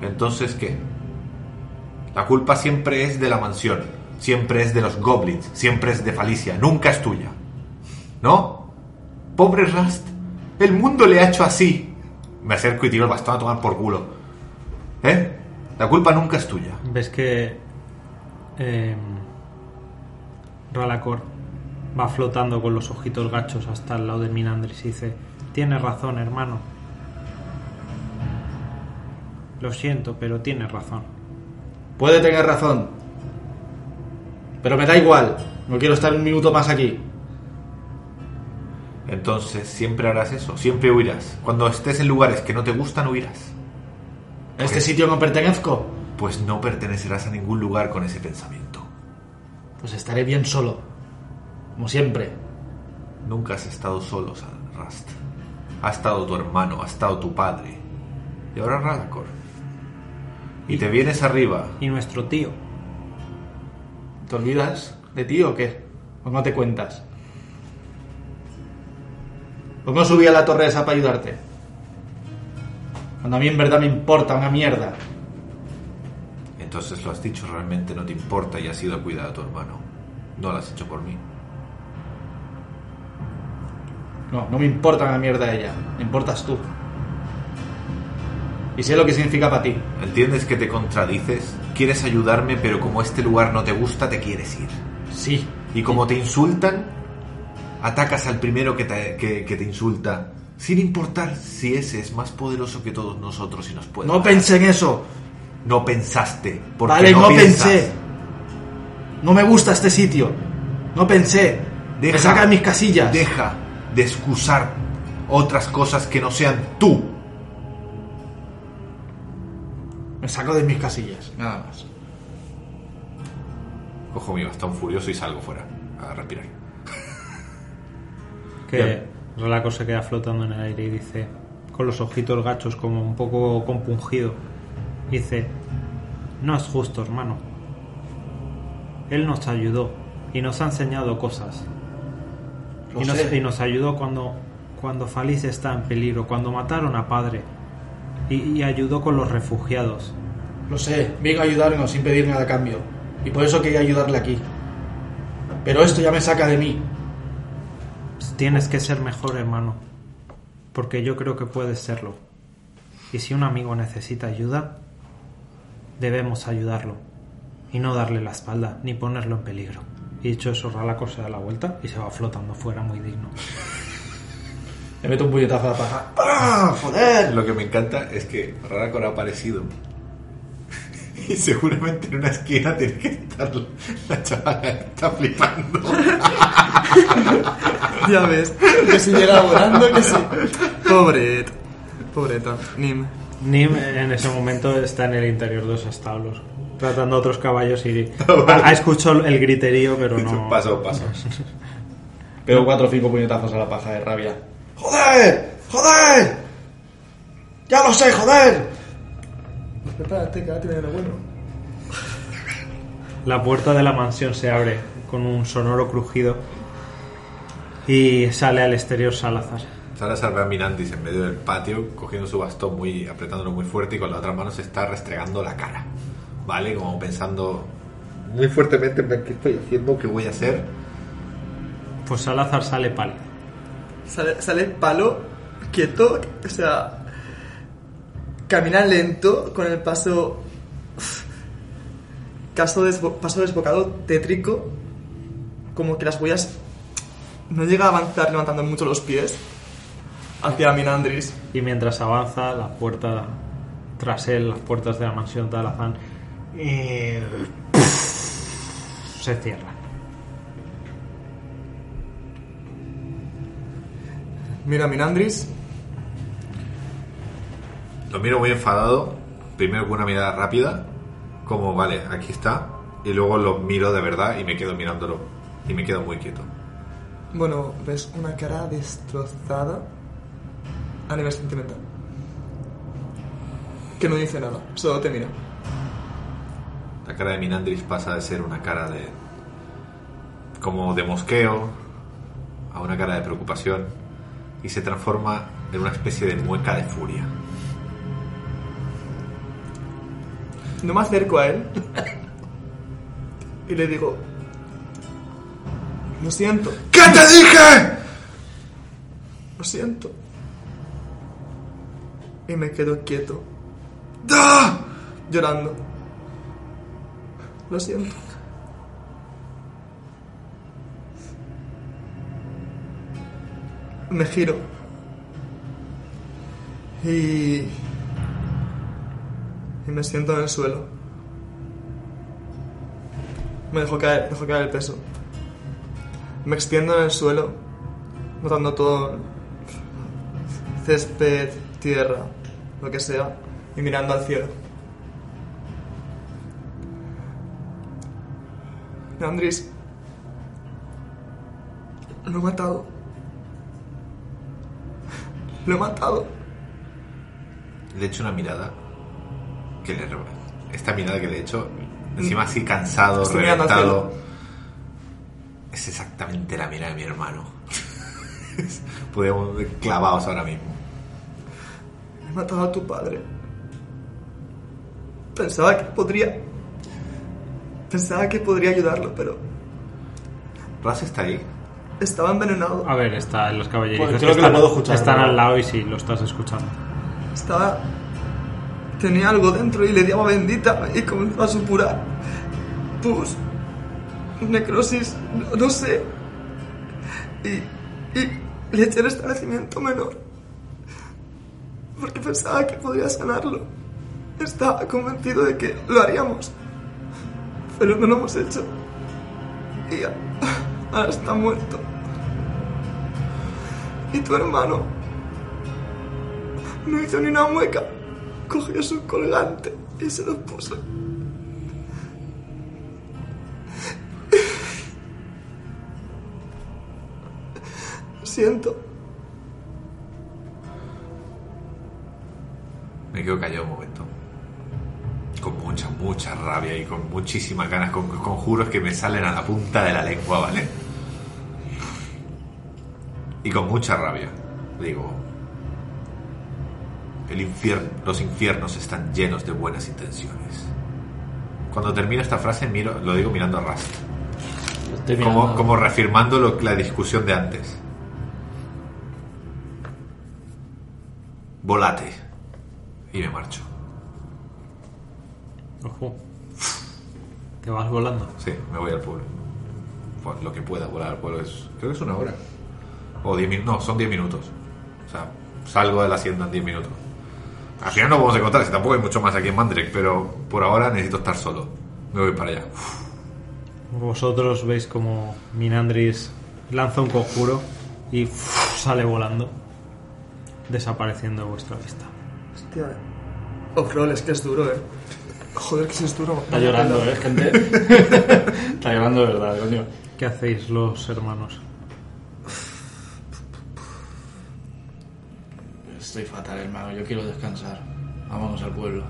C: Entonces, ¿qué? La culpa siempre es de la mansión, siempre es de los goblins, siempre es de Falicia, nunca es tuya. ¿No? Pobre Rust, el mundo le ha hecho así. Me acerco y tiro el bastón a tomar por culo. ¿Eh? La culpa nunca es tuya.
A: Ves que eh, Ralacor va flotando con los ojitos gachos hasta el lado de Minandris y dice, tienes razón, hermano. Lo siento, pero tienes razón.
B: Puede tener razón. Pero me da igual. No quiero estar un minuto más aquí.
C: Entonces, siempre harás eso, siempre huirás. Cuando estés en lugares que no te gustan, huirás.
B: A este sitio no pertenezco.
C: Pues no pertenecerás a ningún lugar con ese pensamiento.
B: Pues estaré bien solo. Como siempre.
C: Nunca has estado solo, Sa- Rast. Ha estado tu hermano, ha estado tu padre. Y ahora Radacor. Y te vienes arriba.
A: Y nuestro tío.
B: ¿Te olvidas de ti o qué? ¿O no te cuentas? ¿O no subí a la torre esa para ayudarte? Cuando a mí en verdad me importa una mierda.
C: Entonces lo has dicho, realmente no te importa y has ido a cuidar a tu hermano. No lo has hecho por mí.
B: No, no me importa una mierda ella. Me importas tú. Y sé lo que significa para ti.
C: ¿Entiendes que te contradices? Quieres ayudarme, pero como este lugar no te gusta, te quieres ir.
B: Sí.
C: Y como te insultan, atacas al primero que te, que- que te insulta. Sin importar si ese es más poderoso que todos nosotros y nos puede.
B: No
C: matar.
B: pensé en eso.
C: No pensaste. Porque
B: Vale, no,
C: no, piensas.
B: pensé. No me gusta este sitio. No pensé.
C: Deja-
B: me saca de mis casillas.
C: Deja de excusar otras cosas que no sean tú.
B: Me saco de mis casillas. Nada más.
C: Cojo mi bastón furioso y salgo fuera a respirar.
A: Que Relacor se queda flotando en el aire y dice, con los ojitos gachos, como un poco compungido, dice, no es justo, hermano. Él nos ayudó y nos ha enseñado cosas.
B: Lo
A: y, nos,
B: sé.
A: y nos ayudó cuando, cuando Faliz está en peligro, cuando mataron a padre. Y, y ayudó con los refugiados.
B: Lo sé, vino a ayudarnos sin pedir nada a cambio. Y por eso quería ayudarle aquí. Pero esto ya me saca de mí.
A: Pues, Tienes que ser mejor, hermano. Porque yo creo que puedes serlo. Y si un amigo necesita ayuda, debemos ayudarlo. Y no darle la espalda, ni ponerlo en peligro. Y dicho eso, Ralacor se da la vuelta y se va flotando fuera muy digno.
B: Le meto un puñetazo a la paja.
L: ¡Ah, joder!
C: Lo que me encanta es que Radacor ha aparecido. Y seguramente en una esquina tiene que estar la- la chavala que está flipando.
D: Ya ves, que si llega volando, que sí. Pobret. Pobreta. Nim.
A: Nim en ese momento está en el interior de los establos, tratando a otros caballos y ha, ha escuchado el griterío, pero no.
C: Paso, paso.
B: Pero cuatro o cinco puñetazos a la paja de rabia.
L: ¡Joder! ¡Joder! ¡Ya lo sé, joder!
M: Prepárate, que ahora tiene lo bueno.
A: La puerta de la mansión se abre con un sonoro crujido y sale al exterior Salazar.
C: Salazar ve a Minantis en medio del patio, cogiendo su bastón muy, apretándolo muy fuerte y con la otra mano se está restregando la cara. ¿Vale? Como pensando muy fuertemente en plan, qué estoy haciendo, qué voy a hacer.
A: Pues Salazar sale pálido.
D: Sale, sale palo, quieto, o sea. Camina lento, con el paso. Caso desbo- paso desbocado, tétrico. Como que las huellas. No llega a avanzar levantando mucho los pies. Hacia Minandris.
A: Y mientras avanza, la puerta tras él, las puertas de la mansión de Alazán eh, se cierran.
D: Mira a Minandris.
C: Lo miro muy enfadado, primero con una mirada rápida, como vale, aquí está, y luego lo miro de verdad y me quedo mirándolo. Y me quedo muy quieto.
D: Bueno, ves una cara destrozada a nivel sentimental. Que no dice nada, solo te mira.
C: La cara de Minandris pasa de ser una cara de. como de mosqueo a una cara de preocupación y se transforma en una especie de mueca de furia.
D: No me acerco a él y le digo, lo siento,
L: ¿Qué te dije?
D: lo siento. Y me quedo quieto, ¡Ah!
L: ¡Da!
D: llorando. Lo siento. Me giro. Y... Y me siento en el suelo. Me dejo caer, dejo caer el peso. Me extiendo en el suelo, notando todo... Césped, tierra, lo que sea, y mirando al cielo. Andrés, lo he matado. Lo he matado.
C: Le echo una mirada que le re- esta mirada que le he hecho encima así cansado,
D: Estoy mirando al
C: reventado. Es exactamente la mirada de mi hermano. Podríamos ser clavados ahora mismo.
D: He matado a tu padre. Pensaba que podría. Pensaba que podría ayudarlo, pero
C: Raz está ahí.
D: estaba envenenado.
A: A ver, está, los caballerizos
B: Bueno, Pues creo que lo
A: están,
B: puedo escuchar,
A: están
B: ¿no?
A: al lado y sí, lo estás escuchando.
D: Estaba. Tenía algo dentro y le di agua bendita y comenzó a supurar. Pus. Necrosis. No, no sé. Y. Y le eché el establecimiento menor. Porque pensaba que podría sanarlo. Estaba convencido de que lo haríamos. Pero no lo hemos hecho. Y a- ahora está muerto. Y tu hermano no hizo ni una mueca. Cogió su colgante y se lo puso. Lo siento.
C: Me quedo callado un momento. Con mucha, mucha rabia y con muchísimas ganas, con con conjuros que me salen a la punta de la lengua, ¿vale? Y con mucha rabia, digo, el infierno, los infiernos están llenos de buenas intenciones. Cuando termino esta frase, miro, lo digo mirando a Rast,
B: Estoy
C: como,
B: mirando.
C: como reafirmando lo- la discusión de antes. Volate. Y me marcho.
A: Ojo. Te vas volando.
C: Sí, me voy al pueblo. Por lo que pueda volar al pueblo. Es, creo que es una hora. O diez minutos. No, son diez minutos. O sea, salgo de la hacienda en diez minutos. Al final no vamos a encontrar, si tampoco hay mucho más aquí en Mandrake, pero por ahora necesito estar solo. Me voy para allá. Uf,
A: Vosotros veis como Minandris lanza un conjuro y ¡fuf! sale volando, desapareciendo de vuestra vista.
D: Hostia. Ofrol, es que es duro, eh. Joder, que si es duro.
B: Está llorando, ¿eh, gente? Está llorando de verdad, coño.
A: ¿Qué hacéis los hermanos?
B: Estoy fatal, hermano. Yo quiero descansar. Vámonos al pueblo.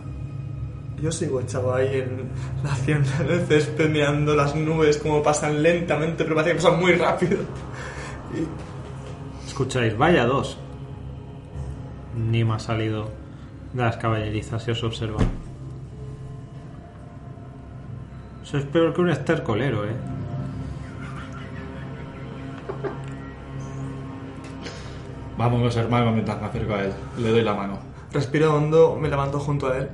D: Yo sigo echado ahí en la hacienda, en el césped, mirando las nubes como pasan lentamente, pero parece que pasan muy rápido.
A: Escucháis, vaya dos. Nima ha salido de las caballerizas y os observa. Eso es peor que un estercolero, ¿eh?
B: Vámonos, hermano, mientras me acerco a él. Le doy la mano.
D: Respiro hondo, me levanto junto a él.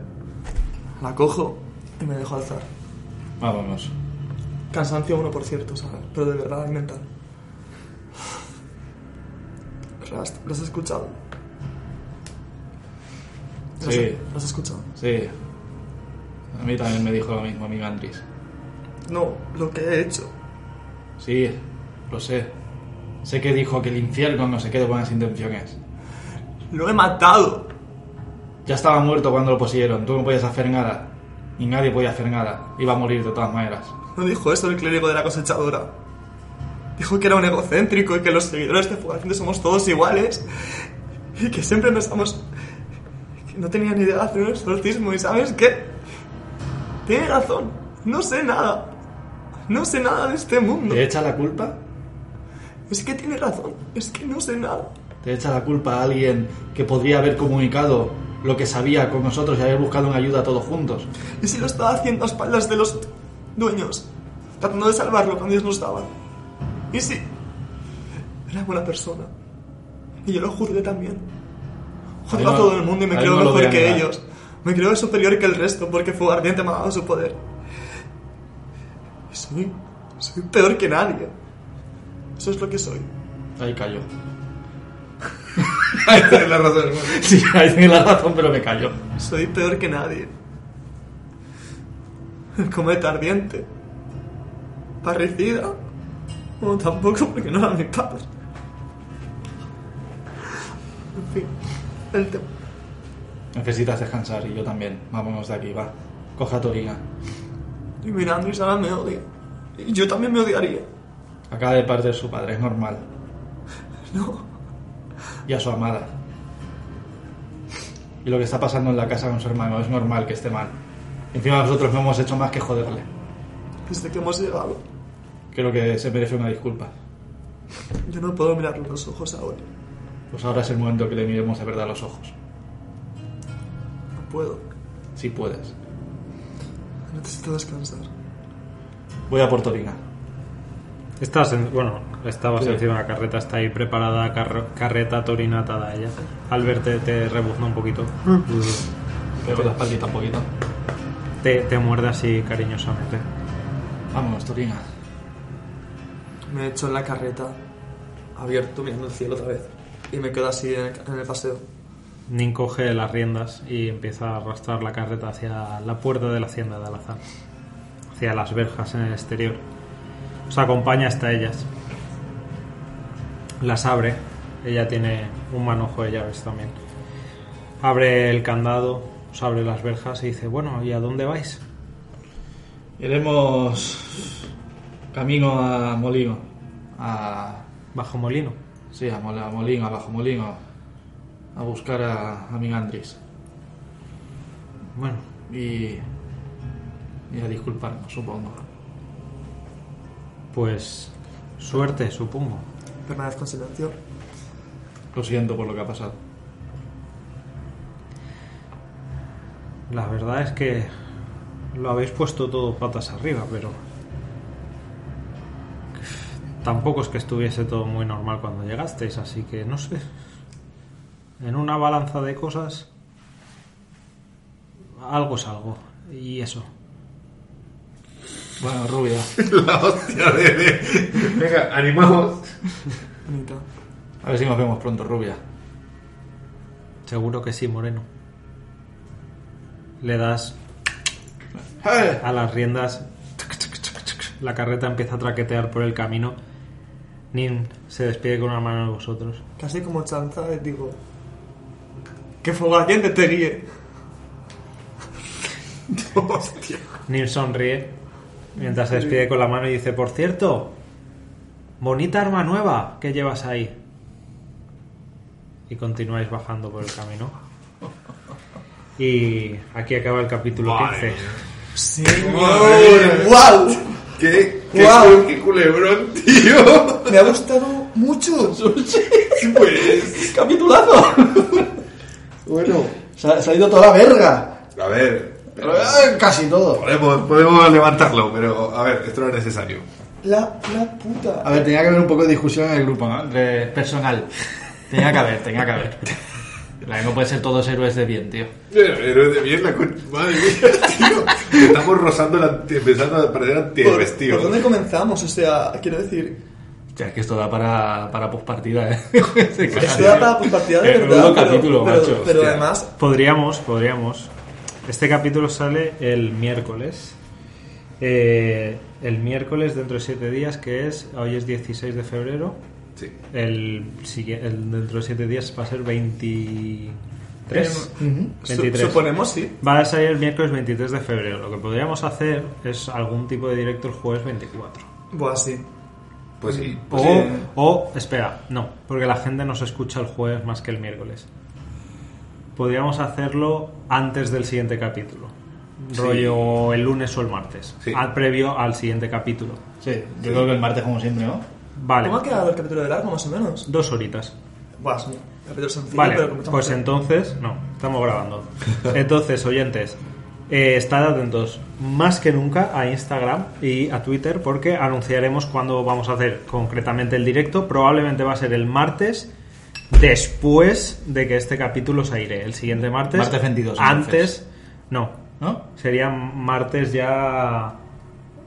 D: La cojo y me dejo alzar.
B: Vámonos.
D: Cansancio uno, por cierto, ¿sabes? Pero de verdad, mental. Rast, ¿lo has escuchado? ¿Lo has-
B: Sí.
D: ¿Lo has escuchado?
B: Sí. A mí también me dijo lo mismo, amigo Andrés.
D: No, lo que he hecho.
B: Sí, lo sé. Sé que dijo que el infierno no se quede buenas intenciones.
D: ¡Lo he matado!
B: Ya estaba muerto cuando lo pusieron. Tú no podías hacer nada. Y nadie podía hacer nada. Iba a morir de todas maneras.
D: No dijo eso el clérigo de la cosechadora. Dijo que era un egocéntrico y que los seguidores de Fugaciente somos todos iguales. Y que siempre pensamos que no tenía ni idea de hacer un exorcismo. ¿Y sabes qué? Tiene razón. No sé nada. No sé nada de este mundo.
B: ¿Te echa la culpa?
D: Es que tiene razón. Es que no sé nada.
B: ¿Te echa la culpa a alguien que podría haber comunicado lo que sabía con nosotros y haber buscado una ayuda todos juntos?
D: ¿Y si lo estaba haciendo a espaldas de los dueños? Tratando de salvarlo cuando ellos no estaban. ¿Y si era buena persona? Y yo lo juzgué también. Juzgo
B: Ahí
D: a
B: no-
D: todo el mundo y me
B: ahí
D: creo
B: no lo voy
D: mejor
B: a
D: que
B: negar.
D: ellos. Me creo superior que el resto porque fue ardiente me ha dado su poder. Y soy, soy peor que nadie. Eso es lo que soy.
B: Ahí cayó.
C: ahí tienes la razón.
B: Sí, ahí tiene la razón, pero me cayó.
D: Soy peor que nadie. El cometa ardiente. Parricida. No, tampoco porque no era mi padre. En fin. El tema.
B: Necesitas descansar y yo también. Vámonos de aquí, va. Coja tu liga.
D: Y mirando y Sara me odia. Y Yo también me odiaría.
B: Acaba de perder su padre, es normal.
D: No.
B: Y a su amada. Y lo que está pasando en la casa con su hermano, es normal que esté mal. Encima nosotros no hemos hecho más que joderle.
D: Desde que hemos llegado.
B: Creo que se merece una disculpa.
D: Yo no puedo mirarlo en los ojos ahora.
B: Pues ahora es el momento que le miremos de verdad a los ojos.
D: No puedo.
B: Si puedes.
D: Necesito descansar.
B: Voy a Portorina.
A: Estás en- bueno, estabas
B: Sí.
A: encima de la carreta, está ahí preparada, carro- carreta torina atada a ella. Albert te, te rebuzna un poquito,
B: Pego la espaldita un poquito.
A: te, te muerde así cariñosamente.
B: Vámonos, Torina.
D: Me echo en la carreta, abierto, mirando el cielo otra vez. Y me quedo así en el, en el paseo.
A: Nin coge las riendas y empieza a arrastrar la carreta hacia la puerta de la hacienda de Alazar, hacia las verjas en el exterior. Os acompaña hasta ellas. Las abre, ella tiene un manojo de llaves también. Abre el candado, os abre las verjas y dice, bueno, ¿y a dónde vais?
B: Iremos camino a Molino. A...
A: Bajo molino.
B: Sí, a, Mol- a Molino, a Bajo Molino. A buscar a, a Mingandris.
A: Bueno,
B: Y... Y a disculparnos, supongo.
A: pues suerte, supongo.
D: Permanezco en silencio.
B: Lo siento por lo que ha pasado.
A: La verdad es que lo habéis puesto todo patas arriba, pero tampoco es que estuviese todo muy normal cuando llegasteis, así que no sé. En una balanza de cosas, algo es algo, y eso.
B: Bueno, rubia.
G: La hostia de. de- Venga, animamos.
D: Anita.
B: A ver si nos vemos pronto, rubia.
A: Seguro que sí, Moreno. Le das
B: ¡Eh!
A: a las riendas. La carreta empieza a traquetear por el camino. Nin se despide con una mano de vosotros.
D: Casi como chanza, les digo... ¡Que Fogatien te te guíe!
A: Nim sonríe mientras se despide con la mano y dice, por cierto, bonita arma nueva que llevas ahí. Y continuáis bajando por el camino. Y aquí acaba el capítulo 15.
D: ¡Wow!
G: ¿Qué? ¿Qué,
D: Guau.
G: qué culebrón, tío?
D: Me ha gustado mucho.
G: Pues.
D: ¡Capitulazo!
F: Bueno, se ha, se ha ido toda la verga.
G: A ver. pero-
F: Eh, Casi todo.
G: Podemos, podemos levantarlo, pero a ver, esto no es necesario.
F: La, la puta.
B: A ver, tenía que haber un poco de discusión en el grupo, ¿no? Entre personal. Tenía que haber, tenía que haber. La que no puede ser todos héroes de bien, tío.
G: Pero, pero de bien la con- Madre mía, tío. Estamos rozando, la, anti- empezando a perder antihéroes, tío.
D: ¿Por dónde comenzamos? O sea, quiero decir...
B: Hostia, es que esto da para, para postpartida, ¿eh?
D: Esto da para partida de
B: Qué
D: verdad,
B: menudo
D: pero,
B: capítulo,
D: pero-
B: macho,
D: pero
B: hostia.
D: además...
A: Podríamos, podríamos. Este capítulo sale el miércoles. Eh, el miércoles dentro de 7 días, que es, hoy es 16 de febrero.
G: Sí.
A: El, sigue- el dentro de 7 días va a ser 23.
D: Em, su-
A: 23.
D: suponemos, sí.
A: Va a salir el miércoles 23 de febrero. Lo que podríamos hacer es algún tipo de directo el jueves 24.
D: Buah, sí.
G: Pues sí.
A: O,
G: pues sí.
A: o, espera, no, porque la gente nos escucha el jueves más que el miércoles. Podríamos hacerlo antes del siguiente capítulo. Rollo el lunes o el martes.
G: Sí.
A: Al previo al siguiente capítulo.
B: Sí, yo creo que el martes, como siempre, ¿no?
A: Vale.
D: ¿Cómo ha quedado el capítulo de largo, más o menos?
A: Dos horitas.
D: Buah, es un capítulo sencillo,
A: Vale,
D: pero como estamos-
A: pues entonces, no, estamos grabando. Entonces, oyentes, eh, estad atentos más que nunca a Instagram y a Twitter porque anunciaremos cuándo vamos a hacer concretamente el directo. Probablemente va a ser el martes después de que este capítulo se aire. El siguiente martes.
B: Martes 22,
A: Antes, no,
B: ¿No?
A: sería martes ya.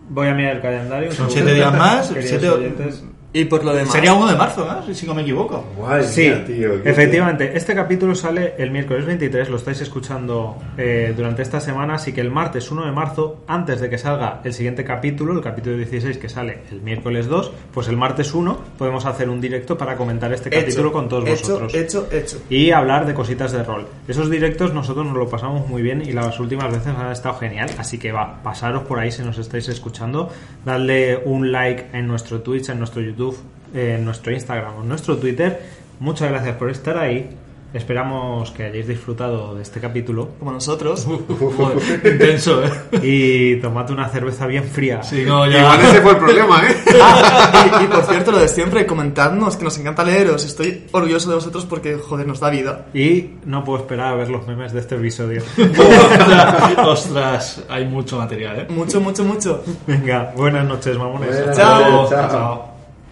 A: Voy a mirar el calendario. un
B: Son
A: segundo.
B: siete días más,
A: Queridos
B: siete,
A: oyentes.
D: Y por lo demás.
N: Sería 1 de marzo, ¿eh? Si- si no me equivoco.
O: Guay,
G: Pues
A: Sí,
O: mira, tío. qué-
A: efectivamente. Este capítulo sale el miércoles 23, lo estáis escuchando eh, durante esta semana, así que el martes 1 de marzo, antes de que salga el siguiente capítulo, el capítulo 16 que sale el miércoles 2, pues el martes 1 podemos hacer un directo para comentar este capítulo con todos
D: hecho,
A: vosotros.
D: Hecho, hecho.
A: Y hablar de cositas de rol. Esos directos nosotros nos lo pasamos muy bien y las últimas veces han estado genial. Así que va, pasaros por ahí si nos estáis escuchando. Dadle un like en nuestro Twitch, en nuestro YouTube, eh, en nuestro Instagram, en nuestro Twitter. Muchas gracias por estar ahí. Esperamos que hayáis disfrutado de este capítulo.
D: Como nosotros.
N: Joder, Intenso, ¿eh?
A: Y tomad una cerveza bien fría.
N: Sí, no, ya.
C: Igual ese fue el problema, ¿eh?
D: Ah, y, y por cierto, lo de siempre, comentadnos, que nos encanta leeros. Estoy orgulloso de vosotros porque, joder, nos da vida.
A: Y no puedo esperar a ver los memes de este episodio.
N: Ostras, hay mucho material, ¿eh?
D: Mucho, mucho, mucho.
A: Venga, buenas noches, mamones.
O: Buenas
D: Chao.
O: noches,
N: Chao.